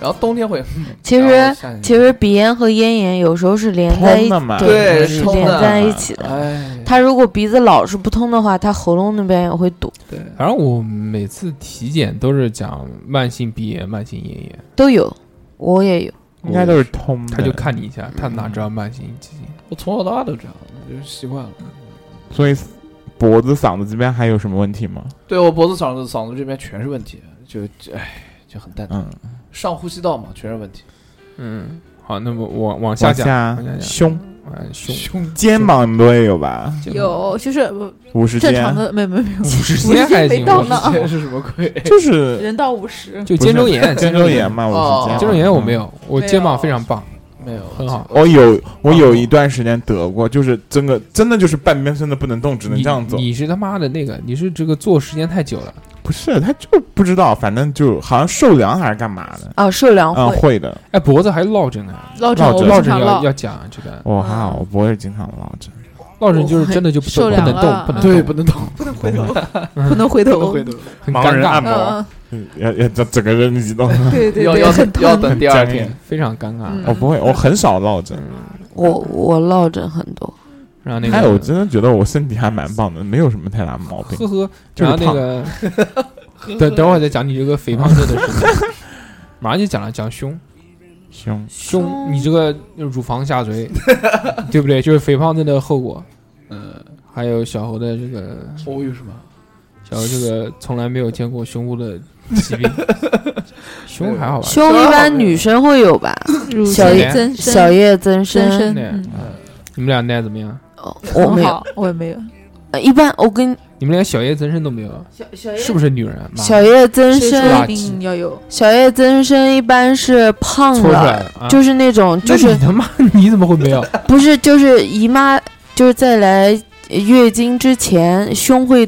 C: 然后冬天会，
B: 其
C: 然后
B: 实
C: 夏
A: 嗯
C: 天
B: 其实鼻炎和咽炎有时候是连在一
D: 通的嘛
C: 对
B: 是
C: 通
B: 连
C: 的
B: 在一起的。
C: 哎，
B: 他如果鼻子老是不通的话，他喉咙那边也会堵，
C: 对，
A: 反正我每次体检都是讲慢性鼻炎、慢性咽炎，
B: 都有，我也有。
D: 应该都是通的，
A: 他就看你一下，他哪知道慢性急性？
C: 我从小到大都这样，就是习惯了。
D: 所以脖子、嗓子这边还有什么问题吗？
C: 对我脖子、嗓子、嗓子这边全是问题，就哎就很蛋疼，
D: 嗯，
C: 上呼吸道嘛全是问题。
A: 嗯，好，那么往往下
D: 往
A: 讲，
D: 下啊
A: 往下讲，
D: 胸、
A: 嗯，胸
C: 胸
D: 肩膀你们都也有吧？
G: 有就是呃
D: 五十
G: 正
D: 肩
G: 常的，没没没有，
A: 五十肩还
G: 没
A: 行，
G: 到
A: 我
G: 呢
C: 这是什么鬼？
D: 就是
G: 人到五十，
A: 就 肩周啊嗯炎，哦
D: 肩周炎，嘛，五十肩，嗯
A: 肩周炎我没。有，我
G: 没
A: 肩膀
G: 有
A: 非常棒，
C: 没有，
A: 很好。
D: 我有，我
A: 哦
D: 有一段时间得过，就是真的，真的就是半边身子不能动，只能
A: 你
D: 这样走。
A: 你是他妈的那个，你是这个坐时间太久了，
D: 不是，他就不知道，反正就好像受凉还是干嘛的，
B: 啊，受凉
D: 嗯，
B: 会，
D: 会的。
A: 哎，脖子还落枕呢，
G: 落枕
D: 落
G: 我
D: 枕
G: 们
A: 落
G: 经
A: 枕
G: 常
A: 要
G: 落，
A: 要讲这个，
D: 我还好，我不会经常落枕。
A: 落枕就是真的就不
G: 受
A: 不
G: 凉
A: 能动，
G: 了
A: 不能
C: 对，
A: 动，
C: 不能动，
G: 不能回头，不能回头，
C: 头，
A: 很
E: 盲
A: 尴
E: 人按
A: 尬，
E: 摩
G: 嗯，
D: 嗯，要要整整个人移动。
G: 嗯对对
C: 要
G: 对，
C: 要
G: 很
C: 等
G: 疼
C: 要等第二
D: 僵
C: 天
D: 硬。
A: 非常尴尬。
G: 嗯
D: 我不会，我很少落枕。
B: 我我落枕很多。
A: 然后那个，
D: 还有，我真的觉得我身体还蛮棒的，没有什么太大毛病
A: 呵。呵，
D: 就
A: 然
D: 是
A: 后
D: 胖
A: 那个， 等等会儿再讲你这个肥胖症的事 情，马上就讲了，讲胸。
D: 胸
A: 胸，你这个乳房下 垂，对不对？就是肥胖症的后果。
C: 嗯，
A: 还有小猴的这个，
C: 我哦有什么？
A: 小猴这个从来没有见过胸部的疾 病，胸还好吧？
B: 胸一般女生会有吧，
G: 乳
B: 小
G: 腺
A: 叶
G: 增生
B: 小叶增
G: 增
B: 生。
G: 生，
A: 对
G: 嗯
A: 你们俩耐怎么样？
B: 哦我没
G: 很
B: 有，
G: 好，我也没有，
B: 呃一般我跟
A: 你们连小叶增生都没有，是不是女人？啊妈
B: 哎小叶增
G: 谁说
B: 生，
A: 垃圾
G: 一定要 有，
B: 小叶增生一般是胖
A: 搓出来
B: 了，
A: 的啊？啊
B: 就是那种就
A: 那
B: 是
A: 你他妈你怎么会没 有？
B: 不是，就是姨妈，就是在来月经之前胸会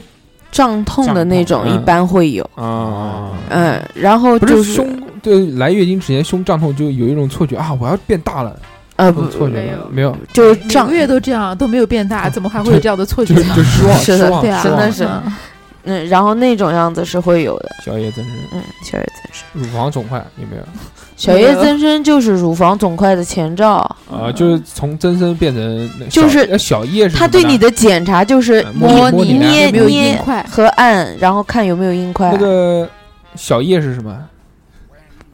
B: 胀痛的那种，
A: 胀痛
B: 一
A: 嗯
B: 般会有。
A: 啊？
B: 嗯，然后
A: 不
B: 就是
A: 胸对来月经之前胸胀痛就有一种错觉啊，我要变大了，
B: 呃
A: 这
B: 不
A: 种，错觉
G: 没
A: 吗
G: 有
A: 没有，
B: 就是
G: 每
B: 胀
G: 个，月都这样，都没有变大，怎么还会有这样嗯的错觉
A: 就
G: 呢？
A: 是就失望
B: 是
A: 失
B: 的
A: 望
G: 对啊，
A: 失
B: 真的
A: 望。
B: 是
G: 嗯
B: 嗯，然后那种样子是会有的。
A: 小叶增生，
B: 嗯，小叶增生，
A: 乳房肿块有没有？
B: 小叶增生就是乳房肿块的前兆。
A: 啊，就是从增生变成那
B: 就
A: 小
B: 是
A: 呃小叶是
B: 他对你
A: 的
B: 的检查就是
A: 嗯摸
B: 摸
A: 你摸你
B: 你
A: 的
B: 捏
G: 有没有硬
B: 捏
G: 块？
B: 和按，然后看有没有硬块
A: 那。 个小叶是什么？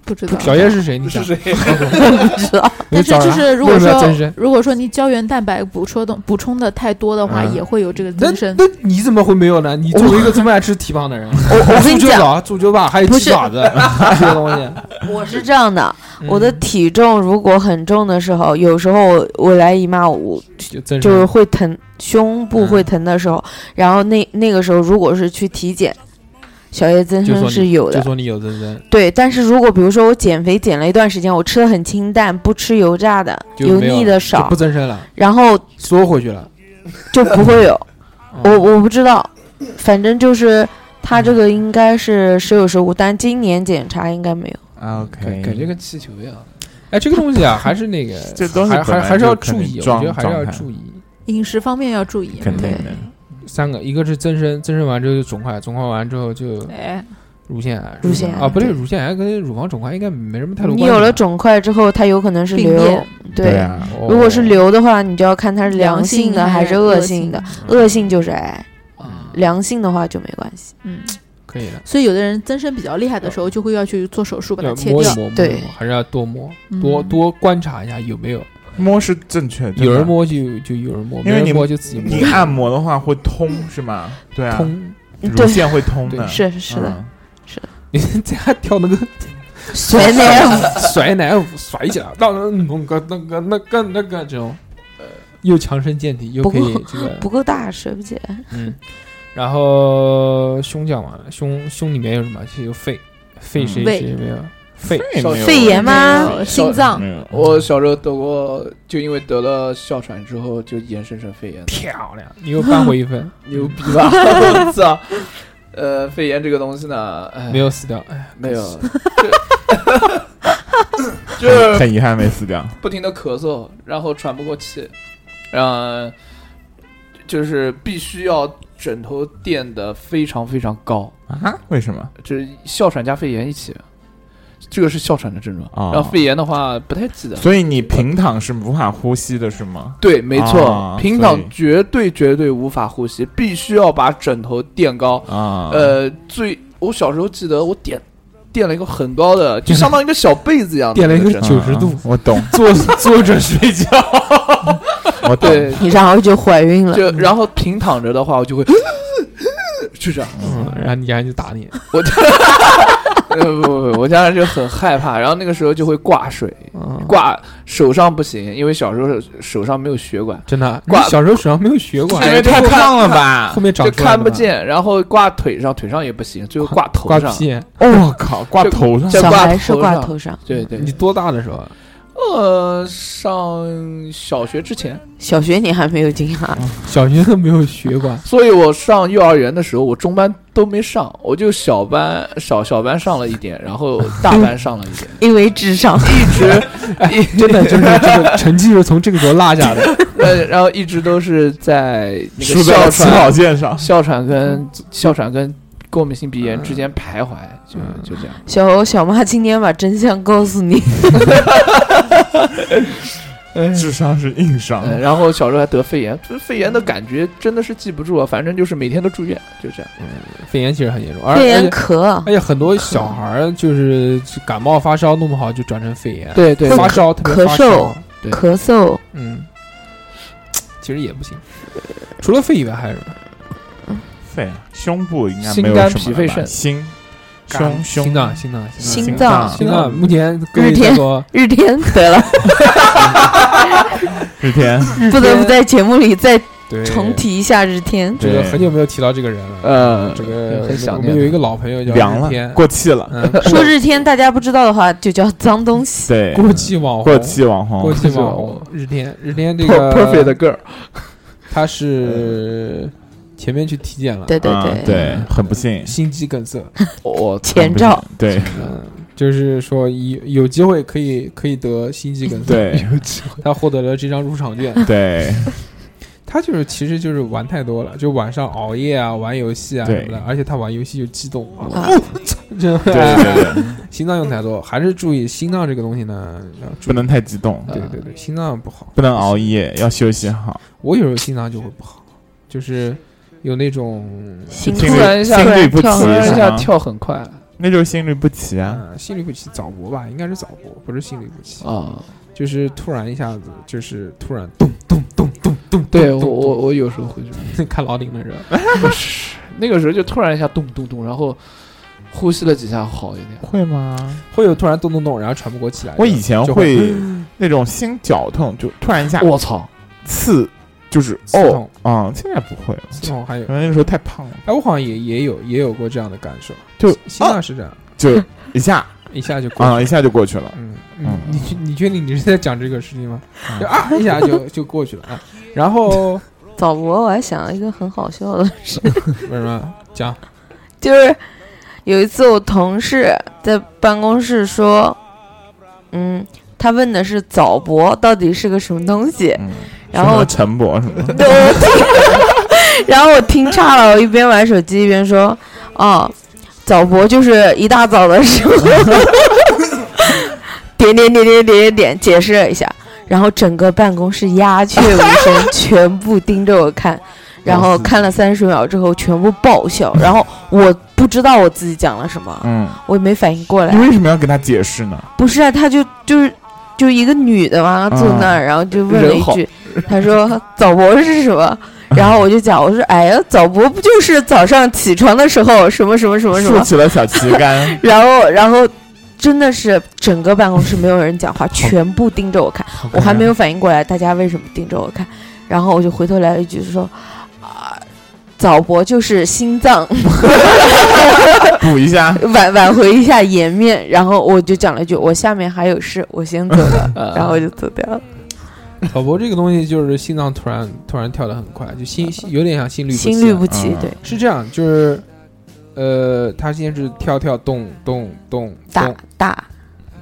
G: 不知道。
A: 小叶是谁？你讲，
C: 谁？
B: 不知道
G: 但是就是如
A: 啊
G: 果
A: 为什么要
G: 说
A: 增生
G: 如果说你胶原蛋白补充的补充的太多的话，
A: 嗯
G: 也会有这个
A: 那
G: 增生
A: 那。你怎么会没有呢？你作为一个这么爱吃蹄膀的人，
B: 我我 跟
A: 猪
B: 你
A: 脚
B: 讲，
A: 枣、猪脚吧，还有
B: 不
A: 鸡
B: 是
A: 爪子啊这些东西。
B: 我是这样的，
A: 嗯
B: 我的体重如果很重的时候，有时候我我来姨妈，我
A: 就增
B: 就是
A: 生
B: 会疼，胸部
A: 嗯
B: 会疼的时候，然后那那个时候如果是去体检，小叶增
A: 就说
B: 生
A: 你
B: 是有
A: 就
B: 的。
A: 说你有增生，
B: 对，但是如果比如说我减肥减了一段时间，我吃的很清淡，不吃油炸的、
A: 就
B: 油
A: 没有
B: 腻
A: 了
B: 的
A: 就
B: 少
A: 不，增生了，
B: 然后
A: 缩回去了。
B: 就不会 有。我
A: 嗯
B: 我不知道，反正就是他这个应该是时有时无，但今年检查应该没有。
D: 啊，OK，，
C: 感感觉跟气球一样。啊
A: 哎，这个东西啊，还是那个
D: 这东西
A: 还
D: 本
A: 还
D: 来
A: 还是要
D: 就可
A: 注
D: 能
A: 意，我
D: 撞
A: 觉得还是要
D: 撞开
A: 注意。
G: 饮食方面要注意。
D: 肯定的。
A: 三个，一个是增生，增生完之后就肿块，肿块完之后就
G: 哎，
A: 乳腺癌。
B: 乳腺癌
A: 啊，不对，
B: 对
A: 乳腺癌跟乳房肿块应该没什么太多关系
B: 你
A: 吧。
B: 有了肿块之后，它有可能是
G: 病
B: 瘤。
G: 变
D: 对啊，
A: 哦，
B: 如果是瘤的话，你就要看它是良
G: 良
B: 性的还
G: 还
B: 是
G: 恶
B: 恶性的。？
A: 嗯
B: 恶性就是癌，
C: 啊
B: 良性的话就没关系。
G: 嗯，
A: 可以的。
G: 所以有的人增生比较厉害的时
B: 嗯
G: 候，就会要去做手术把它
A: 要
G: 切
A: 摸一
G: 掉。
A: 摸，摸一
B: 对
A: 摸，还是要多摸，多
G: 嗯
A: 多观察一下有没有，
D: 摸是正确，真的
A: 有人。摸就就有人摸，没
D: 因为
A: 人
D: 你
A: 摸就自己摸
D: 你，按摩的话会通是吗？对啊，
A: 通
D: 乳
B: 对，
D: 腺会通的。
B: 是是的，
D: 嗯
B: 是的。
A: 你在家跳那个
B: 甩奶舞，
A: 甩奶舞甩起来，让人弄个那个那个那个这种，又强身健体，又
B: 不
A: 可以
B: 过
A: 这个
B: 不够大，甩不起 来。
A: 嗯，然后胸讲完了，胸胸里面有什么？其实有肺，肺谁
G: 胃
A: 谁没有？肺
C: 少
D: 没有
B: 肺炎吗？
G: 没有心脏
D: 没有
C: 我小时候得过，就因为得了哮喘之后，就延伸成肺炎，
A: 漂亮，啊你又扳回一分，
C: 牛逼吧？我操！呃，肺炎这个东西呢， 哎，
A: 没有死掉。哎，
C: 没有，就就是
D: 很遗憾没死掉。
C: 不停的咳嗽，然后喘不过气，然后就是必须要枕头垫的非常非常高，
D: 啊？为什么？
C: 就是哮喘加肺炎一起，这个是哮喘的症状。
D: 哦
C: 然后肺炎的话不太记得。
D: 所以你平躺是无法呼吸的，是吗？
C: 对，没错，
D: 啊所
C: 平
D: 以
C: 躺绝对绝对无法呼吸，必须要把枕头垫高。
D: 啊，，
C: 呃，最我小时候记得我点垫了一个很高的，就相当于一个小被子一样的
A: 垫了一个
C: 枕头
A: 九十度
D: 啊我懂，
A: 坐坐着睡觉，
D: 我懂。
C: 对，
B: 然后就怀孕了，
C: 就然后平躺着的话，我就会 就这样。
A: 嗯，然后你家人就打你，
C: 我 呃不不不，我家人就很害怕，然后那个时候就会挂水，
A: 嗯，
C: 挂手上不行，因为小时候手手上没有血管，
A: 真的，啊你
C: 挂
A: 小时候手上没有血 管
C: 是，因为太
D: 胖了吧
A: 后面长
C: 就
A: 出来
C: 看
A: 的
C: 不
A: 吧，
C: 见，然后挂腿上，腿上也不行，最后挂头
A: 挂
C: 上。
A: 屁眼。
D: 我哦靠，挂
C: 就
D: 头上
C: 就
B: 小
C: 挂
B: 孩是
C: 头
B: 挂
C: 上
B: 头上，
C: 对对，
A: 你多大的时候啊？
C: 呃，上小学之前，
B: 小学你还没有进啊？
A: 小学都啊没有血管，
C: 所以我上幼儿园的时候，我中班都没上，我就小班小小班上了一点，然后大班上了一点，
B: 因为智商，
C: 一直一
A: 真的就是这个 成绩是从这个时候落下的。
C: 呃，然后一直都是在那个
D: 输在
C: 哮
D: 了起跑
C: 喘、
D: 线上。
C: 哮喘跟哮喘跟过敏性鼻炎之间徘徊，就
A: 嗯
C: 就这样。
B: 小欧小妈今天把真相告诉你，
D: 智商是硬伤，
C: 嗯，然后小时候还得肺炎，这肺炎的感觉真的是记不住啊，反正就是每天都住院，就这样。
A: 肺炎其实很严重，而
B: 肺
A: 而
B: 炎
A: 且
B: 咳
A: 而且很多小孩儿就是感冒发烧弄不好就转成肺炎，
C: 对对
A: 发烧特别发
B: 咳
A: 烧
B: 嗽，咳嗽，
A: 嗯，其实也不行。除了肺以外还有什么？
D: 肺、啊胸部应该
C: 心
D: 没有
C: 肝
D: 什么
C: 脾
D: 了
C: 肺
D: 吧
C: 肾
D: 心、胸、
A: 肝
D: 胸
A: 心脏、心脏、
B: 心
A: 脏。
B: 脏哦
A: 心脏目前各位
B: 日天
A: 在座
B: 日天得了，
D: 日天，
B: 不得不在节目里再
A: 对
B: 重，提一下日天。
A: 这个
D: 对
A: 很久没有提到这个人了。
C: 呃，
A: 这个
C: 很想
A: 我
C: 念
A: 们有一
C: 的。
A: 个老朋友叫
D: 凉
A: 日
D: 了，
A: 天，
D: 过气了，
A: 嗯，
B: 说日天大家不知道的话，就叫脏东西。
D: 对，
A: 过气网红，
D: 过气网红
A: 过，气网
C: 过
A: 红，日天，日天这
C: Per-
A: 个
C: perfect girl，
A: 他是前面去体检了，
B: 对对
D: 啊
B: 对，
D: 对，很不幸，
A: 心肌梗塞，
C: 我
B: 前兆
D: 很不幸， 对
A: 嗯，就是说有有机会可以可以得心肌梗塞，
D: 对
A: 他获得了这张入场券。
D: 对
A: 他就是其实就是玩太多了，就晚上熬夜啊，玩游戏啊
D: 对
A: 什么的，而且他玩游戏就激动啊，
B: 啊
A: 真的
D: 对对 对，
A: 心脏用太多，还是注意心脏这个东西呢，要注
D: 不
A: 意。
D: 能太激动，
A: 对对对，心脏不好，
D: 不能熬夜，要休息好，
A: 我有时候心脏就会不好，就是有那种
B: 心
D: 心
B: 突
D: 率
B: 然
D: 心率不齐
B: 跳
C: 突然一
D: 是
C: 下
D: 吗？
C: 跳很快啊
D: 那就是心率不齐啊，
A: 呃心律不齐早搏吧，应该是早搏，不是心律不齐，
C: 啊！
A: 就是突然一下子，就是突然咚咚咚咚咚，
C: 对
A: 咚
C: 我我我有时候会这样。
A: 咚 看老顶的人，
C: 不是，那个时候就突然一下咚咚咚，然后呼吸了几下好一点。
D: 会吗？
A: 嗯会有突然咚咚咚，然后喘不过气来。
D: 我以前
A: 就
D: 会那种心绞痛，就突然一下
C: 我操！
D: 刺，就是
A: 刺
D: 哦
A: 痛
D: 啊，现在不会了，
A: 这种还有
D: 可，能那个时候太胖了，
A: 哎，我好像也也有也有过这样的感受，
D: 就
A: 心
B: 啊
A: 脏是这样，
D: 就一下
A: 一下就过去了。
D: 啊一下就过去了。
A: 嗯，
D: 嗯
A: 你你你确定你是在讲这个事情吗？
D: 嗯
A: 就啊一下 就就过去了啊，然后
B: 早搏，我还想了一个很好笑的，
A: 为什么讲？
B: 就是有一次我同事在办公室说，嗯，他问的是早搏到底是个什么东西，
D: 嗯，
B: 然后我
D: 陈博什么 的，
B: 对，我听， 然后我听岔了，我一边玩手机一边说，哦，早搏就是一大早的时候， 点点点点点点点，解释了一下，然后整个办公室鸦雀无声，全部盯着我看。然后看了三十秒之后，全部爆笑。然后我不知道我自己讲了什么，
D: 嗯，
B: 我也没反应过来
D: 你。为什么要给他解释呢？
B: 不是啊，他就就是
D: 嗯
B: 就是一个女的嘛，坐那儿，然后就问了一句，她说早搏是什么？ 然后我就讲，我说哎呀，早搏不就是早上起床的时候什么什么什么什
D: 竖
B: 么，，
D: 起了小旗杆
B: 然后然后真的是整个办公室没有人讲话，全部盯着我看，啊我还没有反应过来大家为什么盯着我看，然后我就回头来了一句说啊。早搏就是心脏
D: 补一下。
B: 挽挽回一下颜面，然后我就讲了一句：“我下面还有事，我先走了。” 然后我就走掉了。
A: 早搏这个东西就是心脏突然突然跳得很快，就心有点像心律不
B: 心
A: 齐
B: 律
A: 啊
B: 不齐，
D: 嗯
B: 对，
A: 是这样，就是呃，他先是跳跳动动动
B: 打打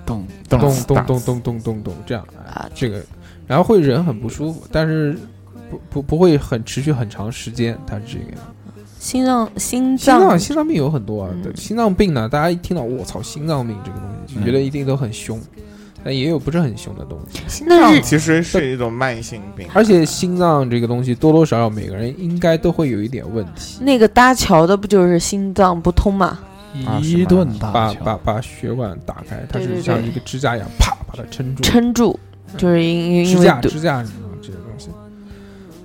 D: 咚
A: 动
D: 咚
A: 动动动动动动这样
B: 啊
A: 哎这个，然后会人很不舒服，但是不不不会很持续很长时间，它是这个样。
B: 心脏心
A: 心
B: 脏
A: 脏心脏病有很多啊，
B: 嗯
A: 对心脏病呢，大家一听到我操心脏病这个东西，就觉得一定都很凶，但也有不是很凶的东西。
B: 那是
D: 其实是一种慢性病，啊
A: 而且心脏这个东西多多少少每个人应该都会有一点问题，
B: 那个搭桥的不就是心脏不通嘛？
D: 啊是
H: 一
D: 吧
H: 顿大
A: 把
H: 桥，
A: 把把血管打开，它
B: 对对
A: 是
B: 对
A: 像一个支架一样，啪把它撑住。
B: 撑住，就是因因因
A: 支
B: 为
A: 嗯架、
B: 堵
A: 支架什么这些东西。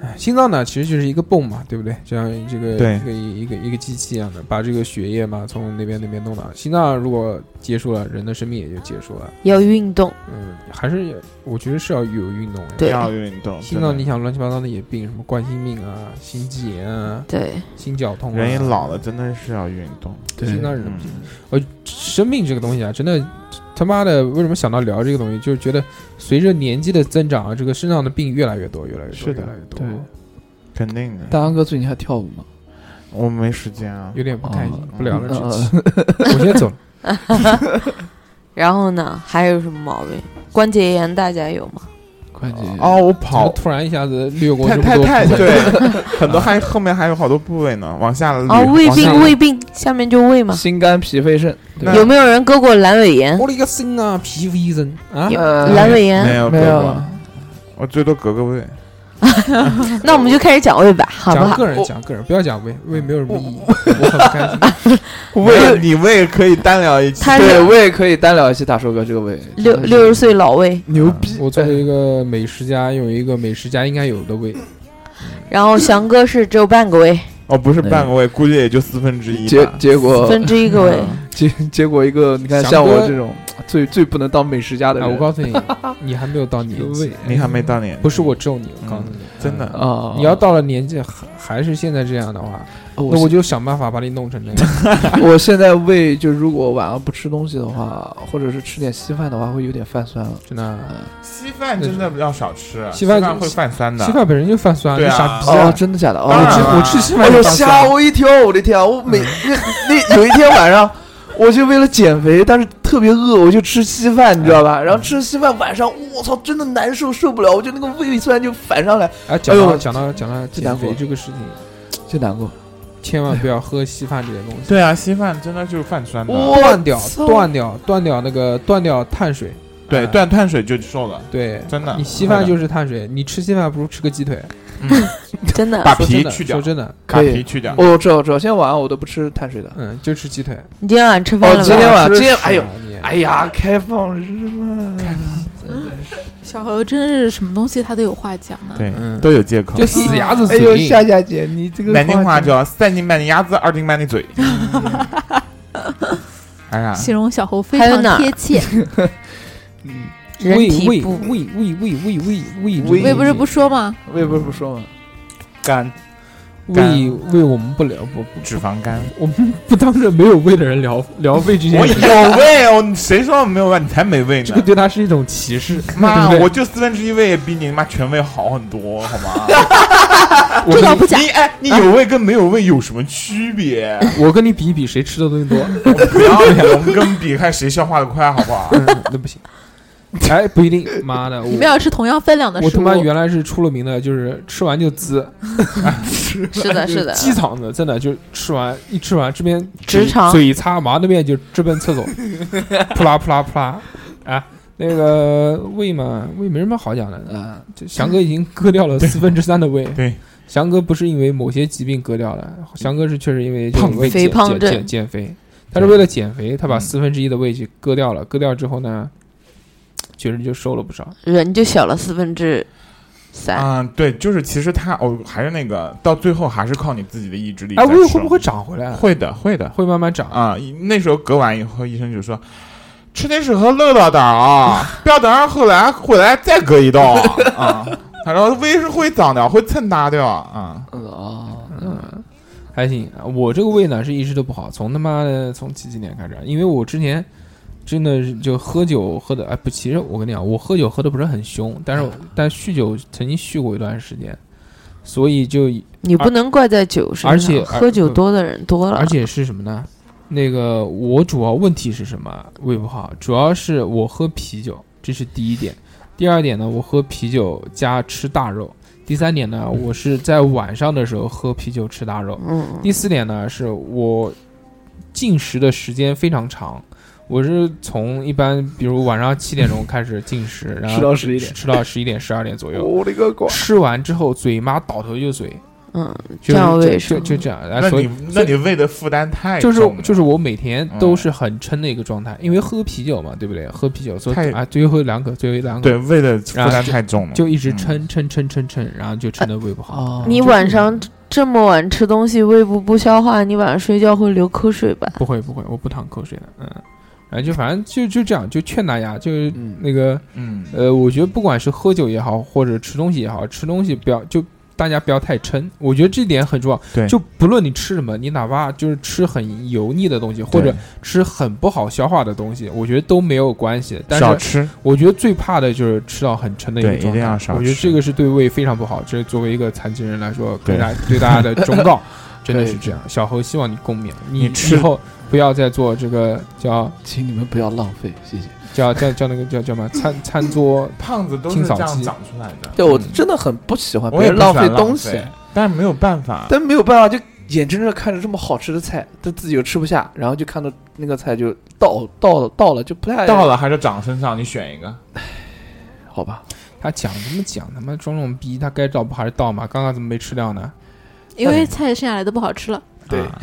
A: 哎，心脏呢，其实就是一个泵嘛，对不对？就像这个
D: 对
A: 一个一个一个机器一样的，把这个血液嘛从那边那边弄到心脏，如果结束了，人的生命也就结束了。
B: 要运动，
A: 嗯，还是我觉得是要有运动的。
B: 对
D: 要运 动。
A: 心
D: 真的
A: 脏你想乱七八糟的也病，什么冠心病啊、心肌炎啊、
B: 对，
A: 心绞痛、啊，
D: 人一老了，真的是要运动。
H: 对
A: 心脏人
D: 嗯，
A: 呃生命这个东西啊，真的他妈的，为什么想到聊这个东西？就是觉得随着年纪的增长啊，这个身上的病越来越多，越来越多，
H: 是
A: 越
H: 的
A: 来越多，
H: 对
D: 肯定的。
H: 大安哥最近还跳舞吗？
D: 我没时间啊，
A: 有点不开心，
H: 哦
A: 不聊了，这期
H: 呃
A: 我先走了。
B: 然后呢，还有什么毛病？关节炎大家有吗？
H: 关节炎
D: 哦，我
A: 怎么
D: 跑
A: 突然一下子掠过
D: 太
A: 这么
D: 太
A: 多
D: 太
A: 部分，
D: 对， 很多还后面还有好多部位呢，往下捋
B: 啊，胃
D: 往下
B: 病，
D: 捋
B: 胃病，下面就胃嘛。
C: 哦心肝脾肺肾，
D: 那
B: 有没有人割过阑尾炎？
A: 我的个心啊，皮肤医生啊，
B: 有
C: 呃
B: 阑尾
D: 没
B: 炎，
D: 有
C: 没
D: 割
C: 有
D: 过，我最多隔个胃。
B: 那我们就开始讲胃吧，好不
A: 讲
B: 好？
A: 个人，
C: 我
A: 讲个人，不要讲胃，胃没有什么意义，我很不开心。
D: 胃，你胃可以单聊一期。
B: 他
C: 对
B: 是
C: 胃可以单聊一期大寿哥这个胃，
B: 六六十岁老胃，
H: 牛
C: 啊
H: 逼，
A: 我作为一个美食家，有一个美食家应该有的胃，
B: 然后翔哥是只有半个胃，
D: 哦，不是半个胃，估计也就四分之一
C: 结
D: 吧。
C: 结果
B: 分之一个胃。
C: 结结果一个你看
A: 翔
C: 像
A: 哥
C: 我这种最最不能当美食家的
A: 啊，
C: 人，
A: 我告诉你，你还没有到年纪，
D: 你还没到年纪，
A: 不是我咒你，我告诉你，
D: 嗯真的。
C: 啊，
A: 你要到了年纪还还是现在这样的话，
C: 哦
A: 那我
C: 我
A: 就想办法把你弄成 那样。
C: 我现在胃就如果晚上不吃东西的话，或者是吃点稀饭的话，会有点泛酸了。
A: 真的啊，
D: 稀饭真的要少吃，
A: 稀
D: 稀
A: 饭
D: 会泛酸的
A: 稀。饭本身就泛酸，
D: 对
A: 你
D: 啊
A: 傻逼
C: 啊哦
A: 啊，！
C: 真的假的？哦
D: 当然
A: 我吃
D: 了啊
A: 我吃稀
C: 哎
A: 饭
C: 呦，
A: 就泛
C: 吓
A: 酸。
C: 我一跳！我的天啊，我每那那有一天晚上，我就为了减肥，但是特别饿，我就吃稀饭，你知道吧？然后吃稀饭，晚上我操，真的难受，受不了，我就那个胃酸就反上来，
A: 哎，讲
C: 哎
A: 到
C: 呦
A: 讲到讲到
C: 真
A: 减
C: 难过
A: 肥这个事情，
C: 就难过。
A: 千万不要喝稀饭这些东西，
D: 对啊，稀饭真的就是泛酸的。
C: 我
A: 断掉
C: 操
A: 断掉断掉那个断掉碳水，
D: 对，
A: 嗯
D: 断碳水就瘦了，
A: 对，
D: 真
C: 啊
D: 的。
A: 你稀饭就是碳水，你吃稀饭不如吃个鸡腿，
B: 真的，
D: 把
A: 说真
D: 皮
A: 的
D: 去掉
A: 说，真的，
D: 把
C: 可以
D: 皮去掉。
C: 我知道，我知哦道，现在晚上我都不吃碳水的。
A: 嗯，就吃鸡腿。
B: 你今天晚上吃饭了
C: 哦今天
B: 吗？
C: 晚上，今天
A: 是
C: 哎呦
A: 啊，，你
C: 哎呀，开放日嘛，
G: 小何真的是什么东西他都有话讲啊。
D: 对，
A: 嗯，
D: 都有借口
A: 就。死鸭子
C: 哎
A: 嘴
C: 呦，
A: 硬，
C: 夏夏姐，你这个
D: 南京话
C: 讲
D: 叫三斤半的鸭子，二斤半 的嘴。哎呀，
G: 形容小猴非
B: 还有哪
G: 常
B: 儿
G: 贴切。
B: 人
A: 喂
B: 体
A: 喂
B: 不
A: 喂喂喂喂喂喂
G: 我也
C: 喂
G: 不是不说吗？
C: 胃不是不说嘛，
D: 肝
A: 喂喂，我们不聊不不
D: 脂肪 肝，
A: 我们不当着没有胃的人聊 聊胃这件
D: 我
A: 事，
D: 有胃哦，谁说我没有胃？你才没胃
A: 这个
D: 呢！
A: 对他是一种歧视。
D: 妈，
A: 对不对
D: 我就四分之一胃也比你妈全胃好很多，好 吗？
A: 我
G: 这倒
A: 跟
G: 不假，
D: 你哎，你有胃跟没有胃有什么区别？
A: 你 我跟你比一比，谁吃的东西多？
D: 不要脸，我们跟比看谁消化的快，好不好？
A: 嗯那不 行。哎，不一定，妈的，
G: 你
A: 我
G: 们要吃同样分量的
A: 我
G: 食
A: 他
G: 物。
A: 妈原来是出了名的，就是吃完就 滋，哎
B: 是的，
A: 就是
B: 的，
A: 鸡肠子真的就吃完一吃完这边
B: 直
A: 嘴
B: 肠
A: 嘴一擦，马上那边就直奔 厕所，扑啦扑啦扑啦啊！那个胃嘛，胃没什么好讲的，
C: 嗯，
A: 就翔哥已经割掉了四分之三的胃。
D: 对，
A: 翔哥不是因为某些疾病割掉的，翔哥是确实因为就是为
B: 肥
A: 减
B: 胖嗯
A: 减
B: 症
A: 减减肥，他是为了减肥，他把四分之一的胃去割掉了，割掉之后呢，确实就瘦了不少。
B: 人就小了四分之三，
D: 啊、对，就是其实他哦，还是那个，到最后还是靠你自己的意志力在
A: 哎，
D: 胜。
A: 我有会不会长回来啊？
D: 会的，会的
A: 会慢慢长。
D: 嗯啊、那时候隔完以后，医生就说：“吃点水喝乐乐点 儿啊，不要等上后来回来再割一刀啊。 他说：“胃是会长的，会蹭大掉啊。
C: 哦
H: 啊，
A: 嗯，还行。我这个胃呢是一直都不好，从他妈的从几几年开始，啊因为我之前真的是就喝酒喝的，哎，不，其实我跟你讲，我喝酒喝的不是很凶，但
B: 哎
A: 是但酗酒曾经酗过一段时间，所以就
B: 你不能怪在酒身上，
A: 而且
B: 喝酒多的人多了，
A: 而且是什么呢？那个我主要问题是什么？胃不好，主要是我喝啤酒，这是第一点。第二点呢，我喝啤酒加吃大肉。第三点呢，我是在晚上的时候喝啤酒吃大肉。
B: 嗯，
A: 第四点呢，是我进食的时间非常长，我是从一般比如晚上七点钟开始进食，然后
C: 啊吃到11点
A: 吃到十一点、十二点左右。
C: 我的个乖！
A: 吃完之后，嘴妈倒头就嘴，
B: 嗯，
A: 就
B: 这样我也
A: 是就是就就这样。哎
D: 那
A: 所以
D: 你那你胃的负担太
A: 就是
D: 重了嗯
A: 就是我每天都是很撑的一个状态，因为喝啤酒嘛，对不对？喝啤酒，所
D: 太
A: 以啊，最后两口，最后两口，
D: 对嗯胃的负担太重了，
A: 啊就一直
D: 嗯
A: 撑撑撑撑撑，然后就撑的胃不好。
H: 哦
B: 你晚上这么晚吃东西，胃部不消化，你晚上睡觉会流口水吧？
A: 不会不会，我不淌口水的，嗯，然后就反正就就这样，就劝大家，就是
H: 嗯
A: 那个
D: 嗯
A: 呃，我觉得不管是喝酒也好，或者吃东西也好，吃东西不要就。大家不要太撑，我觉得这点很重要。
D: 对
A: 就不论你吃什么，你哪怕就是吃很油腻的东西，或者吃很不好消化的东西，我觉得都没有关系。但是
D: 少吃，
A: 我觉得最怕的就是吃到很撑的一个
D: 对
A: 状
D: 一定要
A: 态。
D: 少
A: 我觉得
D: 吃
A: 这个是对胃非常不好，这是作为一个残疾人来说，
D: 对
A: 跟大对大家的忠 告，真的是这样。小侯希望你共勉，你
D: 你吃
A: 以后不要再做这个叫
H: 请你们不要浪费，谢谢。
A: 叫叫叫那个叫叫什么餐餐桌，
D: 胖子都
A: 清
D: 是
A: 扫
D: 这样
A: 机
D: 长出来的。
C: 对我真的很不喜欢
D: 嗯
C: 别
D: 我也
C: 人
D: 不
C: 浪
D: 喜
C: 费
D: 欢
C: 东西，
D: 费，但是没有办法。
C: 但没有办法，就眼睁睁地看着这么好吃的菜，但自己又吃不下，然后就看到那个菜就倒倒倒了，就不太
D: 到了还是长身上，你选一个。
C: 好吧？
A: 他讲怎么讲，他妈装装逼，他该倒不还是倒嘛？刚刚怎么没吃掉呢？
G: 因为菜剩下来的不好吃了，
C: 对
D: 啊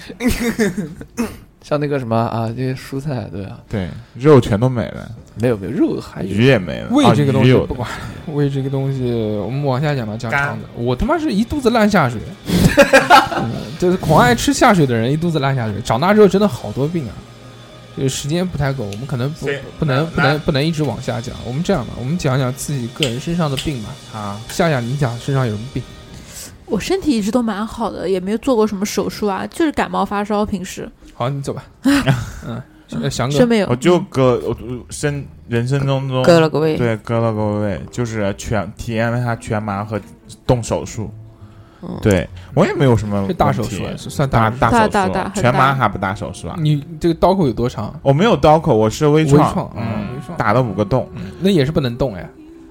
C: 像那个什么啊，
H: 这些蔬菜，对啊，
D: 对，肉全都没了，
C: 没有没有肉还有
D: 鱼也没 了，
A: 哎胃
D: 啊
A: 这个东
D: 鱼
A: 西
D: 有
A: 不
D: 的
A: 管，胃这个东西，我们往下讲吧，讲
D: 肝
A: 肠子。我他妈是一肚子烂下水， 嗯就是狂爱吃下水的人，一肚子烂下水。长大之后真的好多病啊，就是时间不太够，我们可能不
D: 行
A: 不能
D: 来
A: 不能
D: 来
A: 不能一直往下讲。我们这样吧，我们讲讲自己个人身上的病吧。
D: 啊，
A: 夏夏，你讲身上有什么病？
G: 我身体一直都蛮好的，也没有做过什么手术啊，就是感冒发烧，平时
A: 好，你走吧。嗯，呃翔
G: 真
A: 哥，
G: 没有。嗯
D: 我哦就割我我生人生当
A: 哦
D: 中
B: 割了个胃，
D: 对割了个胃，就是全体验了他全麻和动手术。
B: 嗯
D: 对我也没有什么
A: 这大手术
D: 问题
A: 算
D: 大
A: 手术。啊
D: 大手术，啊
G: 大大大很
D: 全麻
G: 大
D: 还不大手术啊？
A: 你这个刀口有多长？
D: 我没有刀口，我是微
A: 微创嗯微
D: 嗯
A: 创，
D: 打了五个洞，
A: 那也是不能动哎。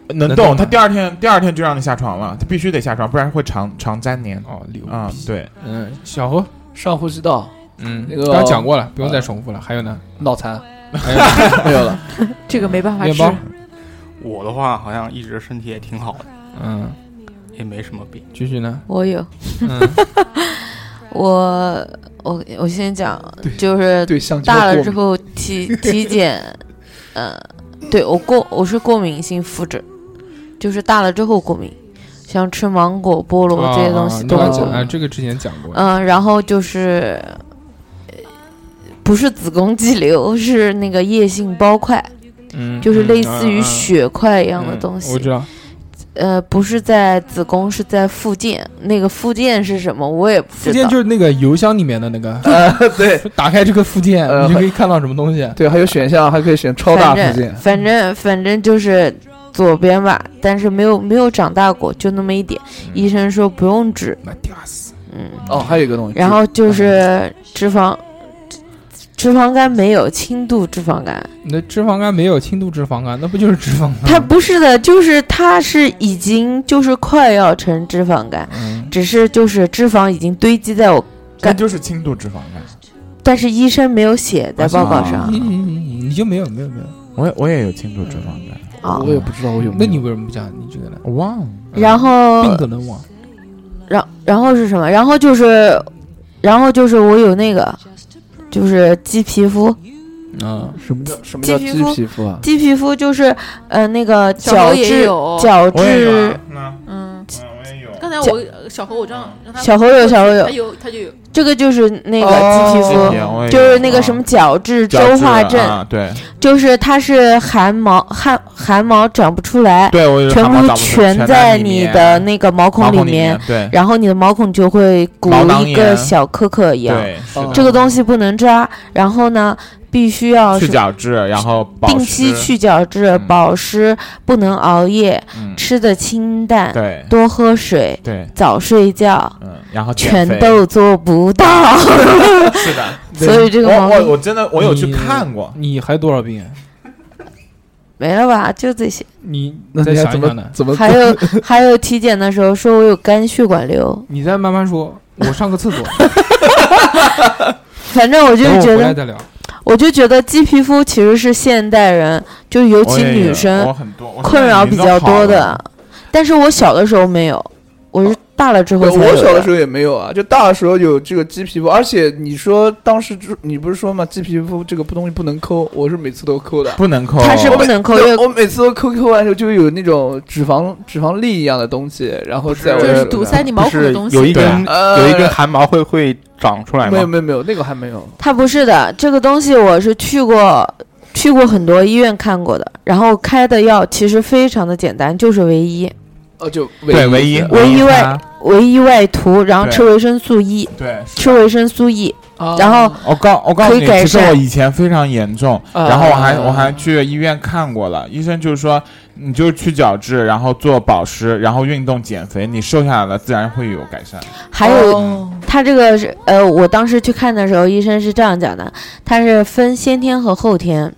D: 能
A: 能动
D: 动。他
A: 吗
D: 第二天第二天就让你下床了，他必须得下床，不然会肠肠粘连。
A: 哦，牛
D: 啊
A: 逼。，
D: 对，
A: 嗯，小侯，
C: 上呼吸道
A: 嗯，
C: 那个
A: 刚讲过了，不用再重
B: 嗯
A: 复了。还有呢？
C: 脑 残
A: 还有呢
C: 没有了，
G: 这个没办法
A: 面
G: 治，
A: 包
E: 我的话好像一直身体也挺好的，
A: 嗯，
E: 也没什么病。
A: 继续呢？
B: 我有，
A: 嗯，
B: 我我我先讲，就是
C: 对香蕉
B: 大了
C: 过
B: 之
C: 敏
B: 后体体检， 呃，对我过我是过敏性肤质，就是大了之后过敏，像吃芒果、菠萝这些东西都
A: 啊啊
B: 会
A: 啊
B: 过
A: 啊，
B: 敏。
A: 这个之前讲过。
B: 嗯，然后就是，呃不是子宫肌瘤，是那个液性包块，
A: 嗯，
B: 就是类
D: 嗯
B: 似于
D: 嗯
B: 血块一
A: 这
B: 样的东
A: 我
B: 西。
A: 知道。
B: 呃，不是在子宫，是在附件。那个附件是什么？我也不
A: 附
B: 知
A: 件
B: 道
A: 就。是那个邮箱里面的那个，
C: 呃，对
A: 打开这个附件，你
C: 呃
A: 就可以看到什么东西。
C: 对，还有选项还可以选超大
B: 反
C: 附
B: 正
C: 近，
B: 反
A: 嗯
B: 正反正就是左边吧，但是没有没有长大过，就那么一点。
A: 嗯
D: 嗯
B: 医生说不用治，
A: 那屌死！
B: 嗯，
C: 哦，还有一个东西，
B: 然后
A: 嗯
B: 就是脂肪，脂肪肝没有轻度脂肪肝，
A: 你的脂肪肝没有轻度脂肪啊肝，那不就是脂肪
D: 嗯
A: 肝？
B: 它不是的，就是它是已经就是快要成脂肪肝，
A: 嗯，
B: 只是就是脂肪已经堆积在我，
D: 这
B: 肝
D: 就是轻度脂肪肝。
B: 但是医生没有写在报告
D: 啊
B: 上
A: 你你你你就没有没有没有？
D: 我也我也有轻度脂肪肝，
C: 嗯
B: 啊
H: 我。也不知道我有没有。
A: 那你为什么不讲你这个呢？嗯
D: 我忘了。
B: 然后
A: 病可能忘。
B: 然然后是什么？然后就是，然后就是我有那个，就是鸡皮肤，嗯
A: 啊，
H: 什么叫
C: 什么叫
B: 鸡
C: 鸡
B: 皮肤
C: 皮肤啊？
B: 鸡皮肤就是呃那个
G: 时
B: 角
G: 候也
B: 质
G: 有，
B: 角
D: 我也有
B: 质
D: 啊，那
G: 嗯，在我呃小何我这样让他
B: 小猴有小猴
G: 他
B: 有，
G: 有他就有，
B: 这个就是那个
D: 哦
B: 鸡皮
D: 鸡皮
B: 肤，
D: 我也
B: 就是
D: 有
B: 那个什么角质
D: 角
B: 周
D: 质
B: 化症，
D: 啊对
B: 就是它是汗毛汗汗毛长不出来，
D: 对，我也是
B: 全
D: 汗毛
B: 部
D: 长不出全
B: 全在你的那个毛
D: 毛
B: 里
D: 里
B: 面，
D: 对
B: 然后你的毛孔就会鼓
D: 毛囊
B: 一个
D: 炎
B: 小颗颗一样。
D: 对，
C: 啊
D: 是的
B: 这个东西不能抓，然后呢，必须要
D: 去
B: 是
D: 角质，然后保
B: 定期
D: 湿，
B: 去角质，
D: 嗯
B: 保湿，不能熬夜，
D: 嗯，
B: 吃的清淡，
D: 对
B: 多喝水，
D: 对，
B: 早睡觉。
D: 嗯，然后减
B: 全
D: 肥
B: 都做不到，
D: 是的，
B: 所以这个
D: 我
B: 毛
D: 我
B: 病
D: 我真的我有去
A: 你
D: 看过，
A: 你还多少病？
B: 没了吧？就这些。
A: 你
H: 那
A: 再
H: 你还
A: 想
H: 怎
A: 一想呢
H: 么？怎么
B: 还有还有体检的时候说我有肝血管瘤，
A: 你再慢慢说，我上个厕 所，
B: 反正我就
A: 等
D: 哦
A: 我
B: 是觉
A: 回来再
B: 得，
A: 聊。
B: 我就觉得鸡皮肤其实是现代人，就尤
D: 我
B: 其
D: 也有
B: 女生
D: 我很多哦我
B: 困扰比较多的。但是我小的时候没有，我是大了之后
C: 我
B: 才有
C: 我小的时
B: 候
C: 候也没有啊，就大的时候有这个鸡皮肤，而且你说当时之你不是说嘛，鸡皮肤这个东西不能抠，我是每次都抠的。
D: 不能抠，
B: 它是不能抠，因
C: 对
B: 为
C: 我每次都抠抠完之后就有那种脂肪脂肪粒一样的东西，然后在我
G: 就是
C: 手
G: 堵
C: 上
G: 塞你毛
E: 不
G: 孔的
E: 是
G: 东西。
E: 有一
D: 对
E: 根
C: 呃
E: 有一根汗毛会会长出来
C: 没有
E: 吗？
C: 没有没有那个还没有，
B: 它不是的。这个东西我是去过去过很多医院看过的，然后开的药其实非常的简单，就是维 E
C: 呃就
D: 对唯一
C: 一
B: 唯一外
D: 它
B: 维 E 外涂，然后
D: 对
B: 吃维生素 E，
D: 对。
B: 吃维生素 E，然后
D: 我告我告诉
B: 可以
D: 你，
B: 改
D: 其实
B: 善
D: 我以前非常严重，
C: 啊
D: 然后我
B: 嗯
D: 还我还去医院看过了，医生就是说你就去角质，然后做保湿，然后运动减肥，你瘦下来了自然会有改善。
B: 还有
G: 哦
B: 他这个是呃，我当时去看的时候，医生是这样讲的，他是分先天和后天，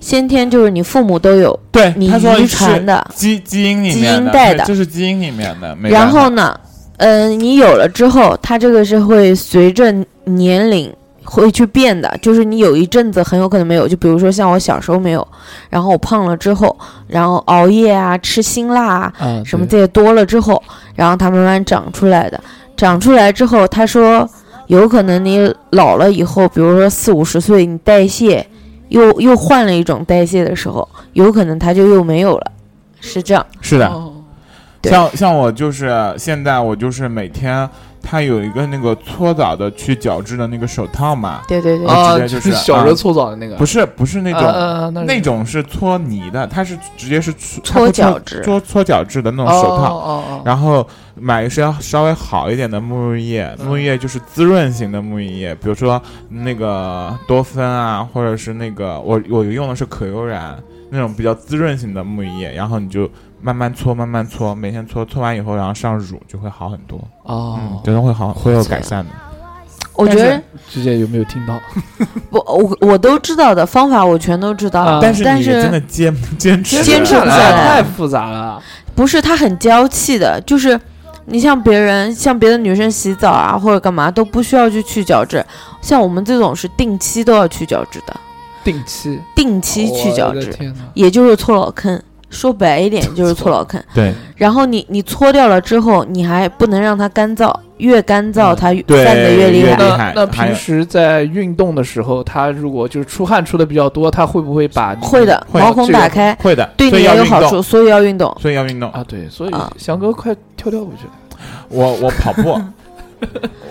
B: 先天就是你父母都有，
D: 对，
B: 你
D: 他说
B: 遗
D: 是
B: 传的，
D: 基基因里
B: 基
D: 面
B: 因
D: 的，
B: 带
D: 对
B: 的
D: 这是基因里面的。没
B: 然
D: 办法
B: 后呢，嗯、你有了之后，它这个是会随着年龄会去变的，就是你有一阵子很有可能没有，就比如说像我小时候没有，然后我胖了之后，然后熬夜啊，吃辛辣啊，
H: 啊？
B: 什么
H: 对
B: 这些多了之后，然后它慢慢长出来的。长出来之后，他说有可能你老了以后，比如说四五十岁，你代谢又又换了一种代谢的时候，有可能它就又没有了，是这样。
D: 是的，
G: 哦
B: 对
D: 像像我就是现在我就是每天，它有一个那个搓澡的去角质的那个手套嘛，
B: 对对对，
D: 啊
C: 啊
D: 直接就是
C: 小时候搓澡的那个，
D: 不是不是那种、
C: 啊啊
D: 那种是搓泥的，它是直接是搓它
B: 搓
D: 不
B: 角质
D: 搓搓角质的那
C: 那
D: 种
C: 是
D: 手套。
C: 哦哦
D: 然后买一些稍微好一点的沐浴液，
B: 嗯
D: 沐浴液就是滋润型的沐浴液，比如说那个多芬啊，或者是那个我我用的是可悠然那种比较滋润型的沐浴液，然后你就慢慢搓，慢慢搓，每天搓，搓完以后然后上乳就会好很多，嗯
H: 哦，，
D: 真的会好会有改善的。
B: 嗯我觉得
H: 之前有没有听到？
B: 不，我我都知道的方法，我全都知道。
C: 啊
D: 但
B: 是
D: 是你真的坚坚持
B: 坚持
C: 不
B: 不
C: 下
B: 下来
C: 太复杂了，
B: 不是它很娇气的，就是你像别人像别的女生洗澡啊或者干嘛都不需要去去角质，像我们这种是定期都要去角质的，
C: 定期
B: 定期去角质。
H: 天哪！
B: 也就是搓老坑。说白一点就是搓老坑。
D: 对。
B: 然后你你搓掉了之后，你还不能让它干燥，越干燥
C: 嗯
B: 它越
D: 对
B: 散的哎越厉
D: 越
B: 害。
D: 厉
C: 那
D: 害
C: 那
D: 还有
C: 平时在运动的时候，他如果就是出汗出的比较多，他会不会把你
B: 会的，
D: 会
B: 毛孔
C: 这个
B: 打开，
D: 会的，
B: 对
D: 所
B: 你
D: 以
B: 也
D: 要
B: 有
D: 运
B: 好
D: 动
B: 处，所以要运动。
D: 所以要运动。
C: 啊？对，所以
B: 啊
C: 翔哥快跳跳过去。
D: 我我跑 步，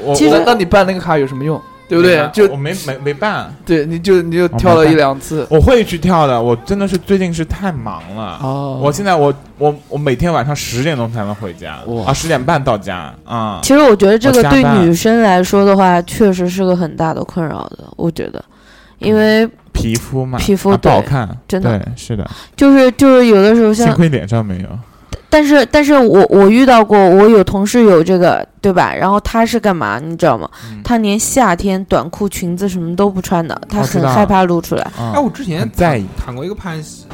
D: 我
B: 其实
C: 那那你办那个卡有什么用？对不对
D: 我？
C: 就
D: 我没没没办。
C: 对，你就你就
D: 我
C: 跳
D: 没
C: 了一
D: 办
C: 两次
D: 我会去跳的，我真的是最近是太忙了。
C: 哦
D: 我现在我我我每天晚上十点钟才能回家
H: 哇
D: 啊，十点半到家啊。
B: 其实我觉得这
D: 我
B: 个
D: 加
B: 对
D: 班
B: 女生来说的话，确实是个很大的困扰的。我觉得，因为
D: 皮肤嘛，
B: 皮肤
D: 啊不好
B: 对
D: 看，
B: 真的
D: 对，是的，
B: 就是就是有的时候
D: 幸
B: 像，
D: 亏脸上没有。
B: 但是但是我我遇到过，我有同事有这个，对吧？然后他是干嘛，你知道吗？
D: 嗯
B: 他连夏天短裤、裙子什么都不穿的，他
D: 我知
B: 很
D: 道
B: 害怕露出来。
A: 哎、
D: 啊，
A: 我之前
D: 很在意
A: 谈谈过一个潘西，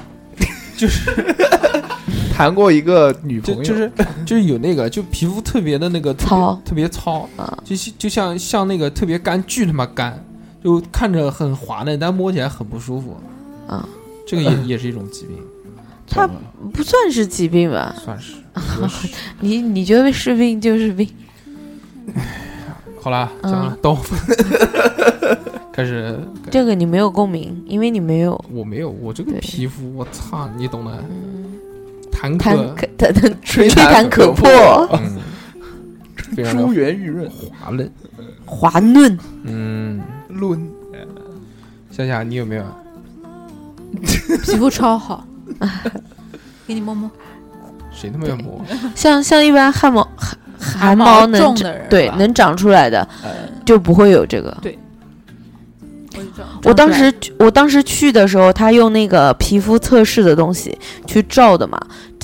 C: 谈过一个女朋
A: 就
C: 友，
A: 就是就是有那个，就皮肤特别的那个特别
B: 糙
A: 特别糙
B: 啊，
A: 就像就像像那个特别干，巨他妈干，就看着很滑嫩，但摸起来很不舒服
B: 啊。
A: 这个也也是一种疾病，
B: 他不算是疾病吧？
A: 算是。
B: 啊 你你觉得是病就是病，
A: 好啦，
B: 嗯
A: 讲完了，到我 开始。
B: 这个你没有共鸣，因为你没有。
A: 我没有，我这个
B: 对
A: 皮肤，我操，你懂的，
B: 嗯，
A: 坦
B: 谈
A: 克。
B: 可谈谈
C: 吹
B: 吹弹
C: 弹
B: 可
C: 可
B: 破，
A: 嗯，非常
C: 珠
A: 的
C: 圆玉润，
A: 滑嫩。
B: 滑嫩，
A: 嗯，
C: 论
A: 夏夏，你有没有啊？
G: 皮肤超好， 给你摸摸。
A: 谁他妈要摸？
B: 像像一般汗毛汗汗毛能
G: 重
B: 长
G: 的人
B: 对
G: 吧
B: 能长出来的
G: 呃
B: 就不会有这个。
G: 我就这样
B: 我当
G: 长出来
B: 时我当时去的时候，他用那个皮肤测试的东西去照的嘛，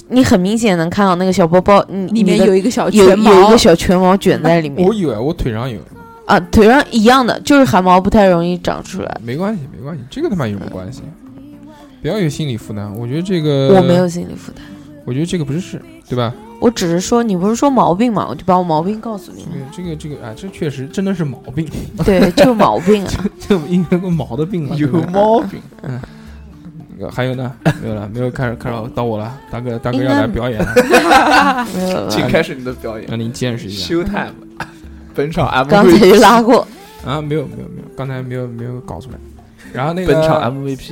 B: 你很明显能看到那个小包包，你
G: 里面
B: 你的
G: 有一个小
B: 有
G: 卷毛，哦
B: 有一个小全毛卷在里面
A: 我以为我腿上有，
B: 啊，腿上一样的，就是汗毛不太容易长出来。
A: 没关系，没关系，这个他妈有什么关系？不要有心理负担，我觉得这个
B: 我没有，心理负担，
A: 我觉得这个不是事，对吧？
B: 我只是说你不是说毛病嘛，我就把我毛病告诉你
A: 这。个这个这个啊，这确实真的是毛病，
B: 对，就是毛病啊，
A: 这应该个毛的病嘛。
C: 有
A: 对吧
C: 毛病，
A: 呃还有呢？没有了，没有开始开始到我了，大哥大哥
B: 应
A: 要
B: 该
A: 来表演 了，
G: 啊
B: 没有了
C: 请开始你的表演
A: 让您见识一下
C: ，show time，本场 MV，
B: 刚才就拉过，
A: 啊！没有没有没有，刚才没有没有搞出来。然后那个
C: 本场 MVP，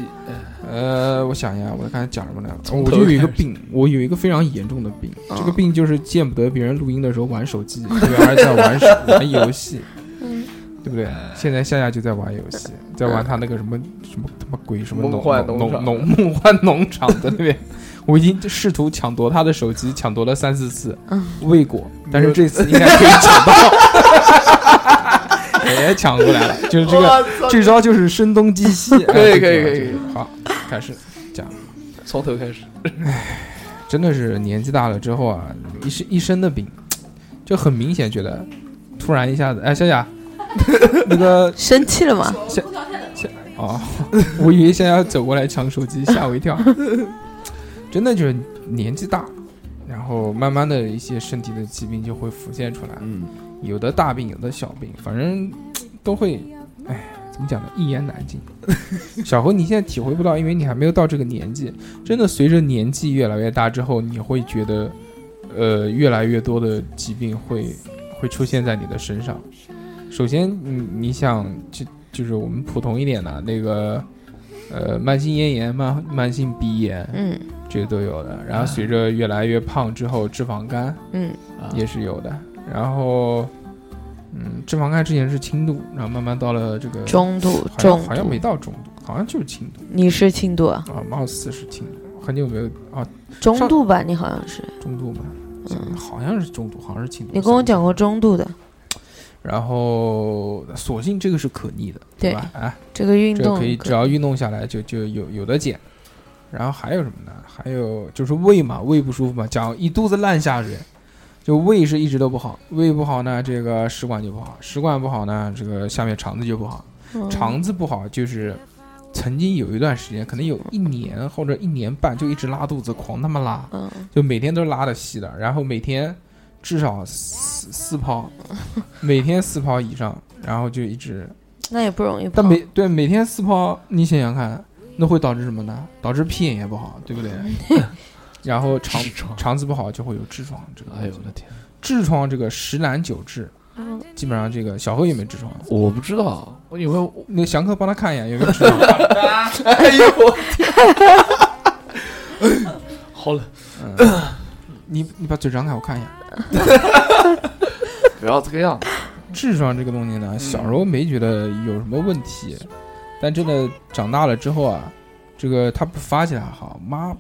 A: 呃，我想一下，我刚才讲什么来了？
C: 从
A: 我
C: 头
A: 就有一个
C: 开始
A: 病，我有一个非常严重的病，
B: 啊
A: 这个病就是见不得别人录音的时候玩手机，对，而在玩手玩游戏，
B: 嗯
A: 对不对？
C: 哎
A: 现在夏夏就在玩游 戏，在玩他那个什么什么他妈鬼什么
C: 梦
A: 农
C: 幻
A: 农
C: 农场
A: 农农 梦幻农场在那边，我已经试图抢夺他的手机，抢夺了三四次
B: 嗯，
A: 未果，但是这次应该可以抢到。 也抢过来了，就是这个，
C: 我操
A: 这招就是声东击 西。哎
C: 可以可以
A: 这个
C: 可以
A: 这个好，开始。
C: 从头开始，
A: 真的是年纪大了之后啊，一身一身的病，就很明显觉得，突然一下子，哎，夏 夏，那个
B: 生气了嘛？
A: 哦， 我以为夏夏走过来抢手机，吓我一跳。真的就是年纪大，然后慢慢的一些身体的疾病就会浮现出来，
F: 嗯，
A: 有的大病，有的小病，反正都会，哎，怎么讲呢？一言难尽。 小何，你现在体会不到，因为你还没有到这个年纪。真的，随着年纪越来越大之后，你会觉得，呃，越来越多的疾病会会出现在你的身上。首先，你你想，就就是我们普通一点的、那个，呃，慢性咽炎、慢慢性鼻炎，
B: 嗯
A: 这些都有的。然后随着越来越胖之后，脂肪肝，
B: 嗯
A: 也是有的。然后，嗯，脂肪肝之前是轻度，然后慢慢到了这个
B: 中度
A: 好像
B: 中
A: 好像
B: 度
A: 没，到中度，好像就是轻度
B: 你是轻度啊？
A: 啊，貌似是轻度，很久没有啊
B: 中
A: 上
B: 度吧，你好像是，
A: 中度吧，
B: 嗯，
A: 好像是中度，好像是轻度。
B: 你跟我讲过中度的，
A: 然后索性这个是可逆的，
B: 对
A: 吧？啊，
B: 这个运
A: 这个
B: 动
A: 可以，只要运动下来就就有有的减。然后还有什么呢？还有就是胃嘛，胃不舒服嘛，讲一肚子烂下水，就胃是一直都不好，胃不好呢，这个食管就不好，食管不好呢，这个下面肠子就不好，
B: 嗯
A: 肠子不好就是曾经有一段时间，可能有一年或者一年半，就一直拉肚子，狂他妈拉，
B: 嗯，
A: 就每天都拉的稀的，然后每天至少四四泡， 每天四泡以上，然后就一直，
B: 那也不容易胖。
A: 但
H: 啊
A: 每对每天四泡，你想想看，那会导致什么呢？导致屁眼也不好，对 不对？然后肠肠子不好就会有痔疮，这个
H: 哎呦我的天，
A: 痔疮这个十男九痔，
B: 嗯
A: 基本上这个小何有没有痔疮？
H: 我不知道，
A: 我有没有？那祥哥帮他看一眼有没有痔疮？
C: 哎呦，
A: 嗯，你你把嘴张开，我看一下。
H: 不要这个样子。
A: 痔疮这个东西
H: 嗯
A: 呢，小时候没觉得有什么问题，但真的长大了之后啊，这个它不发起来好，妈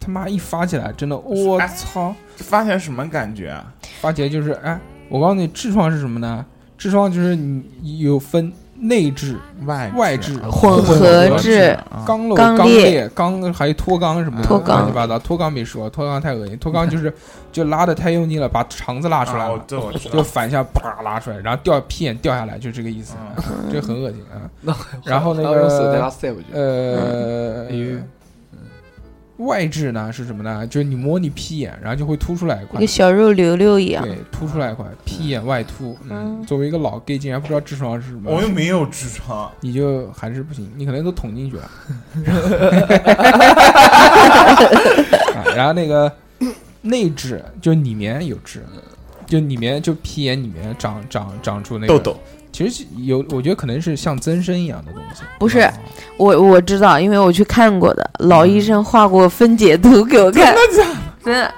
A: 他妈一发起来，真的我
D: 哎
A: 操，
D: 发现什么感觉啊？
A: 发起来就是哎，我告诉你，痔疮是什么呢？痔疮就是你有分内痔、
D: 外
A: 外痔、
B: 混合
A: 合
B: 痔，
D: 啊
A: 肛瘘、
B: 肛
A: 肛
B: 裂
A: 裂、肛还有脱肛什么的，
B: 脱肛
A: 乱七八糟。脱肛没说，脱肛太恶心，脱肛就是 就拉的太用力了，把肠子拉出来
D: 啊
A: 了。
D: 我这我知
A: 就
D: 道。
A: 反向啪拉出来，然后掉屁眼掉下来，就这个意思，
D: 嗯
B: 嗯
A: 这很恶心 啊。然后那
H: 然后用手带他
A: 个
H: 塞回去，
D: 嗯
A: 呃，
B: 嗯
A: 外痔呢是什么呢？就是你摸你屁眼，然后就会凸出来一
B: 一
A: 块
B: 个，小肉瘤瘤一样，
A: 对，凸出来一块，屁眼外凸。嗯，
B: 嗯
A: 作为一个老 gay，竟然不知道痔疮是什么
D: 我，又没有痔疮，
A: 你就还是不行，你可能都捅进去 了。啊然后那个内痔就里面有痔，就里面就屁眼里面长长长出那个
D: 痘痘。
A: 其实有，我觉得可能是像增生一样的东西。啊
B: 不是我我知道，因为我去看过的，老医生画过分解图给我看，真的，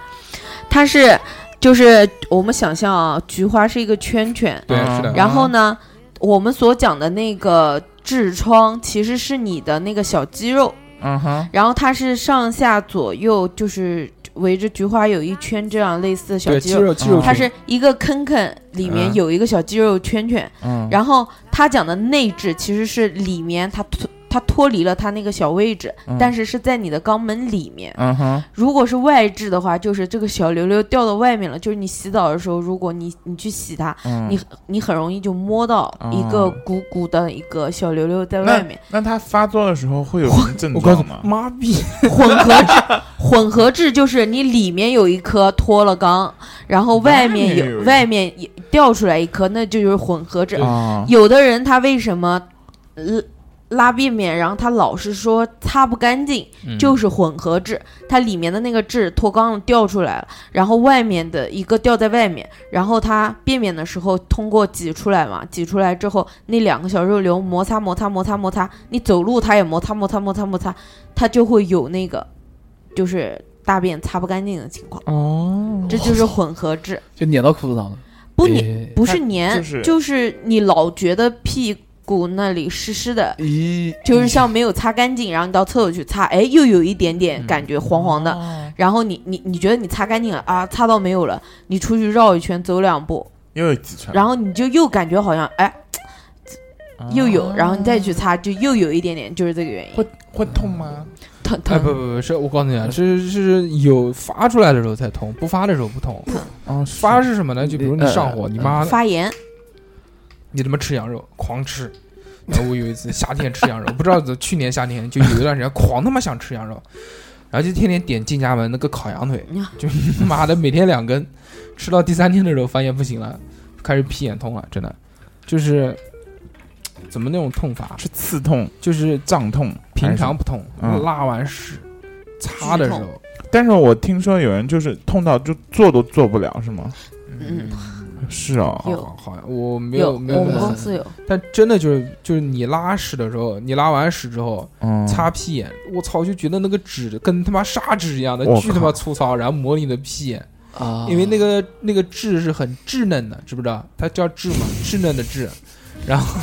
B: 他是就是我们想象啊，菊花是一个圈圈，
A: 对，
E: 啊
A: 是的。
B: 然后呢，我们所讲的那个痔疮其实是你的那个小肌肉，
D: 嗯哼，
B: 然后它是上下左右就是围着菊花有一圈这样类似的小
A: 对
B: 肌
A: 肌
B: 肉，
A: 肉肌
D: 嗯
A: 肉
B: 它
A: 群
B: 是一个坑坑里面
A: 嗯
B: 有一个小肌肉圈圈，
D: 嗯，
B: 然后他讲的内痔其实是里面它脱它脱离了它那个小位置，
D: 嗯
B: 但是是在你的肛门里面。
D: 嗯哼，
B: 如果是外痔的话，就是这个小瘤瘤掉到外面了，就是你洗澡的时候，如果你你去洗它，
D: 嗯
B: 你你很容易就摸到一个
D: 哦
B: 鼓鼓的一个小瘤瘤在外面。
D: 那他发作的时候会有什么症
A: 我告诉
D: 状吗？
F: 妈逼，
B: 混合痔，混合痔就是你里面有一颗脱了肛，然后外面
D: 外面有
B: 有
D: 一
B: 外面也掉出来一颗，那就就是混合痔。
D: 啊，
B: 有的人他为什么呃拉便便，然后他老是说擦不干净，
A: 嗯
B: 就是混合痔，它里面的那个痔脱肛了掉出来了，然后外面的一个掉在外面，然后它便便的时候通过挤出来嘛，挤出来之后那两个小肉瘤摩擦摩擦摩擦摩擦，你走路它也摩擦摩擦摩擦摩擦，它就会有那个就是大便擦不干净的情况，
D: 哦，
B: 这就是混合痔，
H: 就撵到裤子上了。
B: 不
C: 哎
B: 粘不是
D: 它
B: 粘，
D: 就是
B: 就是你老觉得屁股那里湿湿的，
H: 咦，
B: 就是像没有擦干净，然后你到厕所去擦，哎，又有一点点
A: 嗯
B: 感觉黄黄的，
A: 哦
B: 然后你你你觉得你擦干净了啊，擦到没有了，你出去绕一圈走两步，
D: 又有几
A: 嗯
D: 层，
B: 然后你就又感觉好像哎又有，
A: 啊
B: 然
A: 哦
B: 后你再去擦，就又有一点点，就是这个原因，
D: 会会痛吗？
B: 疼
A: 哎，不
B: 疼。
A: 不不，是我告诉你啊，是是有发出来的时候才痛，不发的时候不痛。
B: 嗯
A: 啊
D: 哦，
A: 发是什么呢？就比如你上火，
H: 呃
A: 你妈的，
B: 发炎，
A: 你他妈吃羊肉，狂吃。然后我有一次夏天吃羊肉，不知道怎么去年夏天就有一段时间狂他妈想吃羊肉，然后就天天点进家门那个烤羊腿，
B: 嗯
A: 就妈的每天两根，吃到第三天的时候发现不行了，开始屁眼痛了，真的，就是怎么那种痛法，
D: 是刺痛，
A: 就是
D: 胀痛，
A: 平常不痛，
D: 嗯
A: 拉完屎擦的时
B: 剧
A: 候，
D: 但是我听说有人就是痛到就坐都坐不了，是吗？
B: 嗯，
D: 是哦，
B: 有
A: 好好像我没
B: 有
A: 有没有
B: 我们
A: 那么，
B: 公 司有，
A: 但真的就是就是你拉屎的时候，你拉完屎之后
D: 嗯，
A: 擦屁眼，我操，就觉得那个纸跟他妈砂纸一样的
D: 我，靠
A: 巨他妈粗糙，然后磨你的屁眼，
H: 啊，
A: 因为那个那个质是很稚嫩的，知不知道？它叫质嘛，稚嫩的 质，然后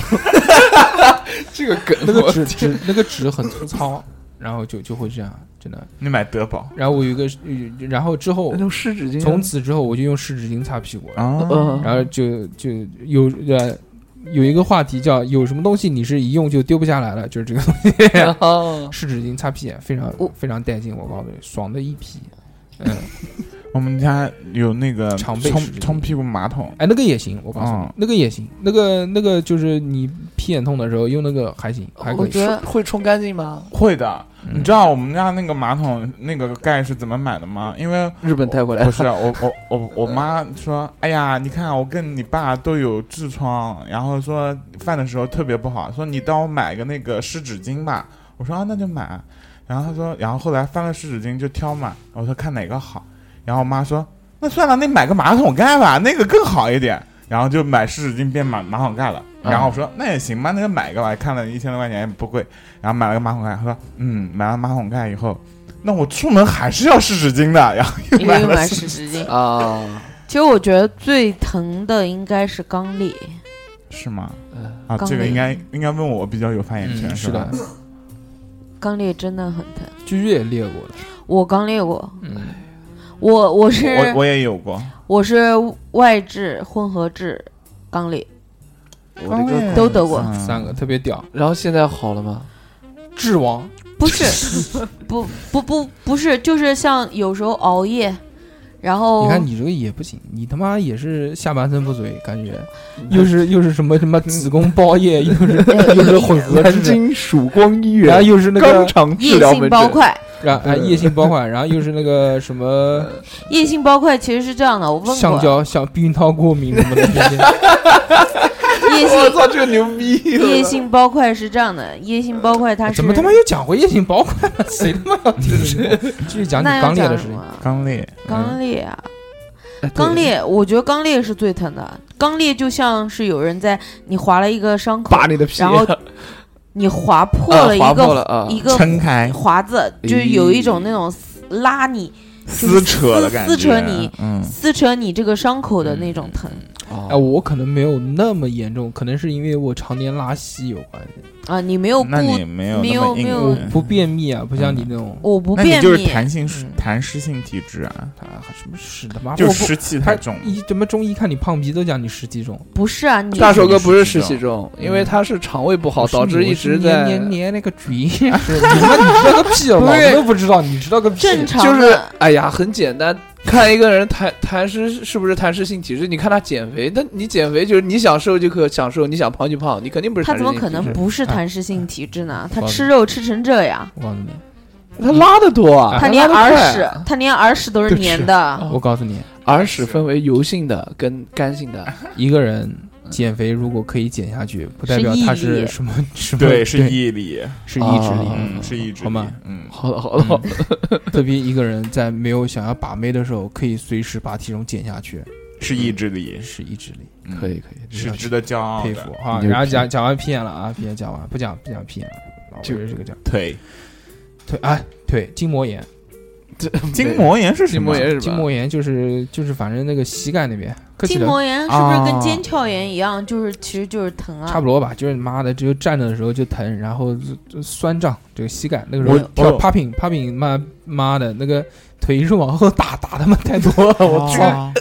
H: 这个梗，
A: 那个纸纸那个纸很粗糙，然后就就会这样，真的。
D: 你买德宝
A: 然后我有一个，呃然后之后
C: 那种湿纸巾，
A: 从此之后我就用湿纸巾擦屁股，
D: 啊，
H: 嗯，
A: 然后就就有呃有一个话题叫有什么东西你是一用就丢不下来了，就是这个东西
H: 后
A: 湿纸巾擦屁眼非常
B: 我
A: 非常带劲，我告诉你，爽的一批。嗯，
D: 我们家有那个
A: 常备湿
D: 冲
A: 纸巾
D: 冲屁股马桶，
A: 哎，那个也行，我告诉你
D: 嗯，
A: 那个也行，那个那个就是你屁眼痛的时候用那个还行，还可
B: 哦我
A: 以。
B: 觉得
H: 会冲干净吗？
D: 会的。
A: 嗯
D: 你知道我们家那个马桶那个盖是怎么买的吗？因为
H: 日本带过来
D: 不是我我我我妈说，哎呀，你看我跟你爸都有痔疮，然后说饭的时候特别不好，说你帮我买个那个湿纸巾吧。我说啊，那就买。然后她说，然后后来翻了湿纸巾就挑嘛，我说看哪个好。然后我妈说，那算了，那买个马桶盖吧，那个更好一点。然后就买湿纸巾变马马桶盖了。
H: 嗯
D: 然后我说那也行吧，那就买一个吧，看了一千多块钱也不贵。然后买了个马桶盖，她说嗯，买了马桶盖以后。那我出门还是要湿纸巾的，然后又
B: 因
D: 买
B: 为
D: 了
B: 买湿
D: 湿
B: 纸巾，
H: 啊，
B: 其实我觉得最疼的应该是肛裂，
D: 是吗？
H: 嗯
D: 啊，
B: 刚
D: 这个
B: 领
D: 应该应该问我比较有发言权，
A: 呃嗯，
D: 吧
A: 的？，
B: 肛裂真的很疼。
A: 居也裂过的。
B: 我肛裂过，
A: 嗯，
B: 我我是
D: 我我也有过，
B: 我是外痔混合痔肛裂，
H: 我这个
B: 都得过，
D: 嗯
A: 三个特别屌，
H: 然后现在好了吗？
A: 智王
B: 不是，不不不不是，就是像有时候熬夜，然后
A: 你看你这个也不行，你他妈也是下半身不遂，感觉
B: 嗯
A: 又是又是什么什么子宫包液，又 是
B: 哎
A: 又是混合
C: 南
A: 痔，
C: 京曙光医
A: 然后
C: 院
A: 又是那
C: 肛
A: 哎个，
C: 肠治
B: 夜
C: 疗
B: 性
C: 门
B: 包
C: 诊，
B: 块，
A: 然后哎夜性包块，然后又是那个什么
B: 呃夜性包块其实是这样的，我问
A: 橡
B: 过，
A: 胶、橡避孕套过敏什么的这些，
B: 夜
C: 我
B: 性
C: 操，这个牛逼！
B: 夜性包块是这样的，夜性包块它是
A: 哎怎么他妈又讲回夜性包块了？谁他妈要听你的？继续讲你肛
B: 那要
A: 裂
B: 讲
A: 的事
B: 什么
A: 情。嗯哎
B: 啊？
D: 刚裂，
B: 肛裂啊，
C: 哎
B: 肛裂，我觉得肛裂是最疼的，肛裂就像是有人在你划了一个伤口
C: 把，你的屁，
B: 然后
A: 啊
B: 你划破
H: 啊
B: 了一
H: 划破了
B: 个
H: 啊，
B: 一个
D: 撑开，
B: 华子，就是有一种那种拉你
D: 撕扯的感觉，
B: 撕扯你，
D: 嗯，
B: 撕扯你这个伤口的那种疼。
C: 啊
A: 哎，我可能没有那么严重，可能是因为我常年拉稀有关系。
B: 啊，你没有顾，
D: 那你没有
B: 没
D: 那
B: 有
D: 么
B: 没
D: 硬
B: 有
A: 我
D: 核
A: 不便秘啊，不像你那种，
B: 我不
D: 那你
B: 便
D: 就是
B: 秘，
D: 痰性湿
A: 嗯
D: 痰湿性体质啊，
A: 啊，什么屎的妈，
D: 就
A: 我不
D: 湿气太重了。
A: 一怎么中医看你胖皮都讲你湿气重，
B: 不是啊，你
C: 大手哥
D: 哥
C: 不
D: 不
C: 是
D: 是
C: 湿
D: 湿
C: 气
D: 气
C: 重，因为他是肠胃不好，
A: 我是
C: 导致
A: 你
C: 一
A: 我是
C: 直在
A: 黏黏黏那个嘴。是你妈你知道个屁啊！
B: 不
A: 老
B: 是
A: 子都不知道，你知道个屁。
B: 正常
C: 就是
B: 的。
C: 哎呀，很简单，看一个人痰痰湿是不是痰湿性体质，你看他减肥，但你减肥就是你想瘦就可享受，你想胖就胖，你肯定不是
B: 他
C: 痰湿
B: 怎
C: 性
B: 么
C: 体质。
B: 可能
A: 质
B: 不是
A: 哎
B: 痰湿性体质呢？他
A: 好的
B: 吃肉吃成这样，
A: 我告诉你，
C: 他拉的多啊，
B: 他
C: 拉
B: 连
C: 得
B: 耳
C: 快
B: 屎，他连耳屎都是
A: 对啊
B: 粘
A: 是
B: 的。
A: 我告诉你，
C: 耳屎分为油性的跟干性的，
A: 一个人减肥如果可以减下去，不代
B: 是
A: 表
B: 毅
A: 他
B: 力
A: 是什 么什么，
D: 对，是毅力，
A: 是意志力。
H: 啊
D: 嗯，是意志力，
A: 好吗
D: 嗯，
C: 好了好了，好了
A: 特别一个人在没有想要把妹的时候，可以随时把体重减下去，
D: 是意志力，
A: 是意志力，
D: 嗯
C: 可以，可以，
D: 是值得骄傲
A: 佩
D: 的
A: 服。啊！
C: 牛逼
A: 然后讲讲完屁眼了啊，屁眼讲完，不讲不讲屁眼了，老就是这个讲
D: 腿
A: 腿哎腿筋膜炎，
C: 这
D: 筋膜炎是什
C: 筋
D: 么
C: 膜？炎是
A: 筋
C: 吧？
A: 膜炎就是就是反正那个膝盖那边，磕起
B: 筋
A: 来
B: 膜炎是不是跟
D: 啊
B: 腱鞘炎一样？就是其实就是疼啊。
A: 差不多吧，就是妈的，只有站着的时候就疼，然后就就酸胀，这个膝盖那个时
D: 我
A: 候跳
D: 我
A: popping popping，妈妈的那个腿一直往后打，打他妈太多了，我操，
D: 啊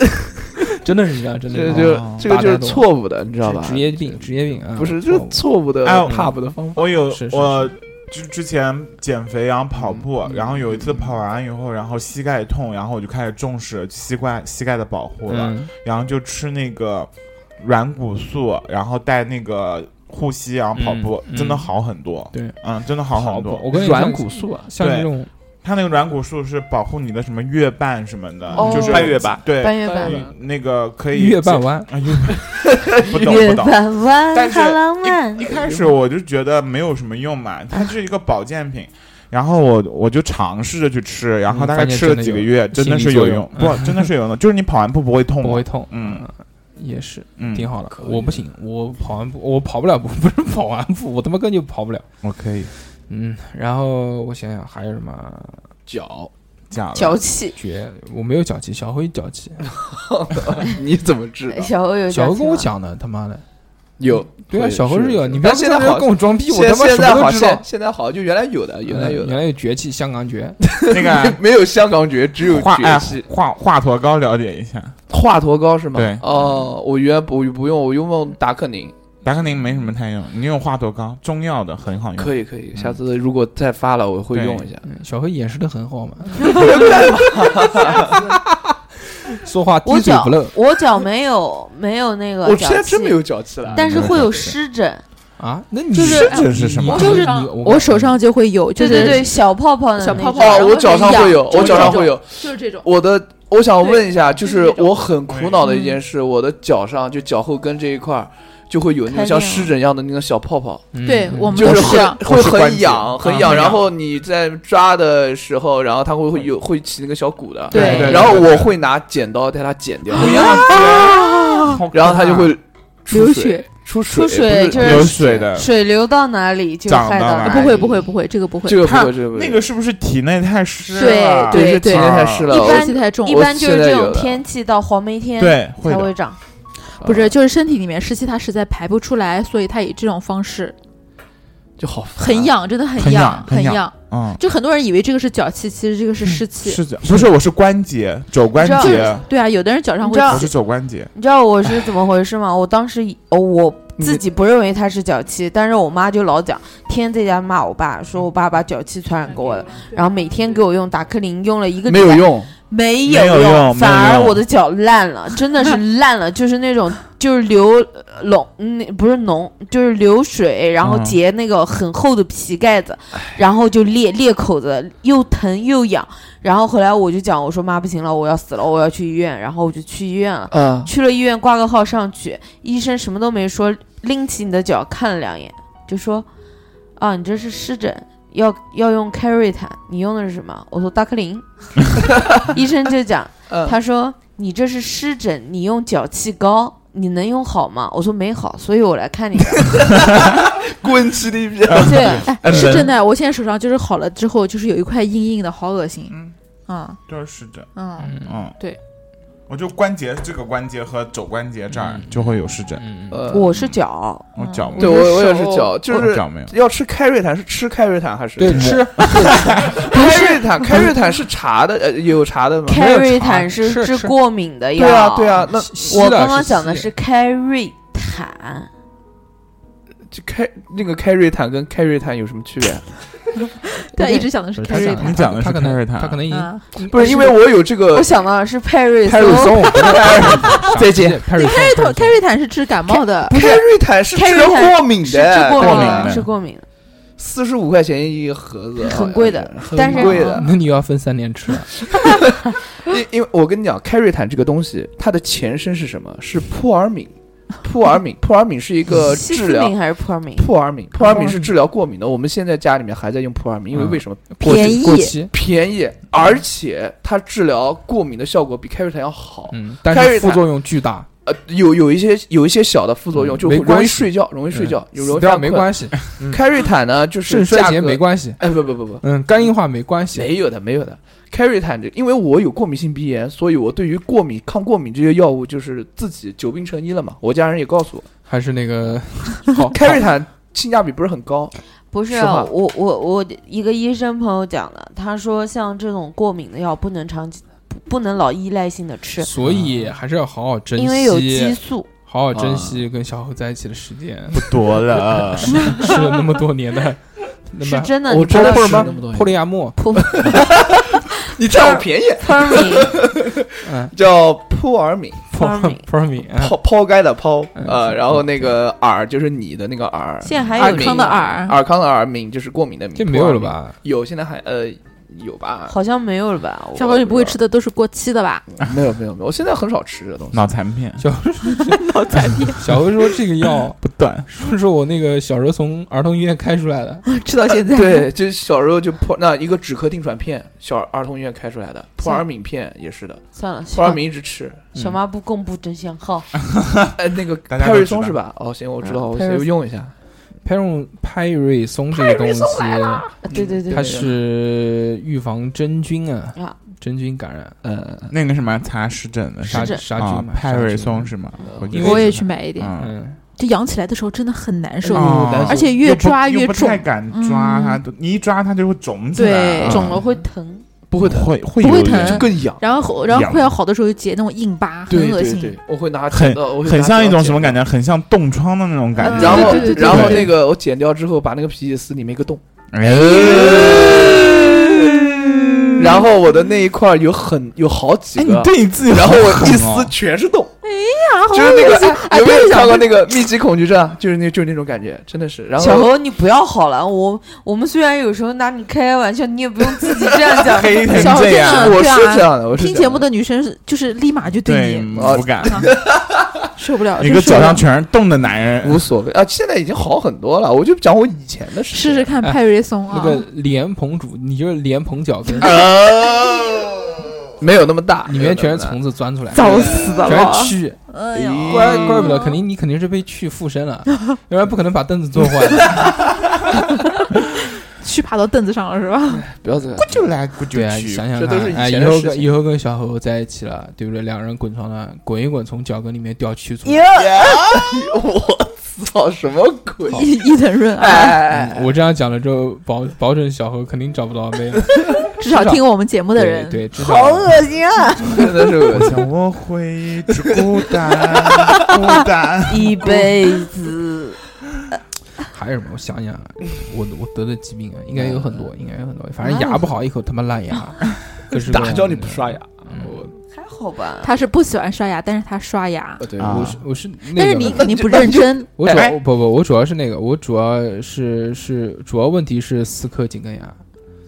A: 真的是这样，真的
C: 这
A: 是
C: 个
A: 这样
C: 就这个就是哦错误的，你知道吧？
A: 职业病，职业病啊，
C: 不是，
A: 错
C: 这是
A: 误
C: 错误的嗯
D: 哎呦
C: pub 的方法。
D: 我有
A: 是是嗯
D: 我之之前减肥，然后跑步，然后有一次跑完以后，然后膝盖痛，然后我就开始重视膝盖膝盖的保护了，
A: 嗯
D: 然后就吃那个软骨素，然后带那个护膝，然后跑步，
A: 嗯嗯
D: 真的好很多。
A: 对，
D: 嗯，真的好很
A: 不
D: 多。
A: 我跟你
C: 软
A: 讲，
C: 骨素啊，
A: 像
D: 对
A: 这种
D: 它那个软骨素是保护你的什么月瓣什么的，
B: 哦
D: 就是
E: 半月板
D: 对，
B: 半月板
A: 哎
C: 月
D: 嗯那个可以
A: 月半弯，
D: 啊，月瓣 不懂不
B: 月
D: 懂。
B: 半弯，
D: 但是
B: 哈浪漫
D: 一。一开始我就觉得没有什么 用嘛，它是一个保健品。然后我我就尝试着去吃，然后大
A: 嗯
D: 概
A: 发现
D: 吃
A: 真
D: 了
A: 的
D: 几个
A: 有
D: 月，真的
A: 心
D: 是
A: 理作
D: 有
A: 用
D: 用，不， 真的是有用的，就是你跑完步不会痛
A: 不
D: 嘛
A: 会，痛，啊
D: 嗯，
A: 也是
D: 嗯，
A: 挺好的。我不行，我跑完步我跑不了步， 不是跑完步，我他妈根本就跑不了。
D: 我可以
A: 嗯，然后我想想还有什么啊
C: 脚，
D: 假了，
B: 脚气，
A: 绝？我没有脚气，小辉脚气，
C: 你怎么知道？
B: 小欧有
A: 小
B: 脚
A: 辉
B: 气
A: 跟我
B: 吗，
A: 讲的，他妈的，
C: 有
A: 对啊，
C: 会
A: 小何是有，你不要
C: 但现在
A: 在那
C: 好
A: 边跟我装逼，我
C: 现
A: 他妈
C: 现
A: 什
C: 在
A: 么
C: 好
A: 都知
C: 像
A: 道。嗯
C: 现在好，就原来有的，原来有
A: 原
C: 的，
A: 来有绝气，香港 绝，
D: 那个
C: 没有香港绝，只有
D: 华哎
C: 绝技。
D: 华华佗膏了解一下，
C: 华佗膏是吗？
D: 对
C: 哦，我原来不不用，我用达克宁，
D: 达克宁没什么太用，你用华佗膏，中药的很好用，
C: 可以可以，下次如果再发了，我会用一下。
A: 嗯小何掩饰的很 好嘛，说话滴
B: 啊我
A: 水
B: 脚
A: 不漏
B: 我脚没有没有那个，
C: 我哦现在真没，有脚气了，
B: 但是会有湿疹，
A: 啊。那你
G: 就是
D: 湿疹是什么
A: 你
G: 就是
A: 你
G: 我手上就会有，就
B: 对
G: 是
B: 对对，小泡泡的
G: 小
B: 那
G: 泡
B: 种
G: 泡
C: 哦，我脚上会有，
G: 就是
C: 我脚上会有。
G: 就是这种，
C: 我的，我想问一下，就是
G: 就是这种
C: 我很苦恼的一件事，我的脚上就脚后跟这一块儿，就会有那
B: 开裂
C: 种像湿疹一样的那种小泡泡，
A: 嗯
G: 对
A: 嗯
G: 我们
C: 就
G: 都
C: 是
G: 是这
C: 很
G: 样。
C: 会
D: 是关
C: 很
D: 节
C: 痒，很
D: 啊
C: 痒，
D: 很
C: 然
D: 痒
C: 后你在抓的时候，然后它会会有会起那个小鼓的，
G: 对对
C: 然后我会拿剪刀带它剪掉，
D: 啊好可怕
C: 然后它就会出
G: 流
C: 水
G: 血
C: 出
B: 出
C: 水
B: 水
C: 不
B: 就是是
D: 有水的，
B: 水流到哪里就
D: 长
B: 害
D: 到
B: 到
D: 哪
G: 啊
B: 哪
D: 里
G: 不
B: 里
G: 会不会不会，这个不会。
C: 这个
D: 它
C: 不会这个不会
D: 那个是不是体内太湿
G: 对
D: 了？
G: 对
C: 这是体内太湿了，
B: 一
C: 我
G: 湿
B: 般
G: 气太重
B: 一，
C: 我
B: 般就是
C: 现在
B: 这
C: 有
B: 种
C: 的
B: 天气到黄梅天
D: 对，会
B: 才
D: 的
B: 会。长，
G: 不是，就是身体里面湿气它实在排不出来，所以它以这种方式
C: 就好烦
G: 很，痒，真的很
D: 很
G: 痒
D: 痒，很痒
G: 痒。
D: 嗯，
G: 就很多人以为这个是脚气，其实这个是湿气。
D: 是的，不是，我是关节，肘关
B: 你知
D: 节，
G: 对啊，有的人脚上
B: 你
G: 会
B: 知道
D: 我是肘关节。
B: 你知道我是怎么回事吗？我当时以哦，我
C: 你
B: 自己不认为他是脚气，但是我妈就老讲，天天在家骂我爸，说我爸把脚气传染给我的，然后每天给我用达克宁，用了一个礼
C: 没
B: 拜
C: 有用，
B: 没
D: 没有
B: 用，
D: 用
B: 反
D: 没有
B: 而
D: 用
B: 我的脚烂了，真的是烂了，就是那种就是流呃脓，嗯，不是脓，就是流水，然后
D: 嗯
B: 结那个很厚的皮盖子，然后就裂裂口子，又疼又痒。然后后来我就讲，我说妈不行了，我要死了，我要去医院，然后我就去医院了。
C: 嗯，
B: 去了医院挂个号上去，医生什么都没说，拎起你的脚看了两眼，就说：“啊，你这是湿疹，要要用开瑞坦，你用的是什么？”我说达克林。 医生就讲，
C: 嗯
B: 他说：“你这是湿疹，你用脚气膏。”你能用好吗？我说没好，所以我来看你的。
C: 滚起你逼！
G: 嗯对，哎，是真的。我现在手上就是好了之后，就是有一块硬硬的，好恶心。啊
D: 就是的，
G: 啊，
A: 嗯
D: 嗯，
G: 对，
D: 我就关节这个关节和肘关节这儿
A: 嗯
D: 就会有湿疹，
A: 嗯，
C: 呃，
B: 我是脚，
D: 嗯我脚
C: 对我我也是脚，就
D: 我
C: 是
D: 哦脚没有，
C: 要吃开瑞坦是吃开瑞坦还是
A: 对，吃
C: 开瑞坦，开瑞坦是茶的，呃，有茶的吗？
B: 开瑞
A: 茶
B: 坦是
A: 是
B: 治
A: 是
B: 过敏的药。
C: 对啊，对，啊，那
A: 吸
B: 我
A: 的
B: 刚刚讲的
A: 吸
B: 是开瑞坦。
C: 就开那个开瑞坦跟开瑞坦有什么区别？啊
G: 他一直想的是
D: 他
G: 凯瑞
D: 讲你
G: 坦
D: 讲的
A: 他
D: 是
A: 可
D: 泰瑞
A: 能
D: 坦，
A: 他可能已经
G: 啊，
C: 不是因为我有这个
B: 嗯我想到的是派瑞
C: 开瑞
B: 松，
C: 松，
A: 再见，开瑞
G: 凯瑞坦凯瑞坦是治感冒的，
C: 开瑞坦是治疗过敏
B: 是治
C: 的，
B: 过
D: 过
B: 敏
D: 敏
B: 的，
D: 的
B: 是过敏的。
C: 四十五块钱一盒子，
B: 很贵的
C: 好像是
B: 但是嗯
C: 很贵的。
A: 那你又要分三年吃了，
C: 因因为我跟你讲，开瑞坦这个东西，它的前身是什么？是扑尔 敏，扑尔敏，扑尔敏是一个
B: 嗯西
C: 呃治
B: 斯
C: 疗
B: 敏。还是普尔敏？
C: 扑尔敏，扑尔敏是治疗过敏的。我们现在家里面还在用扑尔敏，因为为什么？
A: 过期
B: 嗯便宜
A: 过期，
C: 便宜，而且它治疗过敏的效果比开瑞坦要好。
A: 嗯，但
C: 开
A: 是
C: 瑞
A: 副
C: 坦
A: 作用巨大，
C: 呃，有有一些有一些小的副作用，
A: 嗯
C: 就
A: 没关
C: 容易
A: 系
C: 睡觉，容易睡觉，有
A: 嗯
C: 容
A: 死
C: 易
A: 掉
C: 犯
A: 没
C: 困。
A: 关 系，嗯
C: 开瑞坦呢，就是
A: 肾衰
C: 价
A: 竭
C: 格
A: 没关系，
C: 哎，不不不不不，
A: 嗯，肝硬化没关系，
C: 没有的，没有的。开瑞坦这，因为我有过敏性鼻炎，所以我对于过敏、抗过敏这些药物就是自己久病成医了嘛。我家人也告诉我，
A: 还是那 个
C: 开瑞坦性价比不是很高，
B: 不是啊
C: 实话
B: 我我我一个医生朋友讲的，他说像这种过敏的药不能长期不不能老依赖性的吃，
A: 所以还是要好好珍
B: 因为有激
A: 惜，
B: 素。
A: 好好珍惜跟小猴在一起的时间，
D: 不多了，
A: 吃了那么多年 的，那
B: 是
A: 么
B: 真的，
F: 我
B: 你不
F: 真的
B: 要
F: 是
B: 吃
F: 那么多
A: 普利亚莫，
B: 普
C: 你占我便宜，
B: 普尔敏，
A: 嗯，
C: 叫扑尔敏，
A: 普
B: 普敏
A: 普尔敏，嗯
C: 抛抛开的抛，
A: 嗯
C: 呃，然后那个尔就是你的那个尔，
B: 现在还
G: 尔
B: 有
G: 康的尔，
C: 尔康的尔，敏就是过敏的敏，
A: 这没有了
C: 扑尔敏？
A: 吧？
C: 有，现在还呃有吧？
B: 好像没有了吧？我
G: 小朋友你不会吃的都是过期的吧？
C: 没有没有没有，我现在很少吃这东西。
D: 脑残片
A: 小猴说小猴说这个 药
D: 不断，
A: 说是我那个小时候从儿童医院开出来 的，
G: 吃到现在，
C: 对，就是小时候就破那一个止咳定喘片，小儿童医院开出来的，扑尔敏片也是的，
B: 算了，
C: 扑尔敏一直吃。
B: 小卖部供不真相号，
C: 哎，那个
D: 大家
C: 派
D: 都
C: 瑞
D: 知道
C: 松是吧？哦，行，我知道，我
A: 派瑞
C: 先用一下。
A: 派瑞派瑞松这个东西，
B: 对对对
A: 它是预防真菌啊
B: 啊，
A: 真菌感染
C: 呃，
D: 那个什么擦湿疹的
A: 杀
D: 杀
B: 是
A: 杀
D: 啊
A: 菌嘛，
D: 派
A: 杀
D: 瑞
A: 菌
D: 松是吗？
A: 因为
G: 我也去买一点，
D: 嗯，
A: 嗯，
G: 这养起来的时候真的很难受，
D: 哦
C: 嗯
G: 而且越
D: 又不
G: 抓越
D: 又不
G: 重嗯
D: 太，敢抓它，都你一抓它就会肿起来，
G: 对
D: 嗯
B: 肿了会疼。
D: 不会疼，会会
G: 不会
D: 有一点
G: 疼
C: 更痒。
G: 然后然后快要好的时候就结那种硬疤，很恶心。，
C: 我会拿
D: 很
C: 剪刀，我会
D: 很
C: 拿
D: 像
C: 剪
D: 一
C: 刀
D: 种什么
C: 剪
D: 感觉？很像冻疮的那种感
G: 嗯
D: 觉。
C: 然后
G: 对对对，对
C: 然后
D: 对
C: 那个我剪掉之后，把那个皮撕里面一个洞，
D: 哎呃
C: 然后我的那一块儿有很有好几
D: 哎，你
C: 个，
D: 对你自己好
C: 然后我 一
D: 狠哦。
C: 撕全是洞，
G: 啊好
C: 就是那
G: 恶心
C: 个哎
G: 哎
C: 有没
G: 对
C: 有
G: 呀
C: 看过那个密集恐惧症？就是那就是那种感觉，真的是。然
B: 小
C: 后
B: 侯，你不要好了，我我们虽然有时候拿你开玩笑，你也不用自己这样讲
D: 黑成
G: 小
D: 这样，
G: 真的
C: 我
G: 对
C: 是这
G: 啊，
C: 样的，我是
G: 听
C: 这
G: 节
C: 样
G: 目的女生是就是立马就
D: 对嗯
G: 你嗯
A: 呃
D: 不 敢，
G: 受不了，
D: 一
G: 真
D: 个
G: 受
D: 脚
G: 不了
D: 上全是洞的男人
C: 无，所谓啊，现在已经好很多了。我就讲我以前的事情。
G: 试试看派瑞松
A: 那
G: 啊，
A: 个莲蓬主，你就是莲蓬脚 跟，
C: 没有那么大，
A: 里面全是虫子钻出来，
G: 早死的
A: 全
G: 了，
A: 是蛆，
G: 哎呀，
A: 怪怪不得，肯定你肯定是被蛆附身 了，要不然不可能把凳子坐坏。
G: 去爬到凳子上了是吧？
C: 不要这样。
D: 就来咕
A: 对
D: 就
A: 啊，
D: 去。
A: 想想
C: 这都是
A: 看，
C: 以
A: 哎，
C: 前
A: 以
C: 的
A: 后
C: 事
A: 跟
C: 情
A: 以后跟小猴在一起了，对不对？两人滚床单，滚一滚，从脚跟里面掉蛆虫。
C: 哎我操，什么鬼？
G: 伊伊藤润啊，
C: 哎，
A: 我这样讲了之后，保保准小猴肯定找不到妹 了。
G: 至少听我们节目的
A: 对
G: 人，
A: 对，知道了。
B: 心 啊！
C: 真的是恶
D: 我
C: 心。
D: 想我会一直孤单，孤单。
B: 一辈子
A: 还有什么？我想想，我我得的疾病啊，应该有很多，应该有很多。反正牙不好，一口他妈烂 牙，各式各样
C: 哪
A: 的
C: 叫你不刷牙？
A: 嗯
C: 我
B: 还好吧？
G: 他是不喜欢刷牙，但是他刷牙，
A: 嗯
C: 对
D: 啊
A: 我是我是，
G: 但
A: 那
G: 是
A: 个
G: 你
A: 了
G: 肯定不认真，
A: 我主要
C: 哎
A: 不不，我主要是那个，我主要是是主要问题是四颗紧根牙，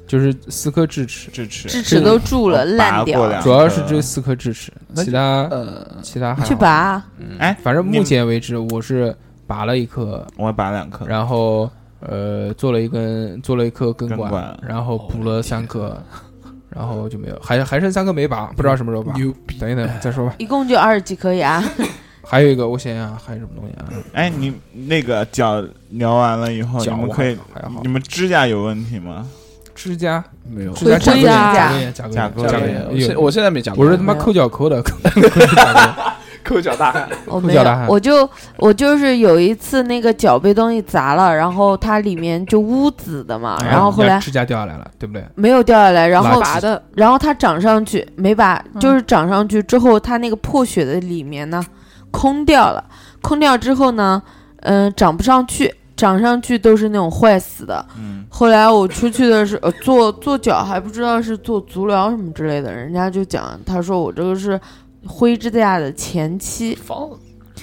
A: 就是四颗智齿，
D: 支持
B: 智齿都蛀了，
D: 我拔
B: 烂
D: 过
B: 掉
D: 两
A: 主要是这四颗智齿，其他
C: 呃，
A: 其他还
B: 去
A: 好
B: 拔。啊。
A: 嗯
D: 哎
A: 反正
D: 你
A: 目
D: 们
A: 前为止我是拔了一颗，
D: 我拔两
C: 嗯
D: 颗，
A: 然后呃做了一根做了一颗根
D: 根
A: 管，
D: 管
A: 然后补了三颗，然后就没有，还还剩三颗没拔，不知道什么时候拔。
C: 牛逼！
A: 等一等再说吧。
B: 一共就二十几颗牙，
A: 还有一个，我想想还有什么东西啊？
D: 哎，你那个脚聊完了以后，你
A: 脚
D: 们
A: 我
D: 可以
A: 还好还好，
D: 你们指甲有问题吗？
A: 指甲，
C: 没有
A: 指甲
G: 指甲
A: 甲眼，甲
D: 甲
A: 沟
D: 沟
A: 眼，甲
D: 眼
A: 沟
C: 我现
A: 眼，
C: 我现在没讲过，
A: 我是他妈抠脚抠的，抠脚抠
C: 抠脚大汉，
B: 我
A: 裤
B: 没
A: 脚
B: 有
A: 大汉，
B: 我就我就是有一次那个脚被东西砸了，然后它里面就污紫的
A: 啊
B: 嘛，啊然后后
A: 人家
B: 来
A: 指甲掉下来了，对不对？
B: 没有掉下来，然后
G: 拔的，
B: 然后它长上去没把，
G: 嗯
B: 就是长上去之后，它那个破血的里面呢空掉了，空掉之后呢，嗯、长不上去，长上去都是那种坏死的。
D: 嗯，
B: 后来我出去的时候，呃做做脚还不知道是做足疗什么之类的，人家就讲，他说我这个是灰指甲的前期，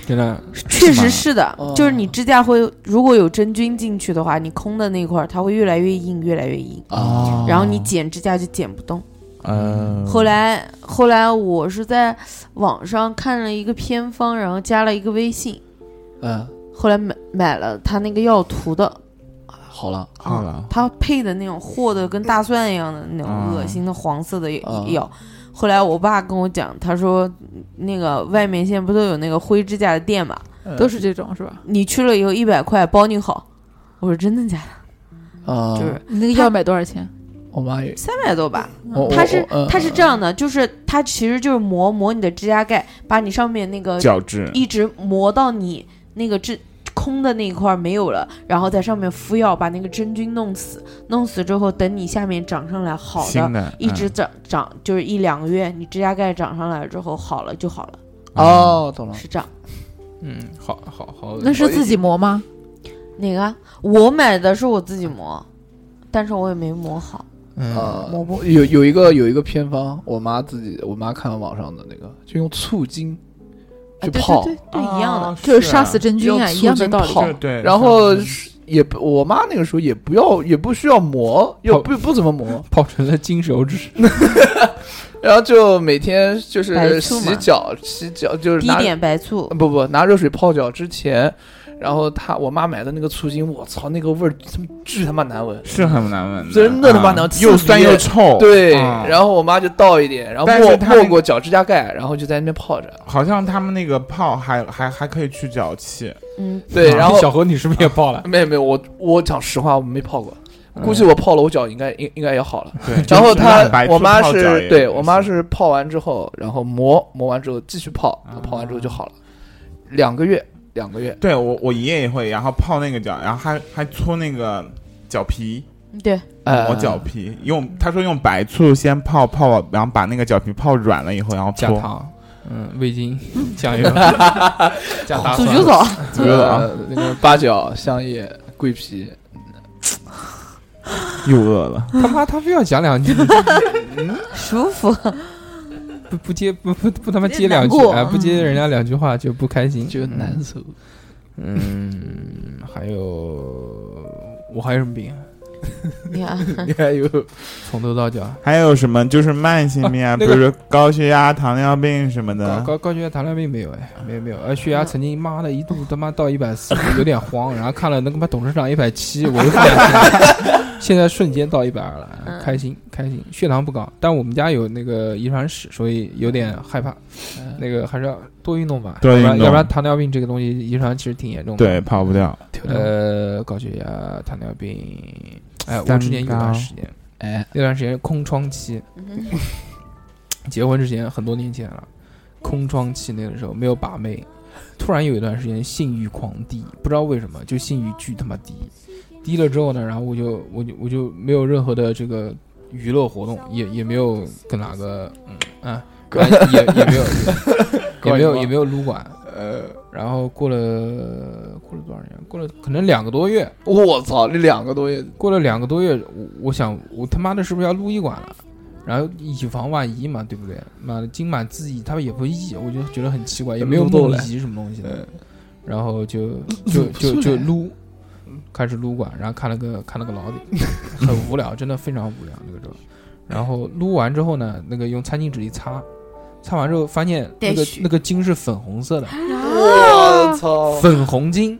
A: 真的，
B: 确实是的，
H: 哦
B: 就是你指甲会如果有真菌进去的话，你空的那块儿它会越来越硬，越来越硬，
H: 啊
B: 然后你剪指甲就剪不动。
D: 呃，
B: 后来后来我是在网上看了一个偏方，然后加了一个微信，
H: 嗯，
B: 后来买买了他那个药涂的，
H: 好了，
D: 好了，
B: 他配的那种和的跟大蒜一样的那种
D: 啊
B: 恶心的黄色的
H: 啊
B: 药。后来我爸跟我讲，他说那个外面现在不都有那个灰指甲的店嘛，
G: 都是这种是吧？
B: 你去了以后一百块包你好。我说真的假
H: 啊，
C: 嗯
B: 的？
C: 哦
B: 就是
G: 你那个
B: 它
G: 药买多少钱？
H: 我妈也，
B: 三百多吧。
H: 我我
B: 它是
H: 我嗯
C: 呃
B: 它是这样的，就是它其实就是磨磨你的指甲盖，把你上面那个
D: 角质，
B: 一直磨到你那个真空的那一块儿没有了，然后在上面敷药把那个真菌弄死，弄死之后等你下面长上来好
D: 新
B: 的，
D: 的，嗯
B: 一直长长就是一两个月，你指甲盖长上来之后好了就好了，
D: 嗯，
H: 哦，懂了，
B: 是这样。
A: 嗯，好好好，
G: 那是自己磨吗？
B: 哪个啊？我买的是我自己磨，但是我也没磨好。
A: 嗯，
H: 啊，
C: 摸摸
H: 有有一个有一个偏方，我妈自己，我妈看网上的那个，就用醋精
B: 啊
H: 去
B: 对
H: 泡
B: 对，对对，一样
D: 啊哦
B: 的。
G: 就是杀死真菌啊，
H: 用
G: 一样
H: 醋
G: 的
H: 精
G: 道理。
H: 泡
D: 是对，
H: 然后
D: 是
H: 是也不，我妈那个时候也不要，也不需要磨，也
A: 泡
H: 不不怎么 磨，
A: 泡成了金手指，
C: 然后就每天就
B: 白
C: 是
B: 醋嘛
C: 洗脚，洗脚就是
B: 滴
C: 拿
B: 点白醋，
C: 不不拿热水泡脚之前，然后她我妈买的那个醋精，我操，那个味儿他妈巨他妈难闻，
D: 是很难闻，
C: 真的他妈
D: 啊
C: 难闻
D: 又酸又
C: 刺
D: 臭，
C: 对，
D: 啊
C: 然后我妈就倒一点，然后
D: 但是
C: 没
D: 她那
C: 没过脚指甲盖，然后就在那边泡着。
D: 好像他们那个泡还还还可以去脚气，
B: 嗯，
D: 啊
C: 对，然后
A: 小何你是不是也爆了？
C: 没有没有，我我讲实话，我没泡过，
D: 嗯
C: 估计我泡了，我脚应该应应该也好了。
D: 对，
C: 然后她
D: 就是白醋
C: 我妈
D: 泡脚
C: 是
D: 也
C: 对我妈是泡完之后，然后磨磨完之后继续泡，
D: 啊
C: 泡完之后就好了，两个月两个月。
D: 对我我爷爷也会，然后泡那个脚，然后还还搓那个脚皮，
B: 嗯对，
A: 嗯
C: 哎，
D: 嗯磨脚皮，用他说用白醋先泡泡，然后把那个脚皮泡软了以后，然后
A: 加
D: 搓。
A: 糖，嗯，味精、酱油，加大
B: 煮
A: 蒜
B: 酒澡。
D: 觉得啊，
C: 呃那个八角、香叶、桂皮，
D: 又饿了，
A: 他妈他非要讲两句，
B: 舒服，
A: 不不接不不不他妈
G: 有
A: 接
G: 点
A: 两
G: 难
A: 句
G: 过
A: 啊，不接人家两句话就不开心，
C: 就难受。
A: 嗯，还有我还有什么病啊？
B: 你看，
C: 你还有
A: 从头到脚，
D: 还有什么就是慢性病啊，
A: 啊
D: 比
A: 那
D: 如
A: 个
D: 说高血压、糖尿病什么
A: 高
D: 的。
A: 高高血压、糖尿病没有哎，没有没有，呃，血压曾经妈的一度他妈到一百四，有点慌，然后看了那个妈董事长一百七，我又看了 现在瞬间到一百二了，
B: 嗯
A: 开心开心，血糖不高，但我们家有那个遗传史，所以有点害怕，那个还是要多运动吧，
D: 多运
A: 要不然
D: 动
A: 要不然糖尿病这个东西遗传其实挺严重的，
D: 对，跑不掉。
A: 呃，高血压、糖尿病，哎，我
D: 三
A: 之前有
D: 高
A: 段时间，
H: 哎，
A: 那段时间空窗期，结婚之前很多年前了，空窗期那个时候没有把妹，突然有一段时间性欲狂低，不知道为什么就性欲巨他妈低，低了之后呢，然后我就我就我就没有任何的这个娱乐活动，也也没有跟哪个嗯啊，然后也也没有也没有也没有撸管，
C: 呃，
A: 然后过了过了多少年？过了可能两个多月，
C: 我操，这两个多月
A: 过了两个多月，我我想我他妈的是不是要撸一管了？然后以防万一嘛，对不对？妈的，今满自己他们也不易，我就觉得很奇怪，也没有嗯
C: 撸够
A: 梦
C: 了
A: 遗什么东西的，然后 就就就就撸，开始撸管，然后看了个看了个 老底，很无聊，真的非常无聊那个时候。然后撸完之后呢，那个用餐巾纸一擦，擦完之后发现那
B: 带
A: 个
B: 血
A: 那个筋是粉红色的，
H: 啊
C: 我操！
A: 粉红巾，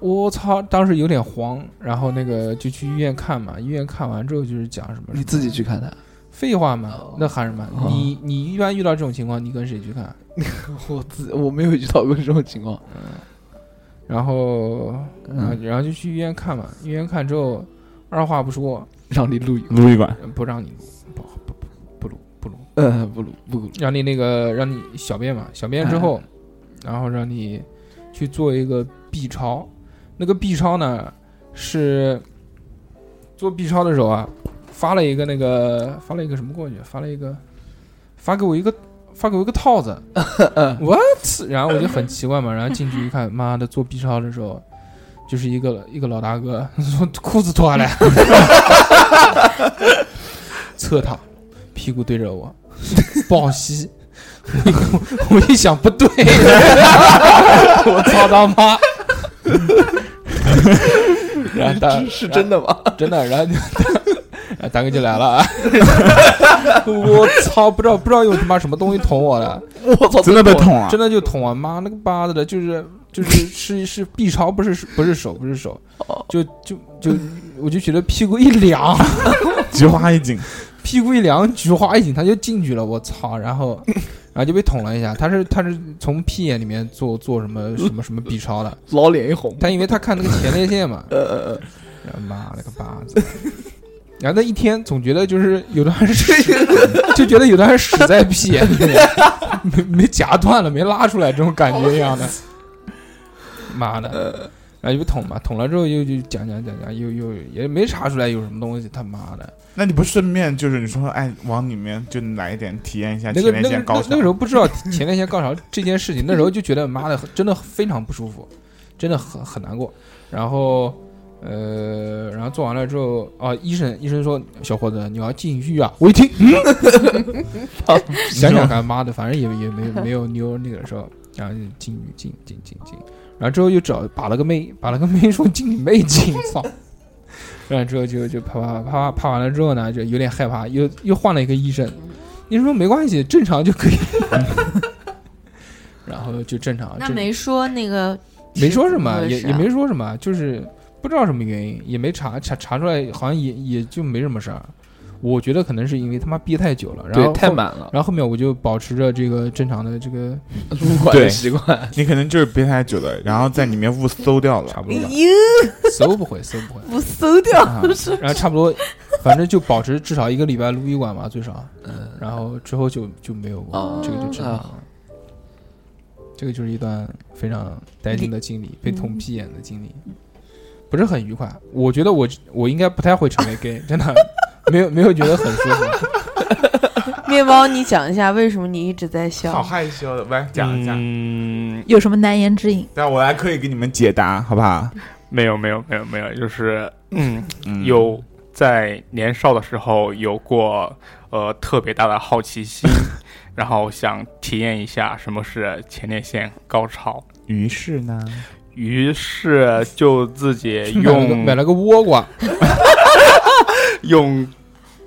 A: 我操！当时有点慌，然后那个就去医院看嘛。医院看完之后就是讲什么，
H: 你自己去看的，
A: 废话嘛，那喊什么？
H: 哦
A: 你你一般遇到这种情况，你跟谁去看？
H: 我自我没有遇到过这种情况，
A: 然后，然后
H: 嗯
A: 然后就去医院看嘛。医院看之后，二话不说，嗯
H: 让你 录一个，
D: 撸一管，
A: 不让你录，不不不不录不录，
H: 呃，不录不录，嗯
A: 让你那个让你小便嘛，小便之后，然后让你去做一个 B 超，那个 B 超呢是做 B 超的时候啊，发了一个那个发了一个什么过去，发了一个发给我一个。发给我一个套子，what？然后我就很奇怪嘛，然后进去一看，妈的，做 B 超的时候，就是一个一个老大哥说裤子脱下来， 侧躺，屁股对着我，抱膝。我一想不对，我操他妈！ 然后大
H: 是真的吗？
A: 真的，然后就然后大哥就来了啊！ 我操，不知道不知道用他妈什么东西捅我了，
C: 我操，
D: 真的被
H: 啊
D: 捅了
A: 真，的就捅我妈那个巴子的，就是就是是是 B 超，不是不是手不是手，就就就我就觉得屁股一凉，
D: 菊花一紧，
A: 屁股一凉，菊花一紧，他就进去了，我操！然后然后就被捅了一下，他是他是从屁眼里面做做什么什么什么 B 超的，
C: 老脸一红，
A: 他因为他看那个前列腺嘛，
C: 呃呃
A: 然后妈了个巴子。然后那一天总觉得就是有的还是就觉得有的还屎在屁眼里面， 没没夹断了，没拉出来这种感觉一样的。妈
C: 呃
A: 的！然后就被捅嘛，捅了之后又就讲讲讲讲，又又也没查出来有什么东西，他妈的！
D: 那你不顺便就是你说，哎，往里面就来一点，体验一下
A: 那
D: 前
A: 个
D: 列
A: 那个
D: 腺高
A: 那
D: 潮
A: 那个时候 不知道前列腺高潮这件事情，那时候就觉得妈的真的非常不舒服，真的很很难过。然后呃，然后做完了之后啊，医生医生说小伙子你要禁欲啊，我一听，嗯、想想看，妈的，反正也也没没有妞那个时候，然后就禁欲禁禁禁禁，然后之后又找把了个妹，把了个妹说禁你妹禁，操！然后之后就就啪啪啪啪啪完了之后呢，就有点害怕，又又换了一个医生，医生说没关系，正常就可以。然后就正常，
B: 那
A: 正
B: 没说那个，
A: 没说什么，
B: 是
A: 也也没说什么，就是不知道什么原因，也没查查查出来，好像也也就没什么事儿。我觉得可能是因为他妈憋太久了，然
C: 对
A: 后，
C: 太
A: 后。
C: 满了，
A: 然后后面我就保持着这个正常的这个
C: 撸管的 习惯，
D: 你可能就是憋太久了，然后在里面雾馊掉
A: 差
D: 了，
A: 不多吧，
B: 哟，
A: 搜不回，搜不回，
B: 我搜掉
A: 啊，然后差不多，反正就保持至少一个礼拜撸一管吧，最少。嗯，然后之后就就没有过，
H: 哦
A: 这个就正常
E: 啊
A: 了。这个就是一段非常带劲的经历，被
B: 嗯
A: 捅屁眼的经历，不是很愉快。我觉得我我应该不太会成为 gay，真的没有没有觉得很舒 服。
B: 面包，你讲一下为什么你一直在
D: 好
B: 笑？
D: 害羞的，来讲一下，
E: 嗯，
G: 有什么难言之隐？
D: 但我来可以给你们解答，好不好？
E: 没有没有没有没有，就是嗯，
D: 嗯，
E: 有在年少的时候有过呃特别大的好奇 心，然后想体验一下什么是前列腺高潮，
D: 于是呢，
E: 于是就自己
A: 买了个
E: 用
A: 买了个倭瓜，
E: 用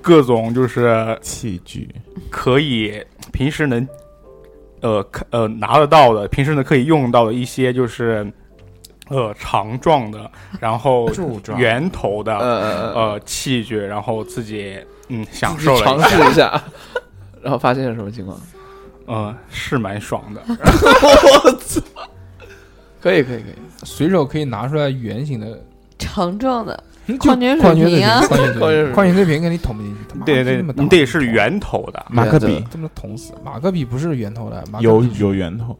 E: 各种就是
D: 器具
E: 可以平时能呃看呃拿得到的，平时呢可以用到的一些就是呃长状的，然后
D: 柱状
E: 圆头的，
H: 呃
E: 呃器具，然后自己嗯享
H: 你
E: 受了
H: 尝
E: 一下，
H: 试一下， 然后发现了什么情况？
E: 呃是蛮爽的。
H: 可以可以可以，
A: 随手可以拿出来圆形的
B: 长状的，
A: 嗯就
B: 矿泉水
A: 矿泉水
B: 瓶啊
A: 瓶 矿泉
H: 矿
A: 水
H: 泉水
A: 瓶
H: 瓶
A: 矿泉水瓶肯定捅不进去，他妈
E: 对
A: 这
E: 对
A: 么，大
E: 你得是
A: 捅
E: 圆头的，
D: 马克笔
A: 这么捅死马克笔不是圆头的，马克笔
D: 有
A: 是
D: 有源头，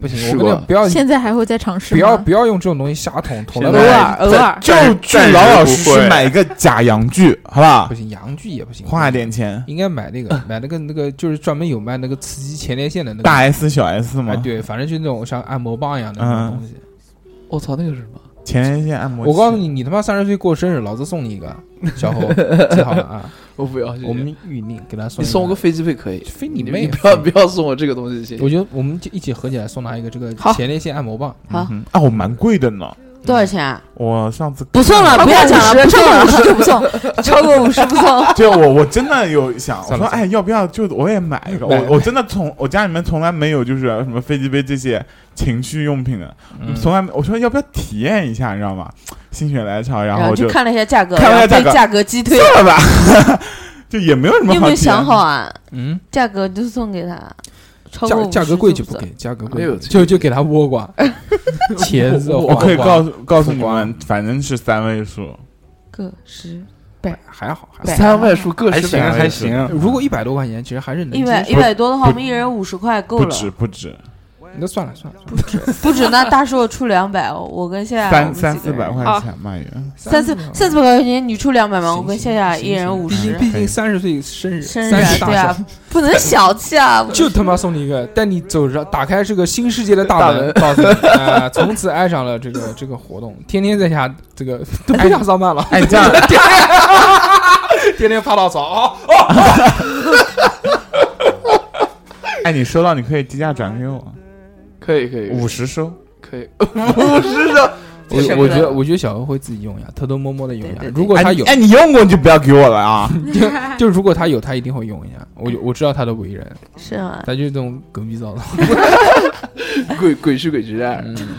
A: 不行，我
H: 试
A: 哦跟你
H: 过
A: 讲，不要
G: 现在还会再尝试
A: 不
G: 吗？
A: 要不要用这种东西瞎捅，捅了
G: 偶
E: 现
A: 都
E: 在
G: 尔偶尔，
D: 啊就去
E: 暂时
D: 老老
E: 不
D: 实实
E: 会
D: 买一个假洋具，好不好
A: 不？行，洋具也不行，
D: 花一点钱，
A: 应该买那个
H: 嗯
A: 买那个那个就是专门有卖那个刺激前列腺的那个
D: 大 S 小 S
A: 哎
D: 嘛，
A: 对，反正就那种像按摩棒一样的那
H: 嗯
A: 种东西。
H: 我操，那个是什么？
D: 前列腺按摩器。
A: 我告诉你，你他妈三十岁过生日，老子送你一 个，小侯，记好了啊！
H: 我不要，谢谢
A: 我们预定给他送
H: 你
A: 一，
H: 送我个飞机费可以，
A: 飞你
H: 你
A: 妹！啊
H: 不要不要送我这个东西，谢谢。
A: 我觉得我们就一起合起来送他一个这个
B: 好
A: 前列腺按摩棒，
B: 好
D: 嗯哼，啊，我蛮贵的呢，
B: 多少钱啊？
D: 我上次
B: 不送了，不要讲了，不送
G: 超过
B: 了
G: 五，十就不送，
B: 超过五十不送。
D: 就我我真的有 想，我
A: 算
D: 说
A: 了
D: 哎，要不要就我也买一个？
A: 买
D: 我我真的从我家里面从来没有就是什么飞机杯这些情趣用品的，
A: 嗯
D: 从来没我说要不要体验一下，你知道吗？心血来潮，然
B: 然
D: 后
B: 后
D: 我就
B: 去看了一下价格，
D: 看了一下
B: 然后
D: 价格
B: 被价格击退。
D: 算了吧， 就也没有什么
B: 你有
D: 好
B: 没有
D: 体验
B: 想好啊？
A: 嗯，
B: 价格就送给他，超过
A: 价价
B: 50
A: 格贵
B: 就
A: 就
B: 不
A: 不
B: 送
A: 给，价格
H: 没
A: 贵
H: 有
A: 就就给他倭 瓜、茄子，
D: 我可以
A: 黄瓜
D: 告诉告诉你
A: 黄瓜
D: 们，反正是三位数，
B: 个十
A: 百还好，还好。
B: 对
C: 三位数各
E: 还
C: 十
E: 行
C: 百
E: 还行，
A: 如果一百多块钱，其实还是能
B: 一百
A: 接
B: 一
A: 受
B: 百多的话，
D: 不
B: 我们一人五十块够
D: 不
B: 了，
D: 止不止，
A: 那算了算了，
B: 不止。那大叔我出两百哦，我跟夏夏我
D: 三
B: 们几
D: 三
B: 个
D: 四
B: 人哦
D: 百块
G: 啊
D: 钱吧也。
B: 三四
A: 三四
B: 三四百块钱，你出两百吗？
A: 行
B: 我跟
A: 行
B: 夏夏
A: 行
B: 一人
A: 行
B: 五
A: 毕
B: 十
A: 竟，毕竟三十岁生日，
B: 生日
A: 三十
B: 对
A: 大
B: 啊
A: 寿，，
B: 不能小气啊！我
A: 就他妈送你一个，带你走上打开这个新世界的大门，告诉你啊，从此爱上了这个这个活动，天天在家这 个都不想上班了，
D: 哎，这样
A: 天天趴到床啊，
D: 哎，你收到你可以低价转给我，
C: 可以可以
D: 五十收。
C: 可以，五十的，
A: 我我觉得我觉得小何会自己用呀，偷偷摸摸的用呀
B: 对对。对
A: 如果他
D: 哎
A: 有，
D: 哎，你用过你就不要给我了啊！
A: 就如果他有，他一定会用一下。我就我知道他的为人，
B: 是啊吗？
A: 他就是这种狗逼造的。
C: 鬼鬼是鬼之爱，
D: 寂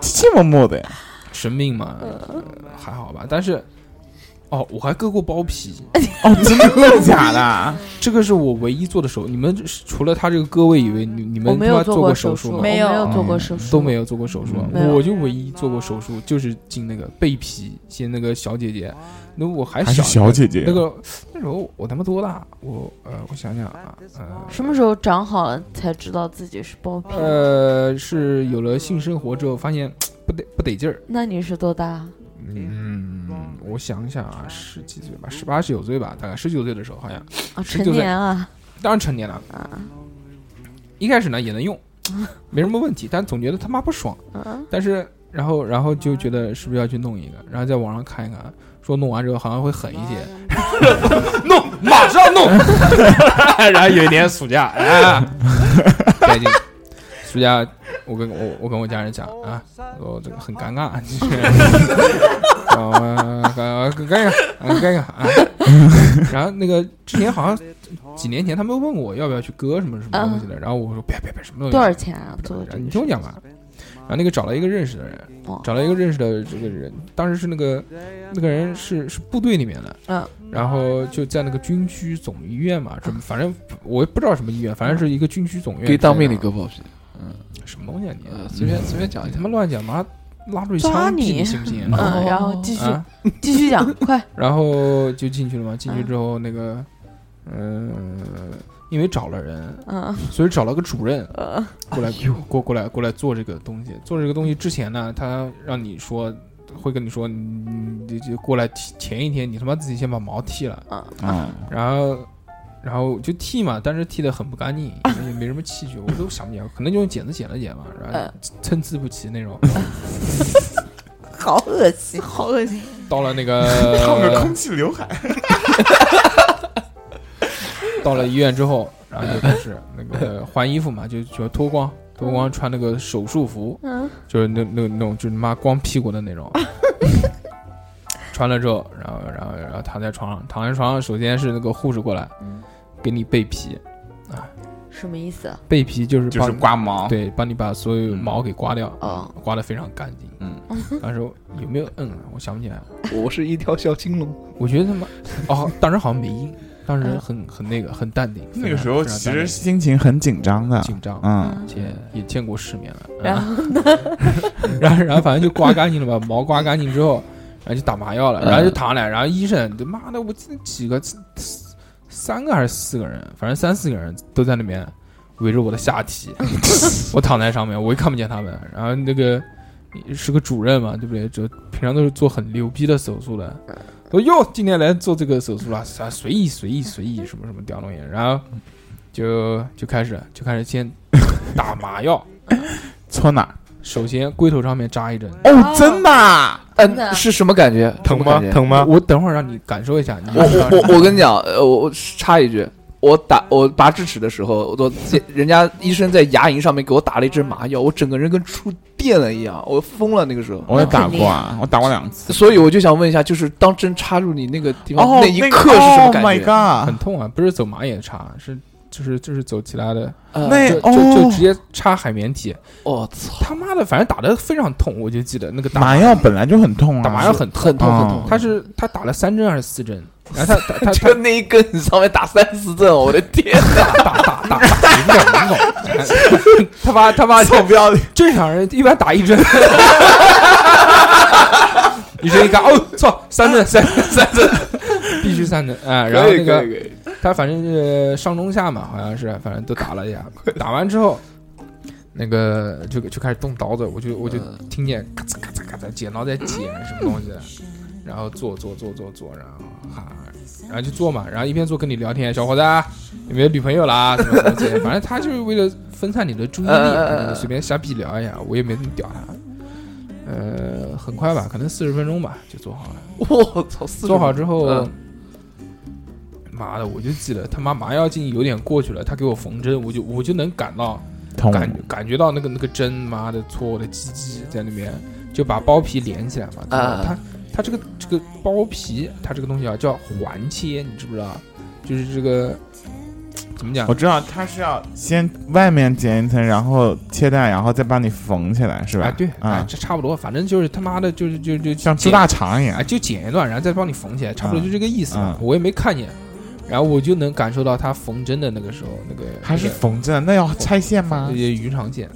D: 寂寞寞的呀，
A: 生病嘛，呃还好吧。但是，哦，我还割过包皮，
D: 哦，真的假的？
A: 这个是我唯一做的手。你们除了他这个割位以外，你你
B: 我
A: 们
B: 没
A: 他妈
B: 有
A: 做
B: 过
A: 手
B: 术，
A: 吗？
B: 我没
G: 没有
B: 有做过
D: 嗯
B: 手术，
A: 都没有做过手术啊，
B: 没有
A: 我就唯一做过手术，就是进那个背皮，先那个小姐姐，那我还
D: 还
A: 小
D: 是小姐啊姐
A: 那个那时候我他妈多大？我呃，我想想啊，呃，
B: 什么时候长好了才知道自己是包皮？
A: 呃，是有了性生活之后，发现不得不得劲儿。
B: 那你是多大？啊
A: 嗯，我想想啊，十几岁嗯吧，十八十九岁吧，大概十九岁的时候，好像
B: 啊，
A: 19
B: 成年啊，
A: 当然成年了。
B: 啊
A: 一开始呢也能用，没什么问题，但总觉得他妈不爽。
B: 啊！
A: 但是然后然后就觉得是不是要去弄一个，然后在网上看一看，说弄完之后好像会狠一些，弄马上弄。 然后有一年暑假，啊，带进暑假，我跟我我跟我家人讲啊，我这个很尴尬，就是。啊，干干干干干啊！然后那个之前好像几年前他们问我要不要去割什么什么东西的，然后我说别别别，什么东西
B: 嗯多少钱啊？做这个
A: 嗯你听我讲吧。然后那个找了一个认识的人，
B: 哦
A: 找了一个认识的这个人，当时是那个那个人是是部队里面的，
B: 嗯，
A: 然后就在那个军区总医院嘛，什么反正我也不知道什么医院，反正是一个军区总医院。
H: 给当兵的割包皮，
A: 什么东西啊你？
H: 呃，随便随便讲一
A: 你
H: 下
A: 他。妈乱讲，妈拉出去
B: 抓
A: 枪毙
B: 你
A: 你信不信？
B: 嗯，然后继续
A: 啊！
B: 继续讲， 快
A: 然后就进去了嘛，进去之后那个，嗯、因为找了人，
B: 嗯
A: 所以找了个主任
B: 呃
A: 过来过过来过来做这个东西。做这个东西之前呢，他让你说。会跟你说，你你就过来提前一天，你他妈自己先把毛剃了，
B: 嗯
D: 嗯，
A: 然后，然后就剃嘛，但是剃的很不干净，也没什么器具，我都想不起来，可能就用剪子剪了剪吧，然后
B: 呃，
A: 参差不齐那种。
B: 好恶心，
G: 好恶心，
A: 到了那
D: 烫个
A: 个
D: 空气刘海，
A: 到了医院之 后，
D: 啊
A: 然后就开始那个换衣服嘛，就就脱光，脱
D: 嗯
A: 光穿那个手术服，
B: 嗯
A: 就是那那那种就是妈光屁股的那种。穿了之后，然后然后然后躺在床上，躺在床上，首先是那个护士过来，
D: 嗯
A: 给你背皮，
B: 什么意思啊？
A: 背皮就是
D: 就是
A: 帮
D: 刮毛。
A: 对，帮你把所有毛给刮掉，
B: 哦，
A: 刮得非常干净。
D: 嗯，
A: 当时有没有嗯？我想不起来，
C: 我是一条小青龙。
A: 我觉得他 妈哦，当时好像没音，当时很很那个很淡定。
D: 那个时候
A: 非常
D: 其
A: 淡定
D: 实心情很紧张的，
A: 紧张，
D: 嗯，
A: 且也见过世面了。
B: 然
A: 后呢？ 然后然后反正就刮干净了吧，毛刮干净之后，然后就打麻药了，
H: 嗯
A: 然后就躺了，然后医生他妈的，我记得几个三个还是四个人，反正三四个人都在那边围着我的下体，我躺在上面，我也看不见他们。然后那个是个主任嘛，对不对？就平常都是做很牛逼的手术的。说哟，今天来做这个手术了，啥随意随意随意什么什么屌东西，然后就就开始就开始先打麻药，
D: 搓哪儿？
A: 首先龟头上面扎一针，
D: 哦，真的啊？
H: 哎
B: 真的
C: 嗯，是什么感觉？
E: 疼
C: 什么
E: 吗
C: 感觉？
E: 疼吗？
A: 我等会儿让你感受一下，你就
C: 我
A: 知道
C: 我我我跟你讲，呃，我我插一句，我打我拔智齿的时候，我人家医生在牙龈上面给我打了一针麻药，我整个人跟触电了一样，我疯了那个时候。
D: 我也打过啊，我打过两次。
C: 所以我就想问一下，就是当针插入你那个地方、
D: 哦，
C: 那一刻是
H: ，Oh
C: 什么感
D: o h
C: 觉？
D: ，Oh my
A: 很
D: god！
A: 痛啊，不是走马眼插，是就是就是走其他的，
C: 呃
D: 那
A: 就就就
D: 哦
A: 直接插海绵体，
C: 我操，
A: 他妈的，反正打的非常痛，我就记得那个打
D: 麻药本来就很痛啊，
A: 打麻药很痛，
C: 很痛很
D: 哦
C: 痛。
A: 他是他打了三针还是四针？然后他他他他
C: 就那一根上面打三十针，我的天！
A: 打打打打一个一个，他把他把
D: 操不要脸！
A: 正常人一般打一针，女生一看，哦，操，三顿三顿三顿，必须三顿啊！然后那个他反正是上中下嘛，好像是，反正都打了一下，打完之后。那个就就开始动刀子，我就我就听见咔嚓咔嚓咔嚓，剪刀在剪什么东西，然后做做做做做，然后喊，然后就做嘛，然后一边做跟你聊天，小伙子啊有没有女朋友啦？什么什么之类的，反正他就是为了分散你的注意力，
C: 嗯嗯嗯嗯
A: 你随便瞎逼聊一下，我也没怎么屌他。呃，很快吧，可能四十分钟吧就做好了。
C: 我操，四
A: 做好之后
C: 嗯，
A: 妈的，我就记得他妈麻药劲有点过去了，他给我缝针，我就我就能感到。
D: 痛
A: 感觉感觉到那个那个针，妈的戳我的鸡鸡在那边，就把包皮连起来嘛。
C: 啊
A: 它它这个这个包皮，它这个东西啊叫环切，你知不知道？就是这个怎么讲
D: 我？知道它是要先外面剪一层，然后切断，然后再帮你缝起来，是吧？
A: 啊，对，啊，
D: 啊，
A: 这差不多，反正就是他妈的，就是就就
D: 像猪
A: 剪
D: 大肠一样
A: 啊，。就剪一段，然后再帮你缝起来，差不多就这个意思嘛
D: 啊。
A: 我也没看见，然后我就能感受到他缝针的那个时候，那个
D: 还是
A: 那个
D: 缝针？那要拆线吗
A: 那？些鱼肠线，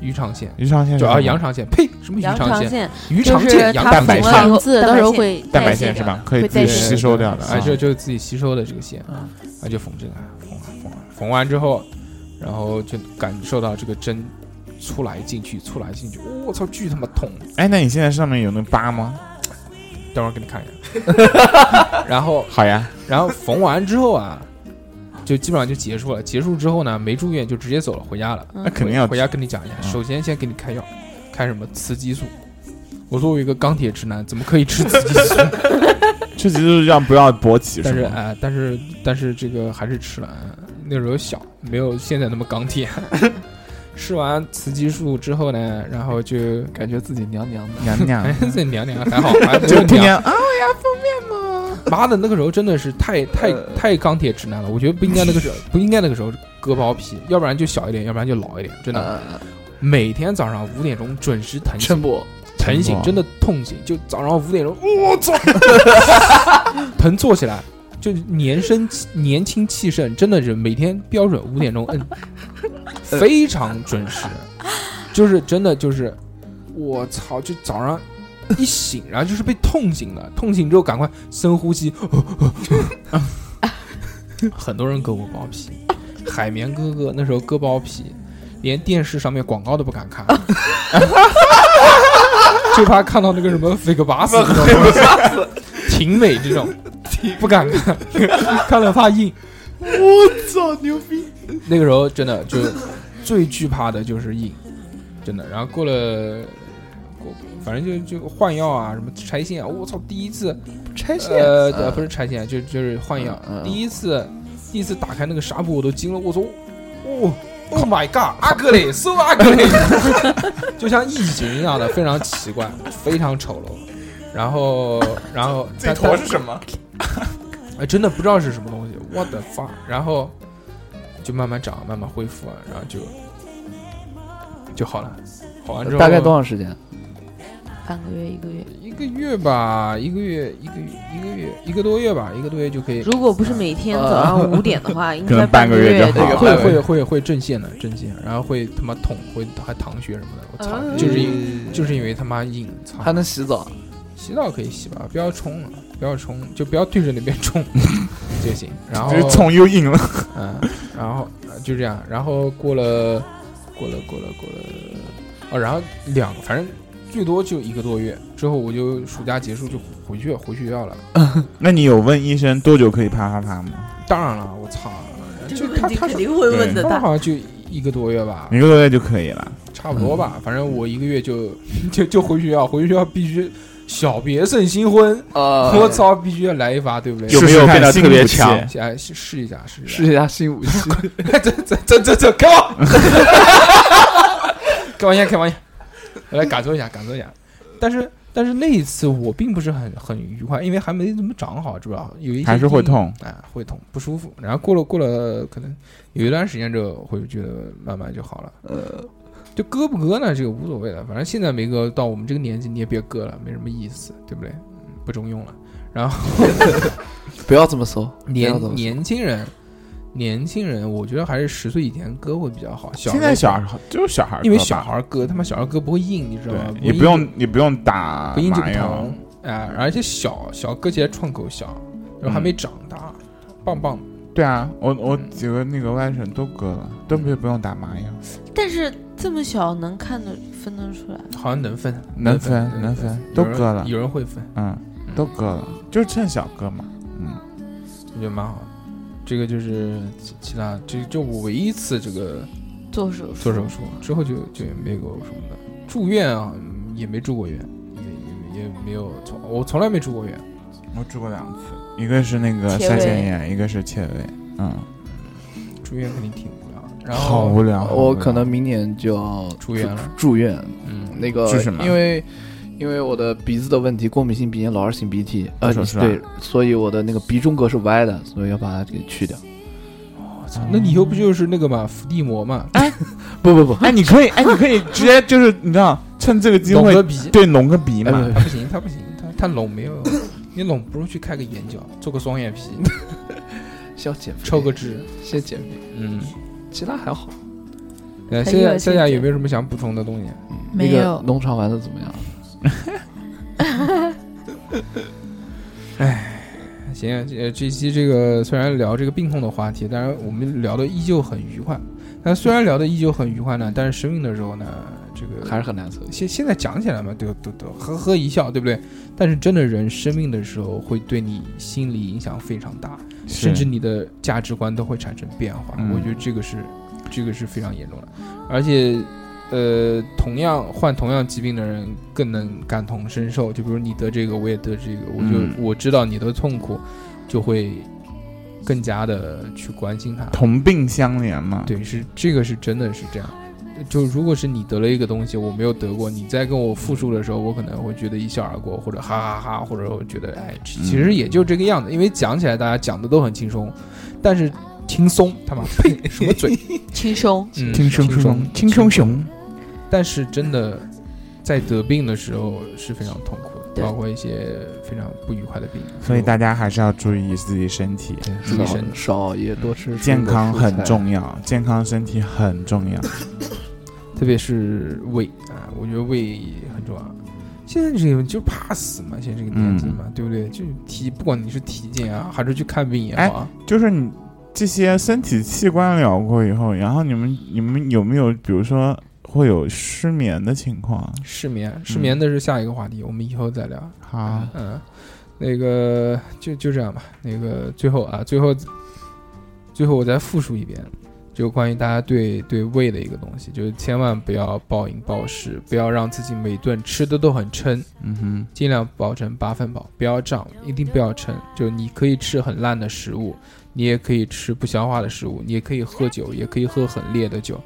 A: 鱼肠线，
D: 鱼肠线
A: 哎主
D: 是
A: 要
D: 吧
A: 羊肠线，呸，什么鱼
B: 羊
A: 肠
B: 肠
A: 线？
B: 线
A: 鱼
B: 就
A: 肠
B: 是
A: 线，羊
B: 它
A: 蛋
B: 缝
A: 白
B: 了
A: 线
B: 以。后
G: 字
B: 蛋
G: 到
B: 白
G: 时候
B: 线
G: 会
D: 蛋白
G: 代谢
D: 线是
G: 掉
D: 吧？可以
G: 会
D: 自
G: 代
D: 己
G: 谢
D: 吸收掉的
A: 哎，
D: 啊。
A: 就就自己吸收的这个线，啊，就缝针啊，缝啊缝啊，缝完之后，然后就感受到这个针出来进去，出来进去，我操，巨他妈痛！
D: 哎，那你现在上面有那疤吗？
A: 待会儿给你看一下。 然后
D: 好呀，
A: 然后缝完之后啊，就基本上就结束了。结束之后呢，没住院就直接走了，回家了。
D: 那肯定要
A: 回家跟你讲一下，
D: 嗯
A: 首先先给你开药，开什么雌激素。我作为一个钢铁直男，怎么可以吃雌激素？
D: 这就是让不要勃起
A: 但是
D: 是
A: 啊、
D: 吗？
A: 哎但是但是这个还是吃了，哎那时候小，没有现在那么钢铁。 吃完雌激素之后呢，然后就
H: 感觉自己娘娘的。
D: 娘娘
A: 哎，这娘娘还好，还没
D: 就
A: 有
D: 天
A: 娘。
D: 天啊，
A: 妈的，那个时候真的是太太太钢铁直男了，我觉得不应该那个时候不应该那个时候割包皮，要不然就小一点，要不然就老一点，真的。每天早上五点钟准时疼醒
H: 陈，博，
A: 疼醒
D: 哇
A: 真的痛醒，就早上五点钟，我操，疼坐起来，就年生气年轻气盛，真的是每天标准五点钟摁，非常准时，就是真的就是，我操，就早上一醒，然后就是被痛醒的，痛醒之后赶快深呼吸， 很多人割过包皮，海绵哥哥那时候割包皮，连电视上面广告都不敢看。 就怕看到那个什么菲格巴斯这种东西， 挺美这种，不敢看， 看了怕硬。
H: 操牛逼！
A: 那个时候真的就最惧怕的就是硬，真的。然后过了过，反正就就换药啊，什么拆线啊，我操，第一次
H: 拆线
A: 呃，
H: 嗯
A: 不是拆线，就就是换药
H: 嗯。嗯
A: 第一次第一次打开那个纱布，我都惊了，我说，哦。Oh my god！阿格雷，搜阿格雷， 就像异形一样的，非常奇怪，非常丑陋。然后，然后
D: 这
A: 但
D: 坨是什么？
A: 哎，真的不知道是什么东西，what the fuck？然后就慢慢长，慢慢恢复，啊，然后就就好了。好完之后，
H: 大概多长时间？
B: 半个月一个月，
A: 一个月吧，一个月，一个月，一个月，一个多月吧，一个多月就可以。
B: 如果不是每天
H: 呃
B: 早上五点的话，应
D: 可
B: 该
D: 能半
B: 个
D: 个月就
B: 就
D: 好了
A: 会会会会阵线的阵线，然后会他妈痛，会还淌血什么的。我操，
B: 啊
A: 就是因就是因为他妈硬，操！
H: 还能洗 澡？
A: 洗澡可以洗吧，不要冲了，不要冲，就不要对着那边冲 就行。然后
D: 就是葱又硬了，
A: 嗯，然后呃就这样，然后过了，过了，过了，过了，哦，然后两个，反正最多就一个多月之后，我就暑假结束就回去回学校了。
D: 那你有问医生多久可以啪啪啪吗？
A: 当然了，我操，就
B: 这个
A: 他
B: 问题
A: 他
B: 肯
A: 是
B: 定会问的，
A: 他
B: 他
A: 好像就一个多月吧，
D: 一个多月就可以了。
A: 差不多
E: 嗯
A: 吧，反正我一个月就 就就回学校，回学校必须小别胜新婚，
H: 呃
A: 我操，必须要来一发，对不对？
D: 有
E: 啊没有变得特别强
A: 先哎试试一下，试一下，
H: 试一下新武器。
A: 这这这这这，开玩， 开玩笑，开玩笑，我来感受一下，感受一下。但是但是那一次我并不是很很愉快，因为还没怎么长好，知不知道？有一些
D: 还是会
A: 阴影
D: 痛，
A: 哎，会痛不舒服。然后过了过了，可能有一段时间之后，会觉得慢慢就好了。呃，就割不割呢，这个无所谓的，反正现在没割，到我们这个年纪你也别割了，没什么意思，对不对？嗯不中用了。然后。
H: 不要这么搜，不要这
A: 年
H: 么搜。
A: 年轻人，年轻人，我觉得还是十岁以前割会比较好。小
D: 现在小
A: 小
D: 孩，儿就是小孩儿割吧，
A: 因为小孩儿割，他妈小孩儿割不会硬，你知道吗？
D: 对，
A: 会
D: 也不用你不用打
A: 不硬就
D: 麻
A: 不
D: 药
A: 疼，啊，而且小小哥起来创口小，就还没
H: 嗯
A: 长大，棒棒的。
D: 对啊，我我几个那个外甥都割了，都不不用打麻药，
B: 但是这么小能看得分得出来，
A: 好像能分，
D: 能分
A: 对
D: 能分，都
A: 有人
D: 割了，
A: 有人会分，
D: 嗯，都割了，就是趁小割嘛，嗯，
A: 我觉得蛮好的。这个就是其其他，这就我唯一一次这个
B: 做手术
A: 做手术之后就就也没有什么的，住院啊嗯也没住过院，也也也没有从我从来没住过院。
D: 我住过两次，一个是那个
B: 切
D: 腮
B: 胃
D: 腺炎，一个是切胃，嗯，
A: 住院肯定挺无聊的，然后
D: 好无聊，好无
H: 我
D: 聊
H: 可能明年就要
A: 住院了
H: 住院。
A: 嗯，
H: 那个
D: 是什么
H: 啊因为因为我的鼻子的问题，过敏性鼻炎、老二型鼻涕，呃，
D: 手术啊
H: 对，所以我的那个鼻中隔是歪的，所以要把它给去掉。
A: 我操，那你以后不就是那个嘛，伏地魔 嘛，
H: 不不不，
D: 哎，你可以，哎，你可以直接就是你知道，趁这个机
A: 隆
D: 会
A: 个鼻，
D: 对拢个鼻
A: 哎
D: 嘛，
A: 他不行，他不行，他他拢没有，你拢不如去开个眼角，做个双眼 皮，
H: 先要减肥，
A: 抽个脂，
H: 先减肥，
A: 嗯。
H: 其他还好。
A: 呃，
B: 很
A: 夏夏
B: 有
A: 夏
B: 趣
A: 夏
B: 的
A: 有没有什么想补充的东西？
G: 没
H: 那个
G: 有
H: 农场玩的怎么样？
A: 行，呃，这期这个虽然聊这个病痛的话题，但是我们聊的依旧很愉快。但虽然聊的依旧很愉快呢，但是生病的时候呢，这个
H: 还是很难测。
A: 现现在讲起来嘛，都都都呵呵一笑，对不对？但是真的人生病的时候，会对你心理影响非常大，
D: 是
A: 甚至你的价值观都会产生变化。
D: 嗯
A: 我觉得这个是，这个是非常严重的，而且。呃，同样患同样疾病的人更能感同身受。就比如你得这个，我也得这个，我就、
D: 嗯
A: 我知道你的痛苦，就会更加的去关心他。
D: 同病相怜嘛，，
A: 对，是这个是真的是这样。就如果是你得了一个东西，我没有得过，你在跟我复述的时候，我可能会觉得一笑而过，或者哈哈哈或者我觉得哎，其其
D: 嗯
A: 实也就这个样子。因为讲起来大家讲的都很轻松，但是轻松他妈 呸什么嘴，
B: 轻松。
A: 嗯
D: 轻
A: 轻
D: 松
A: 松
D: 松，轻松。熊，
A: 但是真的在得病的时候是非常痛苦的，
B: 对
A: 包括一些非常不愉快的病。
D: 所以大家还是要注意自己身体，
A: 注意身体
H: 少少熬夜，多吃水果
D: 健康很，
H: 蔬菜
D: 重要，健康身体很重要。
A: 特别是胃啊，我觉得胃很重要。现在这个就怕死嘛，现在这个年纪嘛，对不对？就体不管你是体检啊，还是去看病也好啊，
D: 就是你这些身体器官聊过以后，然后你们你们有没有比如说会有失眠的情况？
A: 失眠，失眠的是下一个话题，我们以后再聊。
D: 好，
A: 嗯，那个就就这样吧。那个最后啊，最后最后我再复述一遍，就关于大家对对胃的一个东西，就是千万不要暴饮暴食，不要让自己每顿吃的都很撑，
D: 嗯哼，
A: 尽量保证八分饱，不要胀，一定不要撑。就你可以吃很烂的食物，你也可以吃不消化的食物，你也可以喝酒，也可以喝很烈的酒。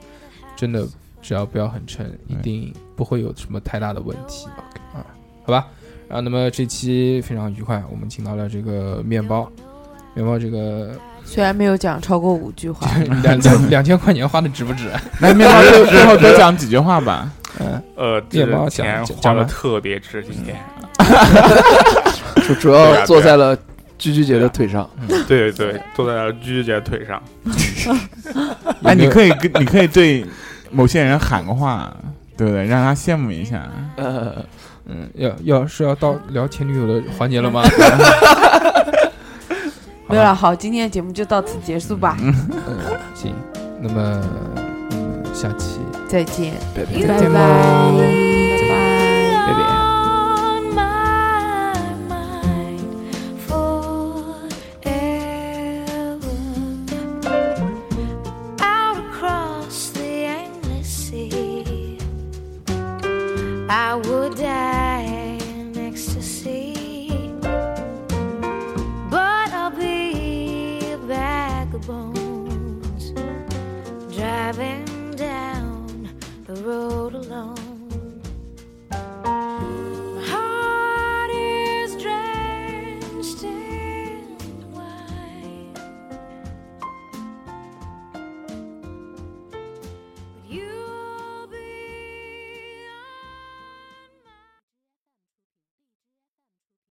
A: 真的，只要不要很撑，一定不会有什么太大的问题啊，好吧？啊，那么这期非常愉快，我们请到了这个面包，面包这 个
B: 虽然没有讲超过五句话，
A: 两两两千块钱花的值不值？
D: 来面包最最后多讲几句话吧。
A: 嗯，
E: 呃，这
A: 面包
E: 个
A: 想
E: 钱
A: 讲
E: 花的
A: 吗
E: 特别值，今天。
H: 就主
E: 对啊
H: 要坐在了居居姐的腿上。
E: 对对对，坐在了居居姐腿上。
D: 哎，
A: 有没
D: 你
A: 有
D: 可以跟你可以对某些人喊个话，对不对？让他羡慕一下。
H: 呃，
A: 嗯，要要是要到聊前女友的环节了吗？
B: 没有了。好，今天的节目就到此结束吧，
A: 行，那么我们下期。
B: 再见。
H: 拜拜。
G: 拜拜。
I: on my mind forever. Out across the endless sea, I would die in ecstasy, but I'll be a vagabond driving